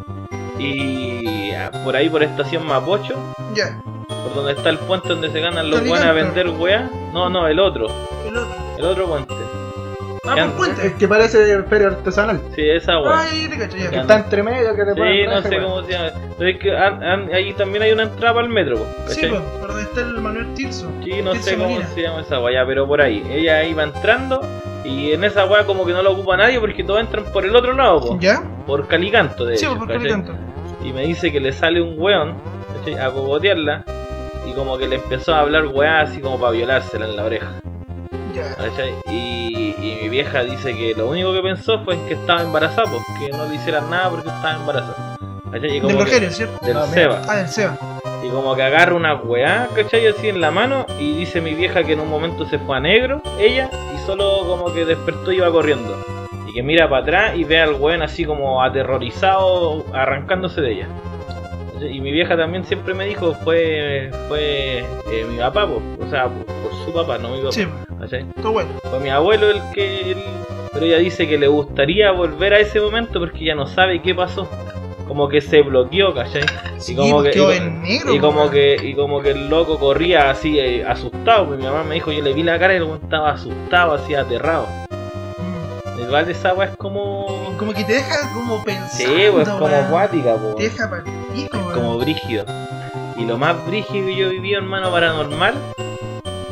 Speaker 3: Y ah, por ahí, por estación Mapocho,
Speaker 5: Ya,
Speaker 3: por donde está el puente donde se ganan los
Speaker 5: Tony
Speaker 3: buenos a
Speaker 5: Cantor.
Speaker 3: vender weá. No, no, el otro,
Speaker 5: el otro.
Speaker 3: el otro puente.
Speaker 5: Ah,
Speaker 3: Ya.
Speaker 5: por puente.
Speaker 4: Es que parece feria
Speaker 5: Eh,
Speaker 4: artesanal.
Speaker 3: Sí, esa weá.
Speaker 5: Ay, te cacho, Ah, ya.
Speaker 3: Ya.
Speaker 4: Está entre medio que te
Speaker 3: Sí,
Speaker 4: ponen
Speaker 3: no
Speaker 4: traje,
Speaker 3: sé
Speaker 4: weón.
Speaker 3: cómo se llama. Pero es que an- an- ahí también hay una entrada para el metro, pues,
Speaker 5: Sí,
Speaker 3: ¿cachai?
Speaker 5: pues, por donde está el Manuel Tirso.
Speaker 3: Sí, no
Speaker 5: Tirso
Speaker 3: sé cómo
Speaker 5: Molina.
Speaker 3: se llama esa guaya, pero por ahí. Ella iba entrando y en esa guaya como que no la ocupa nadie porque todos entran por el otro lado, po.
Speaker 5: ¿Ya?
Speaker 3: por Calicanto de
Speaker 5: Sí,
Speaker 3: hecho,
Speaker 5: pues, por
Speaker 3: ¿cachai?
Speaker 5: Calicanto.
Speaker 3: Y me dice que le sale un weón ¿cachai? a cogotearla y como que le empezó a hablar weá así como para violársela en la oreja.
Speaker 5: Ya.
Speaker 3: ¿cachai? Y, y mi vieja dice que lo único que pensó fue en que estaba embarazada, porque no le hicieran nada porque estaba embarazada. ¿cachai? Y como
Speaker 5: Del
Speaker 3: que-
Speaker 5: Rogelio, ¿cierto?
Speaker 3: del
Speaker 4: Ah, mira.
Speaker 3: Seba.
Speaker 5: Ah, del Seba.
Speaker 3: Y como que agarra una weá, ¿cachai? Así en la mano. Y dice mi vieja que en un momento se fue a negro, ella, y solo como que despertó y iba corriendo. Y que mira para atrás y ve al weón así como aterrorizado, arrancándose de ella. Y mi vieja también siempre me dijo, fue fue eh, mi papá, po. o sea, por, por su papá, no mi papá.
Speaker 5: Sí, pues,
Speaker 3: ¿cachai?
Speaker 5: todo bueno.
Speaker 3: Fue mi abuelo el que... el- Pero ella dice que le gustaría volver a ese momento porque ya no sabe qué pasó. Como que se bloqueó, ¿cachai?
Speaker 5: Sí,
Speaker 3: como que-
Speaker 5: porque quedó
Speaker 3: y-
Speaker 5: en negro.
Speaker 3: Y como
Speaker 5: pues.
Speaker 3: que, y como que el loco corría así eh, asustado, pues mi mamá me dijo, yo le vi la cara y el weón estaba asustado, así aterrado.
Speaker 5: Mm.
Speaker 3: Igual esa weá es como.
Speaker 5: Como que te deja como
Speaker 3: Sí,
Speaker 5: pensando.
Speaker 3: pues como
Speaker 5: weón.
Speaker 3: acuática, po.
Speaker 5: Te deja palpico, weón.
Speaker 3: Como brígido. Y lo más brígido que yo viví, hermano, paranormal,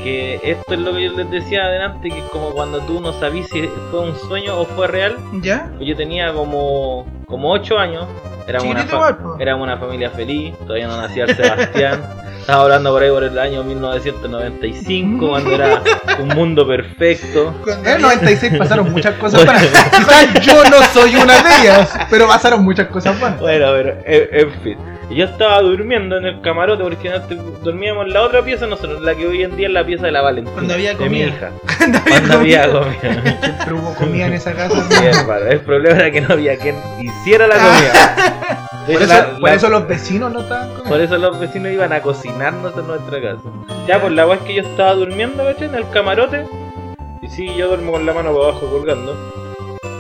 Speaker 3: que esto es lo que yo les decía adelante, que es como cuando tú no sabías si fue un sueño o fue real. pues
Speaker 5: ¿Ya?
Speaker 3: Yo tenía como. como ocho años. Era una
Speaker 5: Chiquitito
Speaker 3: fa-
Speaker 5: igual, pues. po.
Speaker 3: Éramos una familia feliz, todavía no nacía el Sebastián. Estaba hablando por ahí por el año 1995, cuando era un mundo perfecto.
Speaker 5: Cuando
Speaker 4: En el
Speaker 5: había-
Speaker 4: 96 pasaron muchas cosas buenas. Quizás yo no soy una de ellas, pero pasaron muchas cosas buenas.
Speaker 3: Bueno, pero, eh, en fin. Y Yo estaba durmiendo en el camarote porque antes dormíamos en la otra pieza nosotros, la que hoy en día es la pieza de la Valentina.
Speaker 5: Cuando había
Speaker 3: de mi
Speaker 5: comida.
Speaker 3: hija.
Speaker 5: cuando había
Speaker 3: Cuando había
Speaker 5: comido.
Speaker 3: comida.
Speaker 4: Siempre hubo comida en esa casa.
Speaker 3: Sí, hermano, El problema era que no había quien hiciera la comida.
Speaker 4: Por
Speaker 3: La-
Speaker 4: eso, por
Speaker 3: la-
Speaker 4: eso los vecinos no estaban con
Speaker 3: Por eso los vecinos iban a cocinarnos en nuestra casa. Ya, por la weá es que yo estaba durmiendo, ¿cachai? En el camarote. Y sí, yo duermo con la mano para abajo colgando.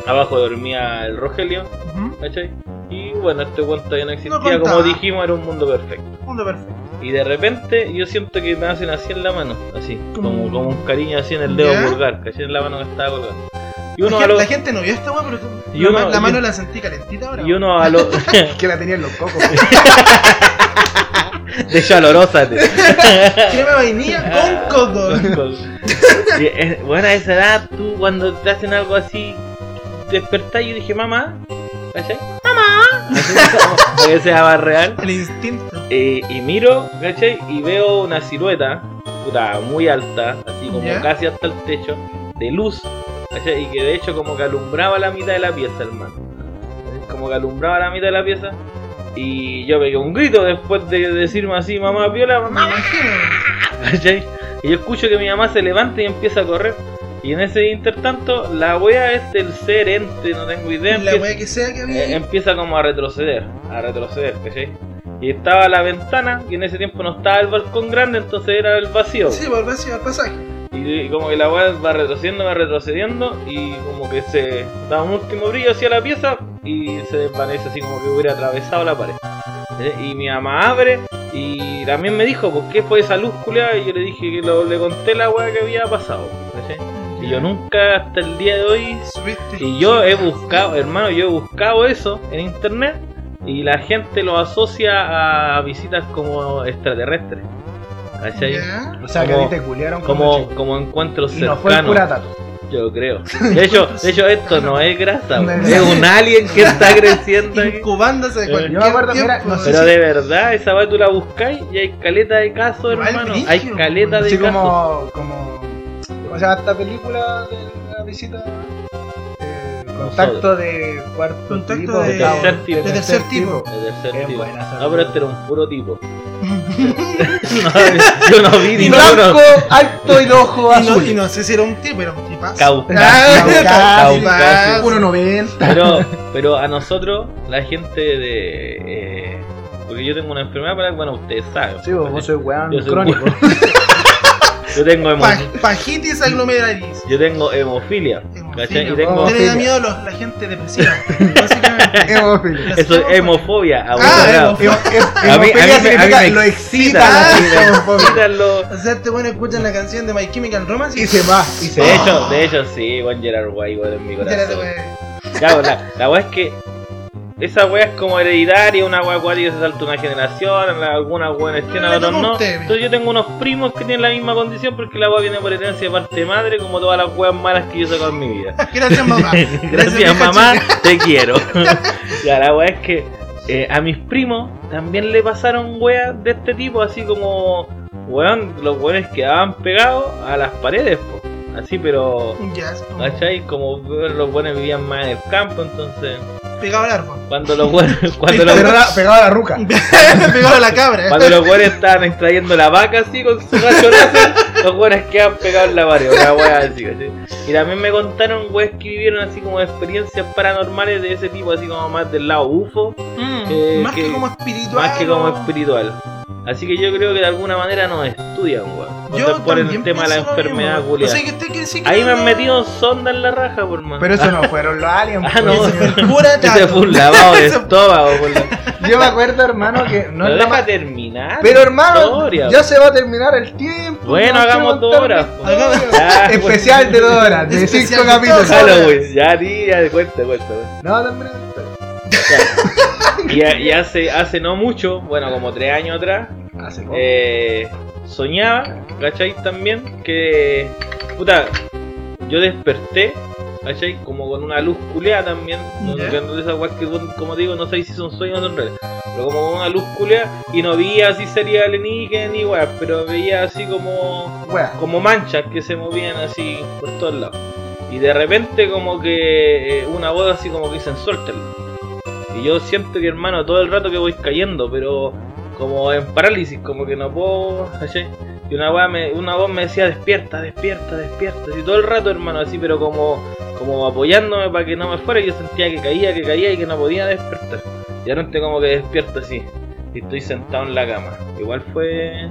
Speaker 3: Abajo dormía el Rogelio,
Speaker 5: Ujú.
Speaker 3: ¿cachai? Y bueno, este cuento todavía no existía.
Speaker 5: contaba.
Speaker 3: Como dijimos, era un mundo perfecto.
Speaker 5: Mundo perfecto.
Speaker 3: Y de repente yo siento que me hacen así en la mano, así. Como,
Speaker 5: Mm.
Speaker 3: como un cariño así en el dedo
Speaker 5: ¿Ya?
Speaker 3: pulgar, ¿cachai? En la mano que estaba colgando. Y
Speaker 5: La
Speaker 3: uno a
Speaker 5: gente-
Speaker 3: los...
Speaker 5: La gente no vio esta weá, pero tú-
Speaker 3: Y
Speaker 5: la,
Speaker 3: uno-
Speaker 5: ma- la
Speaker 3: y-
Speaker 5: mano la sentí calentita ahora.
Speaker 3: Y uno a los...
Speaker 4: que la tenían los cocos. pues.
Speaker 3: De chalorosate.
Speaker 5: Crema de vainilla con coco.
Speaker 3: Y, eh, bueno, a esa edad, tú cuando te hacen algo así, despertás y yo dije, mamá, ¿cachai? ¡Mamá! Así como, para que sea más real.
Speaker 5: El instinto.
Speaker 3: Eh, y miro, ¿cachai? Y veo una silueta, puta, muy alta, así como
Speaker 5: ¿Ya?
Speaker 3: casi hasta el techo, de luz, ¿cachai? Y que de hecho como que alumbraba la mitad de la pieza, hermano. Como que alumbraba la mitad de la pieza. Y yo pegué un grito después de decirme así, mamá, viola, mamá.
Speaker 5: Me imagino.
Speaker 3: ¿Cachai? Y yo escucho que mi mamá se levanta y empieza a correr. Y en ese intertanto, la wea es del ser ente, no tengo idea.
Speaker 5: La
Speaker 3: empieza-
Speaker 5: weá que sea que había.
Speaker 3: eh,
Speaker 5: ahí.
Speaker 3: empieza como a retroceder, a retroceder, ¿cachai? Y estaba la ventana, y en ese tiempo no estaba el balcón grande, entonces era el vacío.
Speaker 5: Sí, por vacío al pasaje.
Speaker 3: Y, y como que la weá va retrocediendo, va retrocediendo, y como que se da un último brillo hacia la pieza y se desvanece así como que hubiera atravesado la pared. ¿Eh? Y mi mamá abre y también me dijo, ¿por qué fue esa luz culiada? Y yo le dije que lo- le conté la weá que había pasado. ¿cachai? Y yo nunca hasta el día de hoy
Speaker 5: Subiste.
Speaker 3: y yo he buscado, hermano, yo he buscado eso en internet y la gente lo asocia a visitas como extraterrestres. ¿Cachai?
Speaker 5: Ya.
Speaker 4: O sea, que a
Speaker 3: Como-
Speaker 4: ti te culiaron
Speaker 3: Como,
Speaker 4: chico.
Speaker 3: como encuentros
Speaker 4: pues, Y no fue el
Speaker 3: cercanos.
Speaker 4: pura tato.
Speaker 3: Yo creo. De hecho, de hecho esto no es grasa,
Speaker 4: No
Speaker 3: weón.
Speaker 4: es
Speaker 3: es
Speaker 4: grasa.
Speaker 3: un alien que está creciendo aquí.
Speaker 5: Incubándose de
Speaker 3: Eh,
Speaker 5: cualquier
Speaker 4: yo me acuerdo, mira,
Speaker 5: tiempo,
Speaker 4: no sé
Speaker 3: Pero
Speaker 5: así.
Speaker 3: de verdad, esa va tú la buscáis y hay caleta de casos,
Speaker 5: Igual
Speaker 3: hermano.
Speaker 5: brígido,
Speaker 3: Hay caleta de
Speaker 4: Así
Speaker 3: casos.
Speaker 4: pues, como, como. ¿Cómo se llama esta película de la visita? Eh, Contacto de cuarto
Speaker 5: Contacto
Speaker 4: tipo,
Speaker 5: de-
Speaker 4: octavo,
Speaker 3: tercer tipo.
Speaker 5: de tercer tipo.
Speaker 3: El tercer
Speaker 4: Es
Speaker 3: tipo.
Speaker 4: buena esa
Speaker 3: No, pero
Speaker 4: película.
Speaker 3: este era un puro tipo. No, yo no vi ni
Speaker 4: Blanco,
Speaker 3: uno.
Speaker 4: alto y de ojo
Speaker 5: Y no, y
Speaker 4: azul.
Speaker 5: no sé si era un tipo, era un tipazo.
Speaker 3: Caucásico.
Speaker 4: Ah, casi,
Speaker 3: Caucásico.
Speaker 4: 1.90.
Speaker 3: Pero, pero a nosotros, la gente de. eh, porque yo tengo una enfermedad para bueno, ustedes saben.
Speaker 4: Sí, vos,
Speaker 3: ¿vale?
Speaker 4: vos sois weón
Speaker 3: Yo soy
Speaker 4: crónico.
Speaker 3: Yo tengo, hemo-
Speaker 5: Pa- pajitis aglomeralis.
Speaker 3: yo tengo hemofilia. ¿cachai? Y
Speaker 5: Hemofilia,
Speaker 3: tengo.
Speaker 4: vos.
Speaker 5: Usted le da miedo a los- la gente depresiva. básicamente.
Speaker 4: Hemofili.
Speaker 3: Eso es hemofobia.
Speaker 5: Ah,
Speaker 3: abusado.
Speaker 5: hemofobia.
Speaker 3: a mí, a mí, me- a mí me
Speaker 4: lo
Speaker 3: excita.
Speaker 4: excita.
Speaker 3: así,
Speaker 4: la
Speaker 3: me
Speaker 4: homofobia.
Speaker 3: excitan los-
Speaker 5: O sea, este bueno escuchan la canción de My Chemical Romance
Speaker 4: Y se va, y se
Speaker 3: De
Speaker 4: va.
Speaker 3: hecho, de hecho, sí, buen Gerard Way, igual en mi
Speaker 5: Ya la
Speaker 3: corazón.
Speaker 5: tuve.
Speaker 3: Claro, pues, la, la wea es que esa wea es como hereditaria, una wea cuática se salta una generación, la- algunas weas tienen,
Speaker 5: Le
Speaker 3: otros
Speaker 5: tocó a
Speaker 3: no.
Speaker 5: Ah, usted.
Speaker 3: Entonces yo tengo unos primos que tienen la misma condición porque la wea viene por herencia de parte de madre, como todas las weas malas que yo saco en mi vida.
Speaker 5: Gracias, mamá.
Speaker 3: Gracias
Speaker 5: vieja
Speaker 3: mamá,
Speaker 5: chica.
Speaker 3: te quiero. ya, la wea es que eh, a mis primos también le pasaron weas de este tipo, así como, weón, los weones quedaban pegados a las paredes, po. así pero...
Speaker 5: Ya, es como
Speaker 3: ¿Cachai? Como los buenos vivían más en el campo, entonces
Speaker 5: pegado al árbol.
Speaker 3: cuando los buenos, cuando los,
Speaker 5: Este
Speaker 4: Pero la- pegado a la ruca.
Speaker 5: pegado a la cabra.
Speaker 3: cuando los buenos estaban extrayendo la vaca así con su rayo láser, los buenos quedaban pegados en la pared, una wea así, ¿cachai? Y también me contaron weas que vivieron así como experiencias paranormales de ese tipo, así como más del lado UFO, eh,
Speaker 5: Mm, más que,
Speaker 3: que-
Speaker 5: como espiritual.
Speaker 3: más que como
Speaker 5: no.
Speaker 3: espiritual. Así que yo creo que de alguna manera nos estudian, weón. O sea,
Speaker 5: Yo
Speaker 3: por el
Speaker 5: también
Speaker 3: tema de la
Speaker 5: pienso lo
Speaker 3: enfermedad
Speaker 5: mismo.
Speaker 3: culiada.
Speaker 5: O sea, que usted quiere decir que
Speaker 3: Ahí me
Speaker 5: no-
Speaker 3: han metido sonda en la raja, por mano.
Speaker 4: Pero eso no fueron los aliens.
Speaker 3: Ah, no.
Speaker 4: pues.
Speaker 5: Ese fue el pura
Speaker 3: Ese
Speaker 5: chato.
Speaker 3: fue un lavado de
Speaker 5: Ese-
Speaker 3: estómago, por la-
Speaker 4: Yo me acuerdo, hermano, que no
Speaker 3: No
Speaker 4: es
Speaker 3: deja
Speaker 4: la más.
Speaker 3: terminar.
Speaker 4: Pero hermano,
Speaker 3: historia.
Speaker 4: ya se va a terminar el tiempo.
Speaker 3: Bueno,
Speaker 4: no
Speaker 3: hagamos
Speaker 4: quiero
Speaker 3: dos horas.
Speaker 4: contar
Speaker 3: po.
Speaker 4: mi
Speaker 5: Hagamos-
Speaker 4: historia.
Speaker 3: Ya,
Speaker 4: Especial de dos horas, de
Speaker 5: Especial
Speaker 4: cinco
Speaker 5: de dos
Speaker 3: pues,
Speaker 4: capítulos.
Speaker 3: Halloween. Ya, di, ya, cuenta, cuenta. cuenta.
Speaker 4: No, también es historia.
Speaker 3: Y, a- y hace, hace no mucho, bueno, como tres años atrás,
Speaker 4: Hace poco.
Speaker 3: eh, soñaba, ¿cachai? También que. Puta, yo desperté, ¿cachai? Como con una luz culeada también. No
Speaker 5: Ya.
Speaker 3: sé, no sé, esas weas que, son- como te digo, no sé si son sueños o son reales. Pero como con una luz culeada y no veía así sería alienígena ni weas, pero veía así como.
Speaker 4: Wea.
Speaker 3: como manchas que se movían así por todos lados. Y de repente como que eh, una voz así como que dicen suéltalo. Y yo siento que hermano todo el rato que voy cayendo, pero como en parálisis, como que no puedo, ¿cachai? Y una, weá me, una voz me decía despierta, despierta, despierta, así todo el rato hermano, así pero como, como apoyándome para que no me fuera, y yo sentía que caía, que caía y que no podía despertar. Y de repente como que despierto así, y estoy sentado en la cama. Igual fue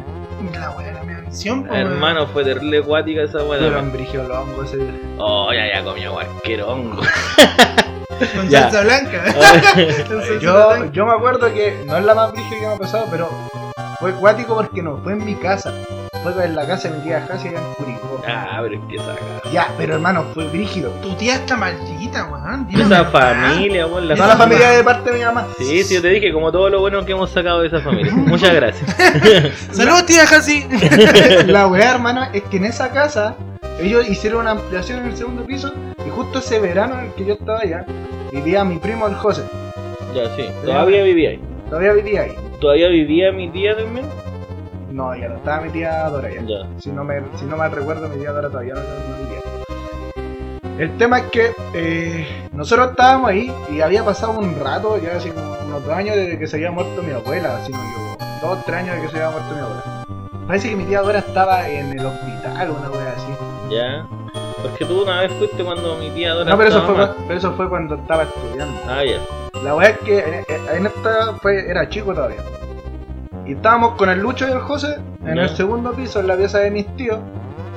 Speaker 5: La wea, la media visión,
Speaker 4: Ah,
Speaker 5: po, weón.
Speaker 3: Hermano, fue terrible acuática esa
Speaker 4: Pero
Speaker 3: weá.
Speaker 4: en brigio los hongos ese.
Speaker 3: Oh, ya, ya comió cualquier hongo. Ah,
Speaker 5: Con
Speaker 3: Ya.
Speaker 5: salsa blanca. Con salsa
Speaker 4: Yo,
Speaker 5: blanca.
Speaker 4: yo me acuerdo que no es la más brígida que me ha pasado, pero fue cuático porque no, fue en mi casa. Fue en la casa de mi tía Casi en Curicó.
Speaker 3: ah, pero es que saca.
Speaker 4: Ya, pero hermano, fue brígido.
Speaker 5: Tu tía está maldita, weón. dime la
Speaker 3: Esa
Speaker 5: verdad.
Speaker 3: familia, weón.
Speaker 4: Toda la familia de parte de mi mamá.
Speaker 3: Sí, sí, yo te dije, como todo lo bueno que hemos sacado de esa familia. Muchas gracias.
Speaker 5: Saludos, tía Jassi.
Speaker 4: La weá, hermano, es que en esa casa ellos hicieron una ampliación en el segundo piso y justo ese verano en el que yo estaba allá, vivía mi primo el José.
Speaker 3: Ya, sí. Todavía vivía ahí.
Speaker 4: Todavía vivía ahí.
Speaker 3: Todavía vivía mi tía también.
Speaker 4: No, ya no estaba mi tía Dora ya.
Speaker 3: Ya.
Speaker 4: Si no, me, si no mal recuerdo, mi tía Dora todavía no, no vivía. El tema es que eh, nosotros estábamos ahí y había pasado un rato, ya así como unos dos años desde que se había muerto mi abuela, así no yo, dos, tres años desde que se había muerto mi abuela. Parece que mi tía Dora estaba en el hospital, una wea así.
Speaker 3: Ya. Porque tú una vez fuiste cuando mi tía Dora.
Speaker 4: No, pero eso,
Speaker 3: estaba
Speaker 4: fue,
Speaker 3: mal.
Speaker 4: cuan- pero eso fue cuando estaba estudiando.
Speaker 3: Ah, ya.
Speaker 4: La wea es que eh, en, en esta fue, era chico todavía. Y estábamos con el Lucho y el José en
Speaker 3: Ya.
Speaker 4: el segundo piso, en la pieza de mis tíos.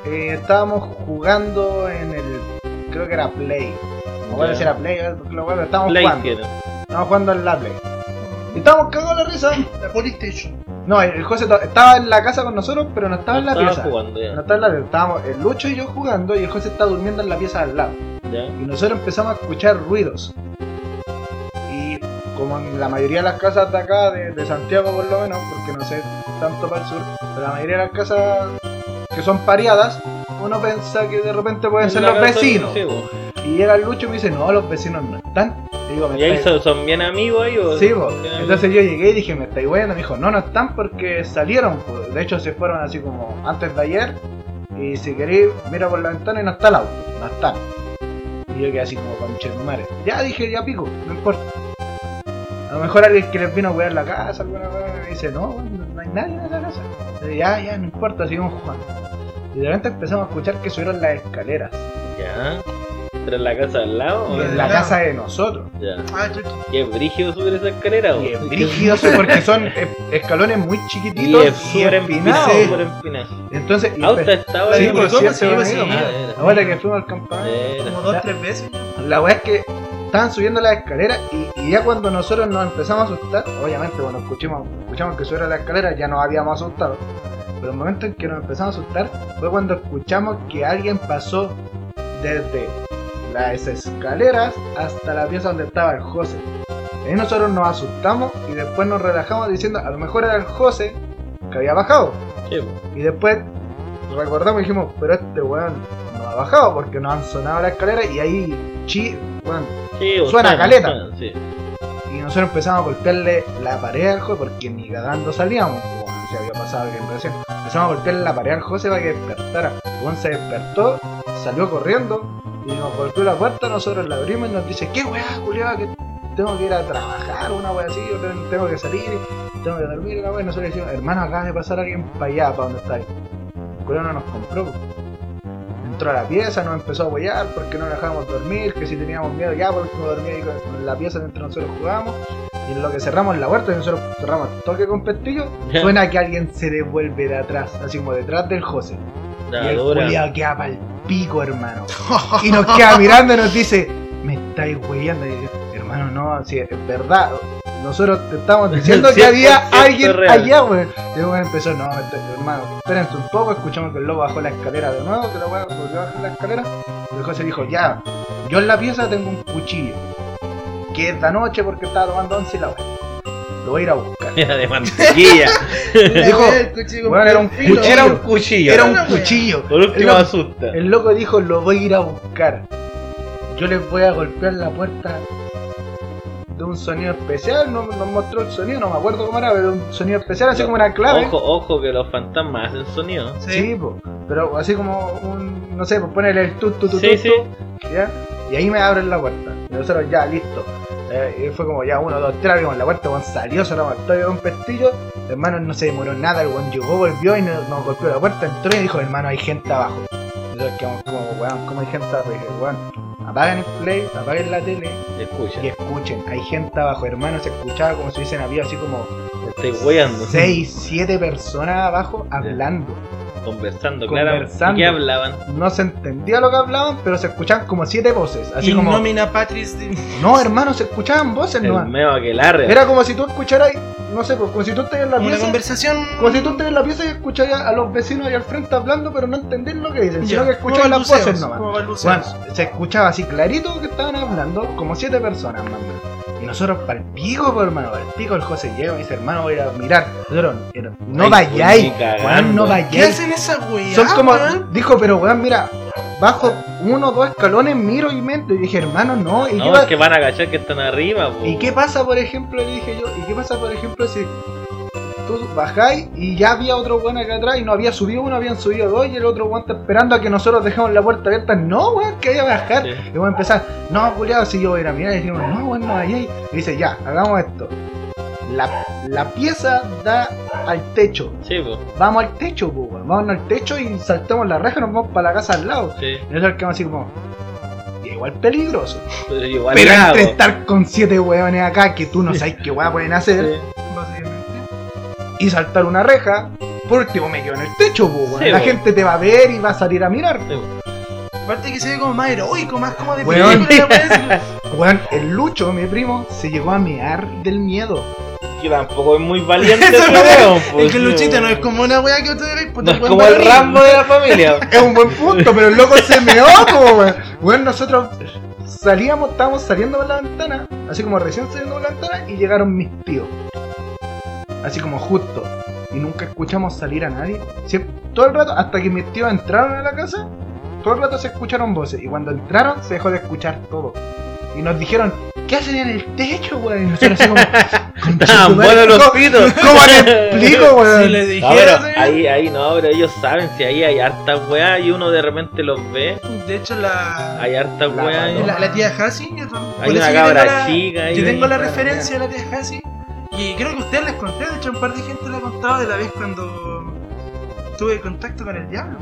Speaker 4: Eh, estábamos jugando en el. Creo que era Play. No
Speaker 3: Ya.
Speaker 4: recuerdo si era Play, eh, lo bueno, estábamos
Speaker 3: Play Mm.
Speaker 4: jugando.
Speaker 3: tiene.
Speaker 4: Estábamos jugando en la Play. Y estábamos cagados de la risa.
Speaker 5: La Polystation.
Speaker 4: No, el el José to- estaba en la casa con nosotros, pero no estaba en la
Speaker 3: Estaba
Speaker 4: pieza.
Speaker 3: jugando
Speaker 4: No
Speaker 3: ya.
Speaker 4: estaba en la pieza. Estábamos el Lucho y yo jugando y el José estaba durmiendo en la pieza al lado
Speaker 3: Ya.
Speaker 4: y nosotros empezamos a escuchar ruidos. Y como en la mayoría de las casas de acá, de, de Santiago por lo menos, porque no sé tanto para el sur, pero la mayoría de las casas que son pareadas, uno piensa que de repente pueden ser
Speaker 3: La
Speaker 4: los
Speaker 3: verdad,
Speaker 4: vecinos.
Speaker 3: sí, bo.
Speaker 4: Y llega el Lucho y me dice, no, los vecinos no están. Le digo, me
Speaker 3: Y ahí
Speaker 4: estáis-
Speaker 3: son, son bien amigos ellos.
Speaker 4: Sí, bo.
Speaker 3: Son bien amigos.
Speaker 4: Entonces yo llegué y dije, me estáis bueno. Me dijo, no, no están
Speaker 5: Ah,
Speaker 4: porque salieron. pues. De hecho, se fueron así como antes de ayer. Y si queréis, mira por la ventana y no está el auto. No están. Y yo quedé así como con chetumares. Ya dije, ya pico, no importa. A lo mejor alguien que les vino a cuidar la casa, alguna cosa, me dice, no, no hay nadie en esa casa. Y yo, ya, ya, no importa, sigamos jugando. Y de repente empezamos a escuchar que subieron las escaleras.
Speaker 3: Ya. ¿Tras la casa al lado?
Speaker 4: En
Speaker 3: o-
Speaker 4: la
Speaker 5: Ya.
Speaker 4: casa de nosotros.
Speaker 3: Ya.
Speaker 5: Ah, chucha.
Speaker 3: Qué brígido subir esa escalera, bo.
Speaker 4: Y es brígido, sí, porque son eh, escalones muy
Speaker 3: Y
Speaker 4: chiquititos
Speaker 3: es súper empinado,
Speaker 4: sí.
Speaker 3: súper empinado.
Speaker 4: Entonces, y
Speaker 3: Auto
Speaker 4: pe-
Speaker 3: estaba
Speaker 4: sí,
Speaker 5: la
Speaker 4: pues,
Speaker 5: Yuricoma
Speaker 4: siempre
Speaker 5: se
Speaker 4: van
Speaker 5: iba
Speaker 4: ahí,
Speaker 5: así.
Speaker 4: ¿no? La verdad que fuimos al campamento.
Speaker 5: Como
Speaker 4: Ya.
Speaker 5: dos, tres veces.
Speaker 4: La weá es que estaban subiendo las escaleras y, y ya cuando nosotros nos empezamos a asustar, obviamente cuando escuchamos, escuchamos que subieron las escaleras ya nos habíamos asustado. Pero el momento en que nos empezamos a asustar fue cuando escuchamos que alguien pasó desde las escaleras hasta la pieza donde estaba el José. Ahí nosotros nos asustamos y después nos relajamos diciendo, a lo mejor era el José que había bajado.
Speaker 3: Sí, bo.
Speaker 4: Y después recordamos y dijimos, pero este weón no ha bajado porque no han sonado la escalera y ahí chi, weón.
Speaker 3: Sí, bo,
Speaker 4: Suena
Speaker 3: está,
Speaker 4: caleta.
Speaker 3: está, Sí.
Speaker 4: Y nosotros empezamos a golpearle la pared al José porque ni cagando salíamos, weón, se había pasado que recién. Empezamos a golpearle la pared al José para que despertara. El weón se despertó, salió corriendo y nos golpeó la puerta, nosotros la abrimos y nos dice, qué weá, culiao, que tengo que ir a trabajar, una weá así, yo ten- tengo que salir, tengo que dormir, una weá, y nosotros le decimos, hermano, acaba de pasar alguien para allá, para donde estáis. El culiao no nos compró. po. Entró a la pieza, nos empezó a apoyar porque no dejábamos dormir, que si teníamos miedo ya, por último dormía ahí con- con la pieza entre nosotros jugábamos. Y en lo que cerramos la puerta, y nosotros cerramos el toque con pestillo,
Speaker 3: Ya.
Speaker 4: suena que alguien se devuelve de atrás, así como detrás del José.
Speaker 3: La
Speaker 4: y el
Speaker 3: dura.
Speaker 4: culiao queda pa'l pico, hermano. Y nos queda mirando y nos dice, me estáis hueviando. Y yo, hermano, no, si es verdad. Nosotros te estamos diciendo que había
Speaker 3: 100%
Speaker 4: alguien
Speaker 3: real.
Speaker 4: allá, weón. Y el weón empezó, no, me estáis- hermano, espérense un poco, escuchamos que el lobo bajó la escalera de nuevo, que la weá volvió a bajar la escalera. Y el José dijo, ya, yo en la pieza tengo un cuchillo. Que esta noche porque estaba tomando once y la weá. Lo voy a ir a buscar.
Speaker 3: Era de mantequilla.
Speaker 4: Dijo,
Speaker 5: La wea, el cuchillo
Speaker 4: weón, era un
Speaker 5: completo.
Speaker 4: cuchillo.
Speaker 3: Era un cuchillo.
Speaker 4: Era un
Speaker 5: Era una weá.
Speaker 4: cuchillo.
Speaker 3: Por
Speaker 4: El
Speaker 3: último
Speaker 4: loco-
Speaker 3: asusta.
Speaker 4: el loco dijo, lo voy a ir a buscar. Yo les voy a golpear la puerta de un sonido especial. No, nos mostró el sonido, no me acuerdo cómo era, pero un sonido especial, así como una clave.
Speaker 3: Ojo, ojo que los fantasmas hacen sonido.
Speaker 5: Sí.
Speaker 4: Sí, po, pero así como un, no sé, pues ponerle el tu, tu, tu,
Speaker 3: Sí,
Speaker 4: tu,
Speaker 3: sí.
Speaker 4: tu, ¿ya? Y ahí me abren la puerta. Y nosotros ya, listo. Eh, y fue como ya uno, dos, tres, abrimos la puerta, weón, salió, sonaba el toque de un pestillo. Hermano, no se demoró nada, el weón llegó, volvió y nos, nos golpeó la puerta, entró y dijo, hermano, hay gente abajo. Y nosotros quedamos como, weón, ¿cómo hay gente abajo? Y dije, weón, apaguen el play, apaguen la tele
Speaker 3: Escucha.
Speaker 4: y escuchen, hay gente abajo, hermano, se escuchaba como si dicen, había así como
Speaker 3: Te estoy hueando.
Speaker 4: 6, 7 personas abajo hablando.
Speaker 3: Conversando, claro.
Speaker 4: Conversando.
Speaker 3: ¿Qué hablaban?
Speaker 4: no se entendía lo que hablaban, pero se escuchaban como siete voces. Así
Speaker 5: In
Speaker 4: como, no,
Speaker 5: nomina patris de-
Speaker 4: hermano, se escuchaban voces
Speaker 3: El
Speaker 4: nomás.
Speaker 3: meo aquelarre.
Speaker 4: Era como si tú escucharas, no sé, pues, como si tú estés en la
Speaker 5: Una
Speaker 4: pieza.
Speaker 5: conversación.
Speaker 4: Como si tú estés en la pieza y escuchas a los vecinos ahí al frente hablando, pero no entendés lo que dicen,
Speaker 5: Ya,
Speaker 4: sino que escuchabas las
Speaker 5: como
Speaker 4: voces
Speaker 5: balbuceos,
Speaker 4: nomás.
Speaker 5: como
Speaker 4: Bueno,
Speaker 5: balbuceos.
Speaker 4: se escuchaba así clarito que estaban hablando como siete personas, más o menos. Y nosotros pa'l pico, pues, hermano, pa'l pico el José llega y me dice, hermano, voy a ir a mirar. Nosotros, pero no
Speaker 3: Ay,
Speaker 4: vayáis,
Speaker 3: pues, ni
Speaker 4: Juan,
Speaker 3: cagando.
Speaker 4: no
Speaker 5: ¿Qué
Speaker 4: vayáis.
Speaker 5: hacen esas weas?
Speaker 4: Son como,
Speaker 5: weón?
Speaker 4: dijo, pero weón, mira, bajo uno o dos escalones, miro y mento. Y dije, hermano, no. ¿Y, qué
Speaker 3: No,
Speaker 4: pa-
Speaker 3: es que van a agachar que están arriba, po.
Speaker 4: ¿Y qué pasa, por ejemplo? Le dije yo, ¿y qué pasa, por ejemplo, si tú bajáis y ya había otro weón acá atrás y no había subido uno, habían subido dos y el otro weón está esperando a que nosotros dejemos la puerta abierta? No, weón, que vaya a bajar.
Speaker 3: Sí.
Speaker 4: Y voy a empezar, no, culiado, si yo voy a ir a mirar. Y dijimos, no, weón, no vayáis. Y dice, ya, hagamos esto. La, la pieza da al techo
Speaker 3: Sí, po.
Speaker 4: vamos al techo, po, weón. Vámonos al techo y saltamos la reja y nos vamos para la casa al lado.
Speaker 3: Sí.
Speaker 4: Y nosotros quedamos así como. "Y igual peligroso.
Speaker 3: Pero igual
Speaker 4: Pero
Speaker 3: la
Speaker 4: entre
Speaker 3: hago.
Speaker 4: estar con siete hueones acá que tú no sabes qué hueá pueden hacer
Speaker 3: Sí.
Speaker 5: Básicamente.
Speaker 4: y saltar una reja, por último me quedo en el techo, po, weón.
Speaker 3: Sí,
Speaker 4: La
Speaker 3: po.
Speaker 4: gente te va a ver y va a salir a mirar.
Speaker 3: Sí, po.
Speaker 5: Aparte que se ve como más heroico, más como de
Speaker 4: Weón.
Speaker 5: película, weón.
Speaker 4: Weón, el Lucho, mi primo, se llegó a mear del miedo.
Speaker 3: Que tampoco es muy valiente
Speaker 5: Eso
Speaker 3: ese
Speaker 5: no es-
Speaker 3: weón, po.
Speaker 5: Es que Luchita
Speaker 3: Sí,
Speaker 5: no es
Speaker 3: po.
Speaker 5: como una wea que otro dirá,
Speaker 3: No
Speaker 5: puta
Speaker 3: es
Speaker 5: weón,
Speaker 3: como el
Speaker 5: Barry.
Speaker 3: Rambo de la familia.
Speaker 4: Es un buen punto, pero el loco se meó, po, weón. Weón, nosotros salíamos, estábamos saliendo por la ventana, así como recién saliendo por la ventana, y llegaron mis tíos. Así como justo. y nunca escuchamos salir a nadie. Sie- todo el rato, hasta que mis tíos entraron a la casa, todo el rato se escucharon voces. Y cuando entraron, se dejó de escuchar todo. Y nos dijeron, ¿qué hacen en el techo, weón? Y nosotros así como, "Concha
Speaker 3: Estaban
Speaker 4: tu madre,
Speaker 3: buenos los
Speaker 4: ¿cómo-
Speaker 3: pitos.
Speaker 4: ¿Cómo te explico, weón?
Speaker 5: Si le
Speaker 8: No, pero
Speaker 5: dijera, señor.
Speaker 8: ahí, ahí no, pero ellos saben si ahí hay hartas weas y uno de repente los ve,
Speaker 5: De hecho, la,
Speaker 8: hay hartas
Speaker 4: La
Speaker 8: weas.
Speaker 4: paloma.
Speaker 5: la, la tía Hassi.
Speaker 8: Hay una cabra chica ahí.
Speaker 5: Yo tengo la
Speaker 4: claro,
Speaker 5: referencia de la tía Hassi. Y creo que ustedes les conté. De hecho, un par de gente le ha contado de la vez cuando tuve contacto con el diablo.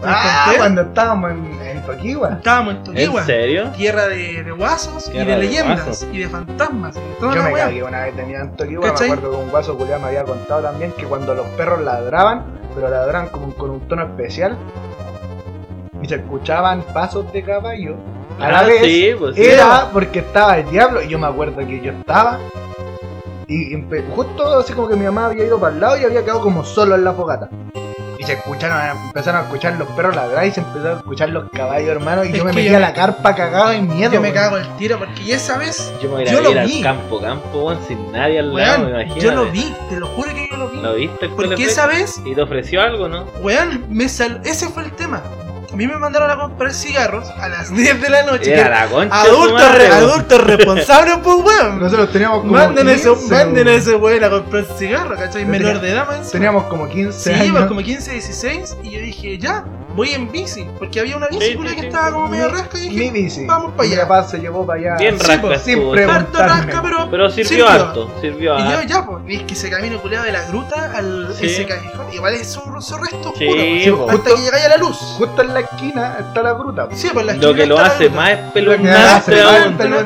Speaker 5: Les
Speaker 4: Ah,
Speaker 5: conté.
Speaker 4: cuando estábamos en, en Tokiwa.
Speaker 5: Estábamos en Tokiwa.
Speaker 8: ¿En serio?
Speaker 5: Tierra de, de guasos y
Speaker 8: Tierra
Speaker 5: de
Speaker 8: de
Speaker 5: leyendas
Speaker 8: guasos.
Speaker 5: y de fantasmas. y de toda
Speaker 4: Yo
Speaker 5: la
Speaker 4: me
Speaker 5: wea.
Speaker 4: cagué una vez tenía en Tokiwa.
Speaker 5: ¿Cachai?
Speaker 4: Me acuerdo que un guaso culiado me había contado también que cuando los perros ladraban, pero ladraban como con un tono especial, y se escuchaban pasos de caballo. A la
Speaker 8: Ah,
Speaker 4: vez,
Speaker 8: sí, pues sí.
Speaker 4: Era porque estaba el diablo. Y yo me acuerdo que yo estaba. Y empe- justo así como que mi mamá había ido para el lado y había quedado como solo en la fogata. Y se escucharon, empezaron a escuchar los perros ladrar y se empezaron a escuchar los caballos, hermano. Y
Speaker 5: Es
Speaker 4: yo me
Speaker 5: que
Speaker 4: metí
Speaker 5: yo
Speaker 4: a
Speaker 5: me-
Speaker 4: la carpa cagado en miedo.
Speaker 5: Yo me
Speaker 4: weón.
Speaker 5: cago el tiro porque ya esa vez,
Speaker 8: pues. Yo me voy a
Speaker 5: Yo
Speaker 8: ir a
Speaker 5: lo
Speaker 8: ir
Speaker 5: vi.
Speaker 8: al campo, campo, weón, sin nadie al lado,
Speaker 5: weón,
Speaker 8: me imagino. eh.
Speaker 5: yo lo vi, te lo juro que yo lo vi.
Speaker 8: ¿Lo viste?
Speaker 5: porque esa vez,
Speaker 8: ¿Y te ofreció algo, no?
Speaker 5: weón, me sal... ese fue el tema. A mí me mandaron a comprar cigarros a las 10 de la noche.
Speaker 8: Era la concha. de su
Speaker 5: Adultos,
Speaker 8: madre,
Speaker 5: re-
Speaker 8: weón.
Speaker 5: adultos responsables, pues weón.
Speaker 4: Nosotros teníamos como.
Speaker 5: Manden a ese,
Speaker 4: 15,
Speaker 5: manden a
Speaker 4: weón.
Speaker 5: ese weón a comprar cigarros, ¿cachai?
Speaker 4: Yo
Speaker 5: Menor
Speaker 4: tenía-
Speaker 5: de edad, man.
Speaker 4: Teníamos como 15
Speaker 5: Sí,
Speaker 4: años.
Speaker 5: iba como 15, 16 y yo dije, ya, voy en bici. Porque había una bici
Speaker 8: Sí,
Speaker 5: culia
Speaker 8: sí,
Speaker 5: que
Speaker 8: sí.
Speaker 5: estaba como medio rasca y dije,
Speaker 4: Mi bici.
Speaker 5: vamos pa'
Speaker 4: Mi
Speaker 5: allá.
Speaker 4: papá se llevó para allá.
Speaker 8: Bien
Speaker 5: Sí,
Speaker 8: rasca
Speaker 5: pues,
Speaker 4: sin
Speaker 8: estuvo,
Speaker 4: preguntar.
Speaker 5: harto rasca, pero.
Speaker 8: Pero sirvió harto, sirvió
Speaker 5: Y yo
Speaker 8: harto.
Speaker 5: ya, pues, es que ese camino culiado de la gruta al
Speaker 8: Sí.
Speaker 5: ese callejón, igual es un resto oscuro,
Speaker 8: Sí,
Speaker 5: pues,
Speaker 8: sí,
Speaker 5: hasta
Speaker 4: justo-
Speaker 5: que llegáis a la luz.
Speaker 4: Justo en la esquina está la gruta.
Speaker 5: Sí, pues la
Speaker 8: Lo que
Speaker 5: esquina
Speaker 8: lo
Speaker 5: está la
Speaker 8: hace
Speaker 5: gruta.
Speaker 8: más espeluznante aún.
Speaker 4: hace más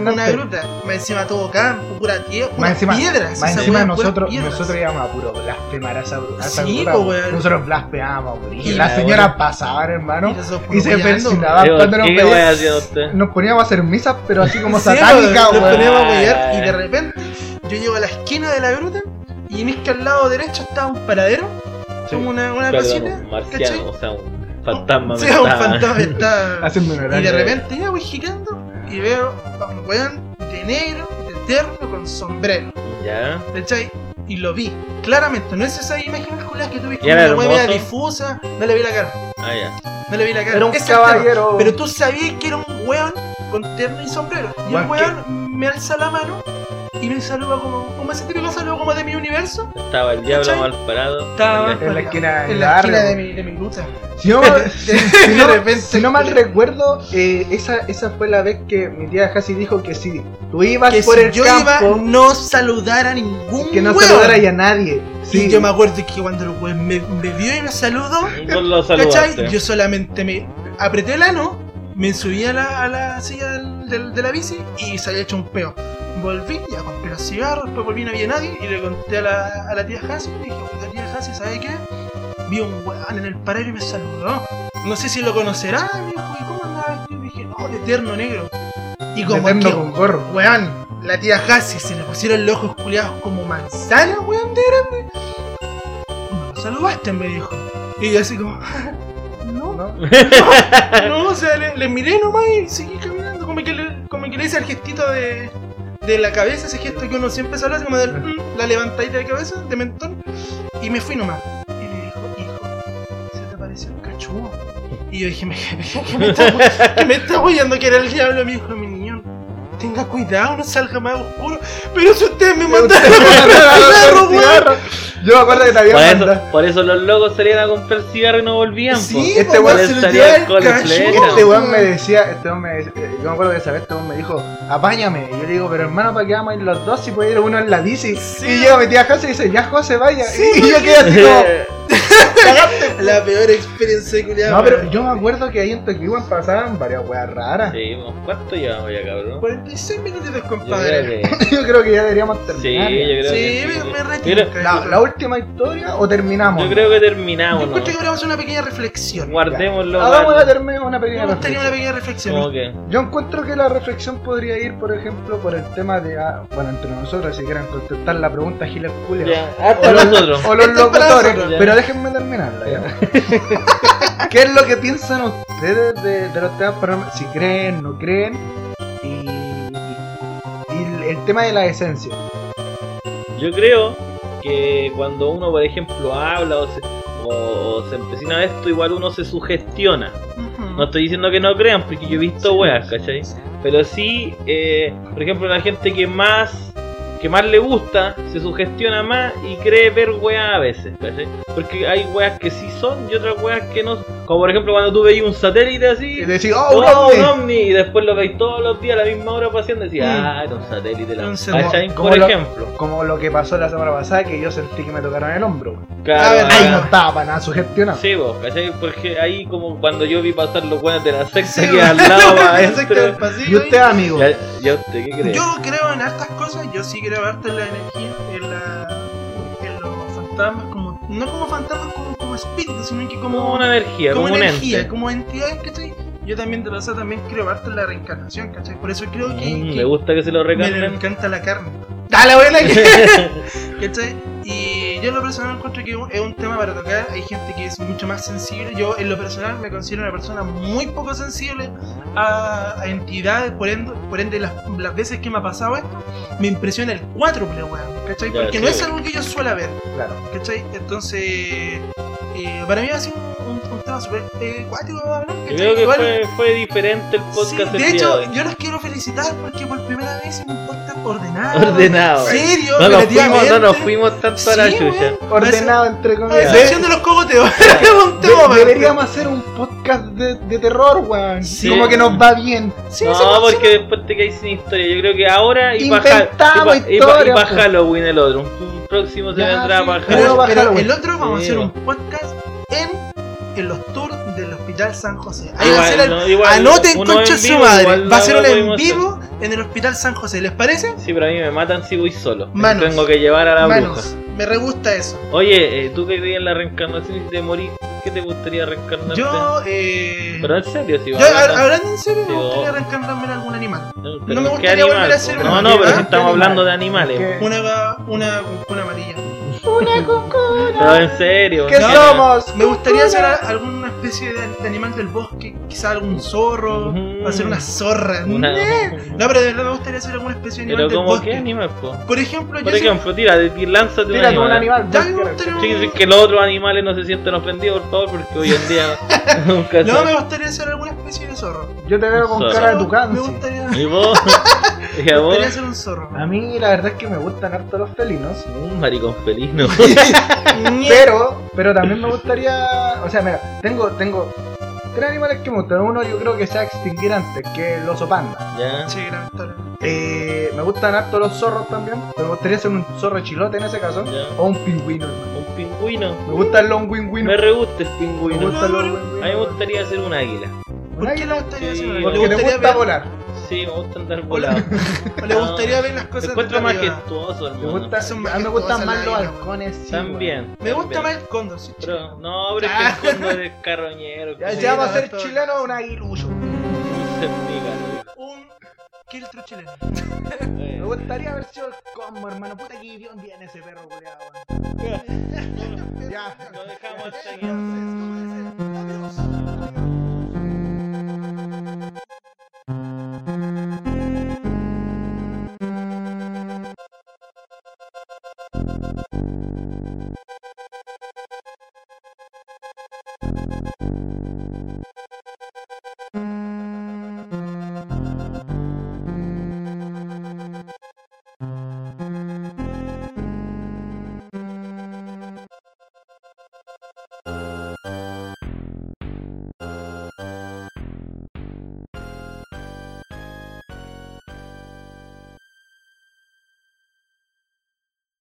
Speaker 5: Una- una,
Speaker 4: espeluznante.
Speaker 5: gruta, más encima todo campo, pura tierra,
Speaker 4: Más encima,
Speaker 5: piedras.
Speaker 4: más
Speaker 5: esa
Speaker 4: encima
Speaker 5: weá,
Speaker 4: nosotros,
Speaker 5: puras piedras.
Speaker 4: nosotros íbamos a puro blasfemar a esa, a esa
Speaker 5: Sí,
Speaker 4: bruta,
Speaker 5: po,
Speaker 4: weón.
Speaker 5: weón.
Speaker 4: Nosotros blasfeábamos,
Speaker 5: Y
Speaker 4: Y las
Speaker 8: la
Speaker 4: señoras
Speaker 8: weón.
Speaker 4: pasaban, hermano.
Speaker 5: Y nosotros
Speaker 4: Y se
Speaker 5: puro hueando,
Speaker 4: persignaban
Speaker 8: Digo,
Speaker 4: cuando nos
Speaker 8: ¿Qué voy
Speaker 4: pedían.
Speaker 8: haciendo usted?
Speaker 4: Nos poníamos a hacer misas, pero así como
Speaker 5: Sí,
Speaker 4: satánicas,
Speaker 5: weón, Nos
Speaker 4: weón.
Speaker 5: poníamos a apoyar y de repente yo llego a la esquina de la gruta y en que al lado derecho estaba un paradero, como una, una
Speaker 8: Perdón,
Speaker 5: casita,
Speaker 8: un marciano,
Speaker 5: ¿cachai?
Speaker 8: o sea, un fantasma.
Speaker 5: Sí,
Speaker 8: me
Speaker 5: un
Speaker 8: estaba-
Speaker 5: fantasma está.
Speaker 4: Haciendo un
Speaker 5: Y
Speaker 4: horario.
Speaker 5: de repente ya voy girando y veo a un weón de negro, de terno, con sombrero,
Speaker 8: Ya.
Speaker 5: ¿cachai? Y lo vi, claramente, no es esa imagen culiada que tuviste
Speaker 8: Y era
Speaker 5: una weá
Speaker 8: hermoso.
Speaker 5: difusa, no le vi la cara,
Speaker 8: Ah, ya.
Speaker 5: no le vi la cara.
Speaker 4: Era un
Speaker 5: Ese es el tema.
Speaker 4: caballero.
Speaker 5: Pero tú sabías que era un weón con terno y sombrero. Y el
Speaker 4: Weón,
Speaker 5: weón me alza la mano y me saluda como, como ese típico saludo como de mi universo.
Speaker 8: Estaba el diablo
Speaker 5: ¿Cachai?
Speaker 8: mal parado.
Speaker 5: Estaba
Speaker 4: En la esquina
Speaker 5: en
Speaker 4: del
Speaker 5: la esquina
Speaker 4: barrio.
Speaker 5: de mi, de mi gruta.
Speaker 4: Si no, si- si no-
Speaker 5: De repente-
Speaker 4: si no mal recuerdo, eh, esa, esa fue la vez que mi tía Jassi dijo que si tú ibas
Speaker 5: Que
Speaker 4: por
Speaker 5: si
Speaker 4: el
Speaker 5: yo iba
Speaker 4: campo,
Speaker 5: no saludar a ningún
Speaker 4: que no
Speaker 5: weón.
Speaker 4: saludara ya a nadie.
Speaker 5: Y
Speaker 4: Sí,
Speaker 5: yo me acuerdo que cuando el weón me, me vio y me saludó,
Speaker 8: Vos lo
Speaker 5: ¿cachai?
Speaker 8: saludaste.
Speaker 5: Yo solamente me apreté el ano, me subí a la, a la silla del- del- de la bici y salí hecho un peo. Volví, ya compré los cigarros, después volví, no había nadie y le conté a la, a la tía Hassi y le dije, oiga tía Hassi, ¿sabes qué? Vi un weón en el paradero y me saludó. No sé si lo conocerá, me dijo, ¿y cómo andaba? Y dije, no, de terno negro. Y como
Speaker 4: meternos
Speaker 5: que,
Speaker 4: con gorro.
Speaker 5: Weón, la tía Hassi se le pusieron los ojos culiados como manzanas, weón, de grande. No, saludaste, me dijo. Y yo así como, no, no,
Speaker 4: ¿no?
Speaker 5: no, o sea, le, le miré nomás y seguí caminando. Como que le, como que le hice el gestito de, de la cabeza, ese gesto que uno siempre se hace, como de "Mm, la levantadita de cabeza, de mentón. Y me fui nomás. Y me dijo, hijo, se te pareció un cachudo. Y yo dije, me, que me está gu- que me está guiando que era el diablo, me dijo mi niño. Tenga cuidado, no salga más oscuro. Pero si ustedes me mandaron a weón.
Speaker 4: Yo me acuerdo que te había
Speaker 8: Por
Speaker 4: mandado.
Speaker 8: eso, por eso los locos salían a comprar cigarro y no volvían.
Speaker 5: Sí, pues,
Speaker 4: Este
Speaker 5: po,
Speaker 4: weón
Speaker 5: weón,
Speaker 8: se
Speaker 5: se
Speaker 8: lo
Speaker 5: lo
Speaker 8: lleva
Speaker 5: lleva
Speaker 8: el
Speaker 5: el
Speaker 8: colchón.
Speaker 5: cachudo.
Speaker 4: Este weón me decía, este weón me decía, eh, yo me acuerdo que esa vez este weón me dijo, apáñame. Y yo le digo, pero hermano, ¿para qué vamos a ir los dos si puede ir uno en la bici?
Speaker 5: Sí.
Speaker 4: Y yo metí a José y dice, ya José, vaya.
Speaker 5: Sí,
Speaker 4: y yo
Speaker 5: porque-
Speaker 4: quedé así como,
Speaker 5: La peor experiencia de culiado.
Speaker 4: no, pero yo me acuerdo que ahí en Tokiwan pasaban varias weas raras.
Speaker 8: Sí, pues, ¿cuánto llevamos ya, cabrón?
Speaker 5: 46 minutos,
Speaker 8: Yo creo
Speaker 5: compadre.
Speaker 8: que.
Speaker 4: Yo creo que ya deberíamos
Speaker 8: Sí,
Speaker 4: terminar.
Speaker 8: yo creo
Speaker 5: Sí,
Speaker 8: que.
Speaker 5: me, me
Speaker 8: Yo creo-
Speaker 5: retiro.
Speaker 4: La, la última historia o terminamos.
Speaker 8: Yo creo que
Speaker 3: Ah,
Speaker 5: Yo
Speaker 8: terminamos.
Speaker 5: encuentro que
Speaker 8: ¿no?
Speaker 5: ahora vamos a hacer una pequeña reflexión.
Speaker 8: Guardémoslo.
Speaker 4: Hagamos una,
Speaker 8: guarda-
Speaker 4: termi- una pequeña
Speaker 5: Vamos a tener
Speaker 4: reflexión.
Speaker 5: una pequeña reflexión.
Speaker 8: Como que.
Speaker 4: Yo encuentro que la reflexión podría ir, por ejemplo, por el tema de, ah, bueno, entre nosotros, si quieren contestar la pregunta, Giles Julio.
Speaker 8: Ya, Ah, hasta
Speaker 4: O los-
Speaker 8: nosotros.
Speaker 4: O los
Speaker 5: Esto es para
Speaker 4: locutores,
Speaker 5: nosotros.
Speaker 8: Ya.
Speaker 4: pero déjenme terminarla ya. ¿Qué es lo que piensan ustedes de, de los temas paranormales? Si creen, no creen. Y, y el- el tema de la esencia.
Speaker 8: Yo creo
Speaker 3: que cuando uno, por ejemplo, habla o se, o- o se empecina a esto, igual uno se sugestiona. No estoy diciendo que no crean, porque yo he visto weas, ¿cachai? Pero sí, eh, por ejemplo, la gente que más que más le gusta, se sugestiona más y cree ver weas a veces, ¿cachai? Porque hay weas que sí son y otras weas que no. Como por ejemplo cuando tú veis un satélite así,
Speaker 4: Y decís, oh,
Speaker 3: ¡Oh,
Speaker 4: un
Speaker 3: un
Speaker 4: ovni.
Speaker 3: ovni! Y después lo veis todos los días a la misma hora paseando y decís,
Speaker 5: Mm.
Speaker 3: ah, era un satélite. La...
Speaker 5: Entonces,
Speaker 3: ¿Cachai?
Speaker 4: ¿cómo-
Speaker 3: Por
Speaker 4: cómo lo-
Speaker 3: ejemplo.
Speaker 4: Como lo que pasó la semana pasada, que yo sentí que me tocaron el hombro. güey.
Speaker 3: Claro,
Speaker 4: Ahí no
Speaker 3: ah,
Speaker 4: estaba para nada sugestionado.
Speaker 3: Sí, vos, ¿cachai? Porque ahí como cuando yo vi pasar los weones de la secta
Speaker 5: Sí,
Speaker 3: que al lado va adentro.
Speaker 4: Y usted, amigo,
Speaker 3: ¿Ya, ya usted qué cree?
Speaker 5: Yo creo en hartas cosas, yo sí creo harto en la energía, en, la, en los fantasmas, como, no como fantasmas, como, como espíritus, sino que como,
Speaker 3: como una energía, como,
Speaker 5: como
Speaker 3: un
Speaker 5: energía,
Speaker 3: ente.
Speaker 5: como entidades, ¿cachai? Yo también de pasada también creo harto en la reencarnación, ¿cachai? Por eso creo que,
Speaker 3: Mm,
Speaker 5: que
Speaker 3: me gusta que se lo
Speaker 5: me
Speaker 3: recarguen.
Speaker 5: encanta la carne. ¡Dale, buena! ¿Cachai? Y yo en lo personal encuentro que es un tema para tocar. Hay gente que es mucho más sensible. Yo en lo personal me considero una persona muy poco sensible a, a entidades. Por ende, por ende las, las veces que me ha pasado esto, me impresiona el cuádruple, weón. ¿Cachai?
Speaker 3: Ya,
Speaker 5: Porque
Speaker 3: sí,
Speaker 5: no es
Speaker 3: weón.
Speaker 5: algo que yo suela ver.
Speaker 4: claro.
Speaker 5: ¿Cachai? Entonces, eh, para mí ha sido un, un- un tema súper eh, cuático de hablar.
Speaker 3: Yo
Speaker 5: ¿cachai?
Speaker 3: creo que
Speaker 5: Igual-
Speaker 3: fue, fue diferente el
Speaker 5: Sí,
Speaker 3: podcast
Speaker 5: de
Speaker 3: el día
Speaker 5: hecho,
Speaker 3: de hoy.
Speaker 5: yo los quiero felicitar porque por primera vez es un podcast ordenado.
Speaker 3: Ordenado.
Speaker 5: Serio,
Speaker 3: No nos, fuimos, no
Speaker 5: relativamente.
Speaker 3: nos fuimos tanto a la
Speaker 5: Sí,
Speaker 3: chucha.
Speaker 5: weón.
Speaker 4: Ordenado, entre
Speaker 5: A
Speaker 4: comillas.
Speaker 5: excepción de los cogoteos. Es un
Speaker 4: De-
Speaker 5: tema, weón.
Speaker 4: deberíamos hacer un podcast de, de terror, weón.
Speaker 5: Sí.
Speaker 4: Como que nos va bien.
Speaker 5: Sí, sí,
Speaker 3: no, porque después te caes sin historia. Yo creo que ahora y para
Speaker 4: Inventamos
Speaker 5: pues.
Speaker 4: historia, po.
Speaker 3: Halloween el otro. Un, un próximo se
Speaker 4: Ya,
Speaker 3: vendrá
Speaker 4: sí,
Speaker 3: para
Speaker 4: pero-
Speaker 3: Halloween.
Speaker 5: Pero,
Speaker 4: bajar,
Speaker 5: pero
Speaker 4: weón.
Speaker 5: el otro vamos a
Speaker 3: Sí,
Speaker 5: hacer un
Speaker 3: weón.
Speaker 5: podcast en, en los tours del Hospital San José. Ahí va a
Speaker 3: Igual,
Speaker 5: ser el-
Speaker 3: no, igual,
Speaker 5: Anoten
Speaker 3: uno
Speaker 5: concha
Speaker 3: en
Speaker 5: su
Speaker 3: vivo,
Speaker 5: madre.
Speaker 3: igual
Speaker 5: Va a
Speaker 3: no
Speaker 5: ser
Speaker 3: lo
Speaker 5: un en
Speaker 3: pudimos hacer.
Speaker 5: vivo en el Hospital San José. ¿Les parece?
Speaker 3: Sí, pero a mí me matan si voy solo.
Speaker 5: Manos.
Speaker 3: Tengo que llevar a la
Speaker 5: Manos,
Speaker 3: bruja.
Speaker 5: me re gusta eso.
Speaker 3: Oye, eh, tú que creías en la reencarnación y te morís, ¿qué te gustaría reencarnarte?
Speaker 5: Yo, eh.
Speaker 3: Pero en serio, si
Speaker 5: Yo,
Speaker 3: vas a-
Speaker 5: hab- hablando en serio,
Speaker 3: Sí,
Speaker 5: me gustaría
Speaker 3: vos.
Speaker 5: reencarnarme en algún animal.
Speaker 3: No,
Speaker 5: no me
Speaker 3: ¿qué
Speaker 5: gustaría volver
Speaker 3: animal,
Speaker 5: a ser
Speaker 3: po?
Speaker 5: un
Speaker 3: No,
Speaker 5: animal,
Speaker 3: no, pero si
Speaker 5: ¿qué
Speaker 3: estamos
Speaker 4: animal?
Speaker 3: hablando de animales.
Speaker 4: ¿Qué?
Speaker 5: Una, va- una, una amarilla.
Speaker 3: Pero en serio.
Speaker 4: ¿Qué
Speaker 3: no,
Speaker 4: somos?
Speaker 5: Me gustaría ser a- alguna especie de, de animal del bosque, quizá algún zorro,
Speaker 3: Ujú.
Speaker 5: o hacer una zorra.
Speaker 3: Una-
Speaker 5: No, pero de verdad me gustaría ser alguna especie de animal
Speaker 3: Pero
Speaker 5: del
Speaker 3: como
Speaker 5: bosque.
Speaker 3: qué animal, po.
Speaker 5: Por ejemplo, yo
Speaker 3: Por
Speaker 5: soy-
Speaker 3: ejemplo, tira, de- lánzate un
Speaker 4: Tírate
Speaker 3: animal.
Speaker 4: un animal.
Speaker 5: ya me
Speaker 4: weón.
Speaker 5: gustaría-
Speaker 3: Sí, sí, que los otros animales no se sientan ofendidos, por favor, porque hoy en día nunca
Speaker 5: No, me
Speaker 3: se...
Speaker 5: gustaría ser alguna especie de zorro.
Speaker 4: Yo te veo con
Speaker 3: Zorro.
Speaker 4: cara de tu
Speaker 5: Me
Speaker 4: canso.
Speaker 5: gustaría,
Speaker 3: ¿Y vos? ¿Y
Speaker 5: me
Speaker 3: a vos?
Speaker 5: gustaría ser un zorro.
Speaker 4: A mí la verdad es que me gustan harto los felinos.
Speaker 3: Un maricón felino.
Speaker 4: Pero, pero también me gustaría. O sea, mira, tengo, tengo tres animales que me gustan. Uno yo creo que se va a extinguir antes, que es el oso panda.
Speaker 3: ya.
Speaker 5: Sí, lamentablemente.
Speaker 4: Eh, me gustan harto los zorros también. Pero me gustaría ser un zorro chilote en ese caso.
Speaker 3: Ya.
Speaker 4: O un pingüino, hermano.
Speaker 3: Un pingüino.
Speaker 4: Me gusta el long wing wing.
Speaker 3: Me re gusta el
Speaker 4: Me
Speaker 3: pingüino.
Speaker 4: gustan los
Speaker 3: A
Speaker 4: wing
Speaker 3: mí me gustaría ser un águila.
Speaker 5: ¿Por qué le gustaría ser un
Speaker 3: Sí,
Speaker 5: animal?
Speaker 4: Porque
Speaker 5: ¿Le
Speaker 4: te
Speaker 5: gustaría,
Speaker 4: gusta
Speaker 5: ver,
Speaker 4: volar.
Speaker 3: Sí, me gusta andar volado.
Speaker 5: le gustaría
Speaker 3: No.
Speaker 5: ver las
Speaker 3: Me
Speaker 5: cosas
Speaker 3: encuentro
Speaker 5: desde arriba.
Speaker 3: majestuoso,
Speaker 4: Me
Speaker 3: hermano.
Speaker 4: gusta,
Speaker 5: Son
Speaker 4: a mí me gustan
Speaker 5: majestuosas
Speaker 4: más
Speaker 5: las
Speaker 4: los
Speaker 5: águilas,
Speaker 4: halcones. sí, weón.
Speaker 3: También.
Speaker 5: Me gusta
Speaker 3: también.
Speaker 5: más el cóndor, sí,
Speaker 3: Pero,
Speaker 5: chico.
Speaker 3: no, pero es
Speaker 5: Ah.
Speaker 3: que el fondo es carroñero.
Speaker 4: Ya,
Speaker 3: que
Speaker 4: ya vamos
Speaker 5: no,
Speaker 4: a ser
Speaker 5: esto-
Speaker 4: chileno o un aguilullo.
Speaker 3: se pica,
Speaker 5: Un quiltro chileno.
Speaker 3: ¿no? Eh,
Speaker 4: Me gustaría haber sido el combo, hermano. Puta que bien viene ese perro, culiado. Ya.
Speaker 3: Lo dejamos hasta aquí.
Speaker 5: Adiós.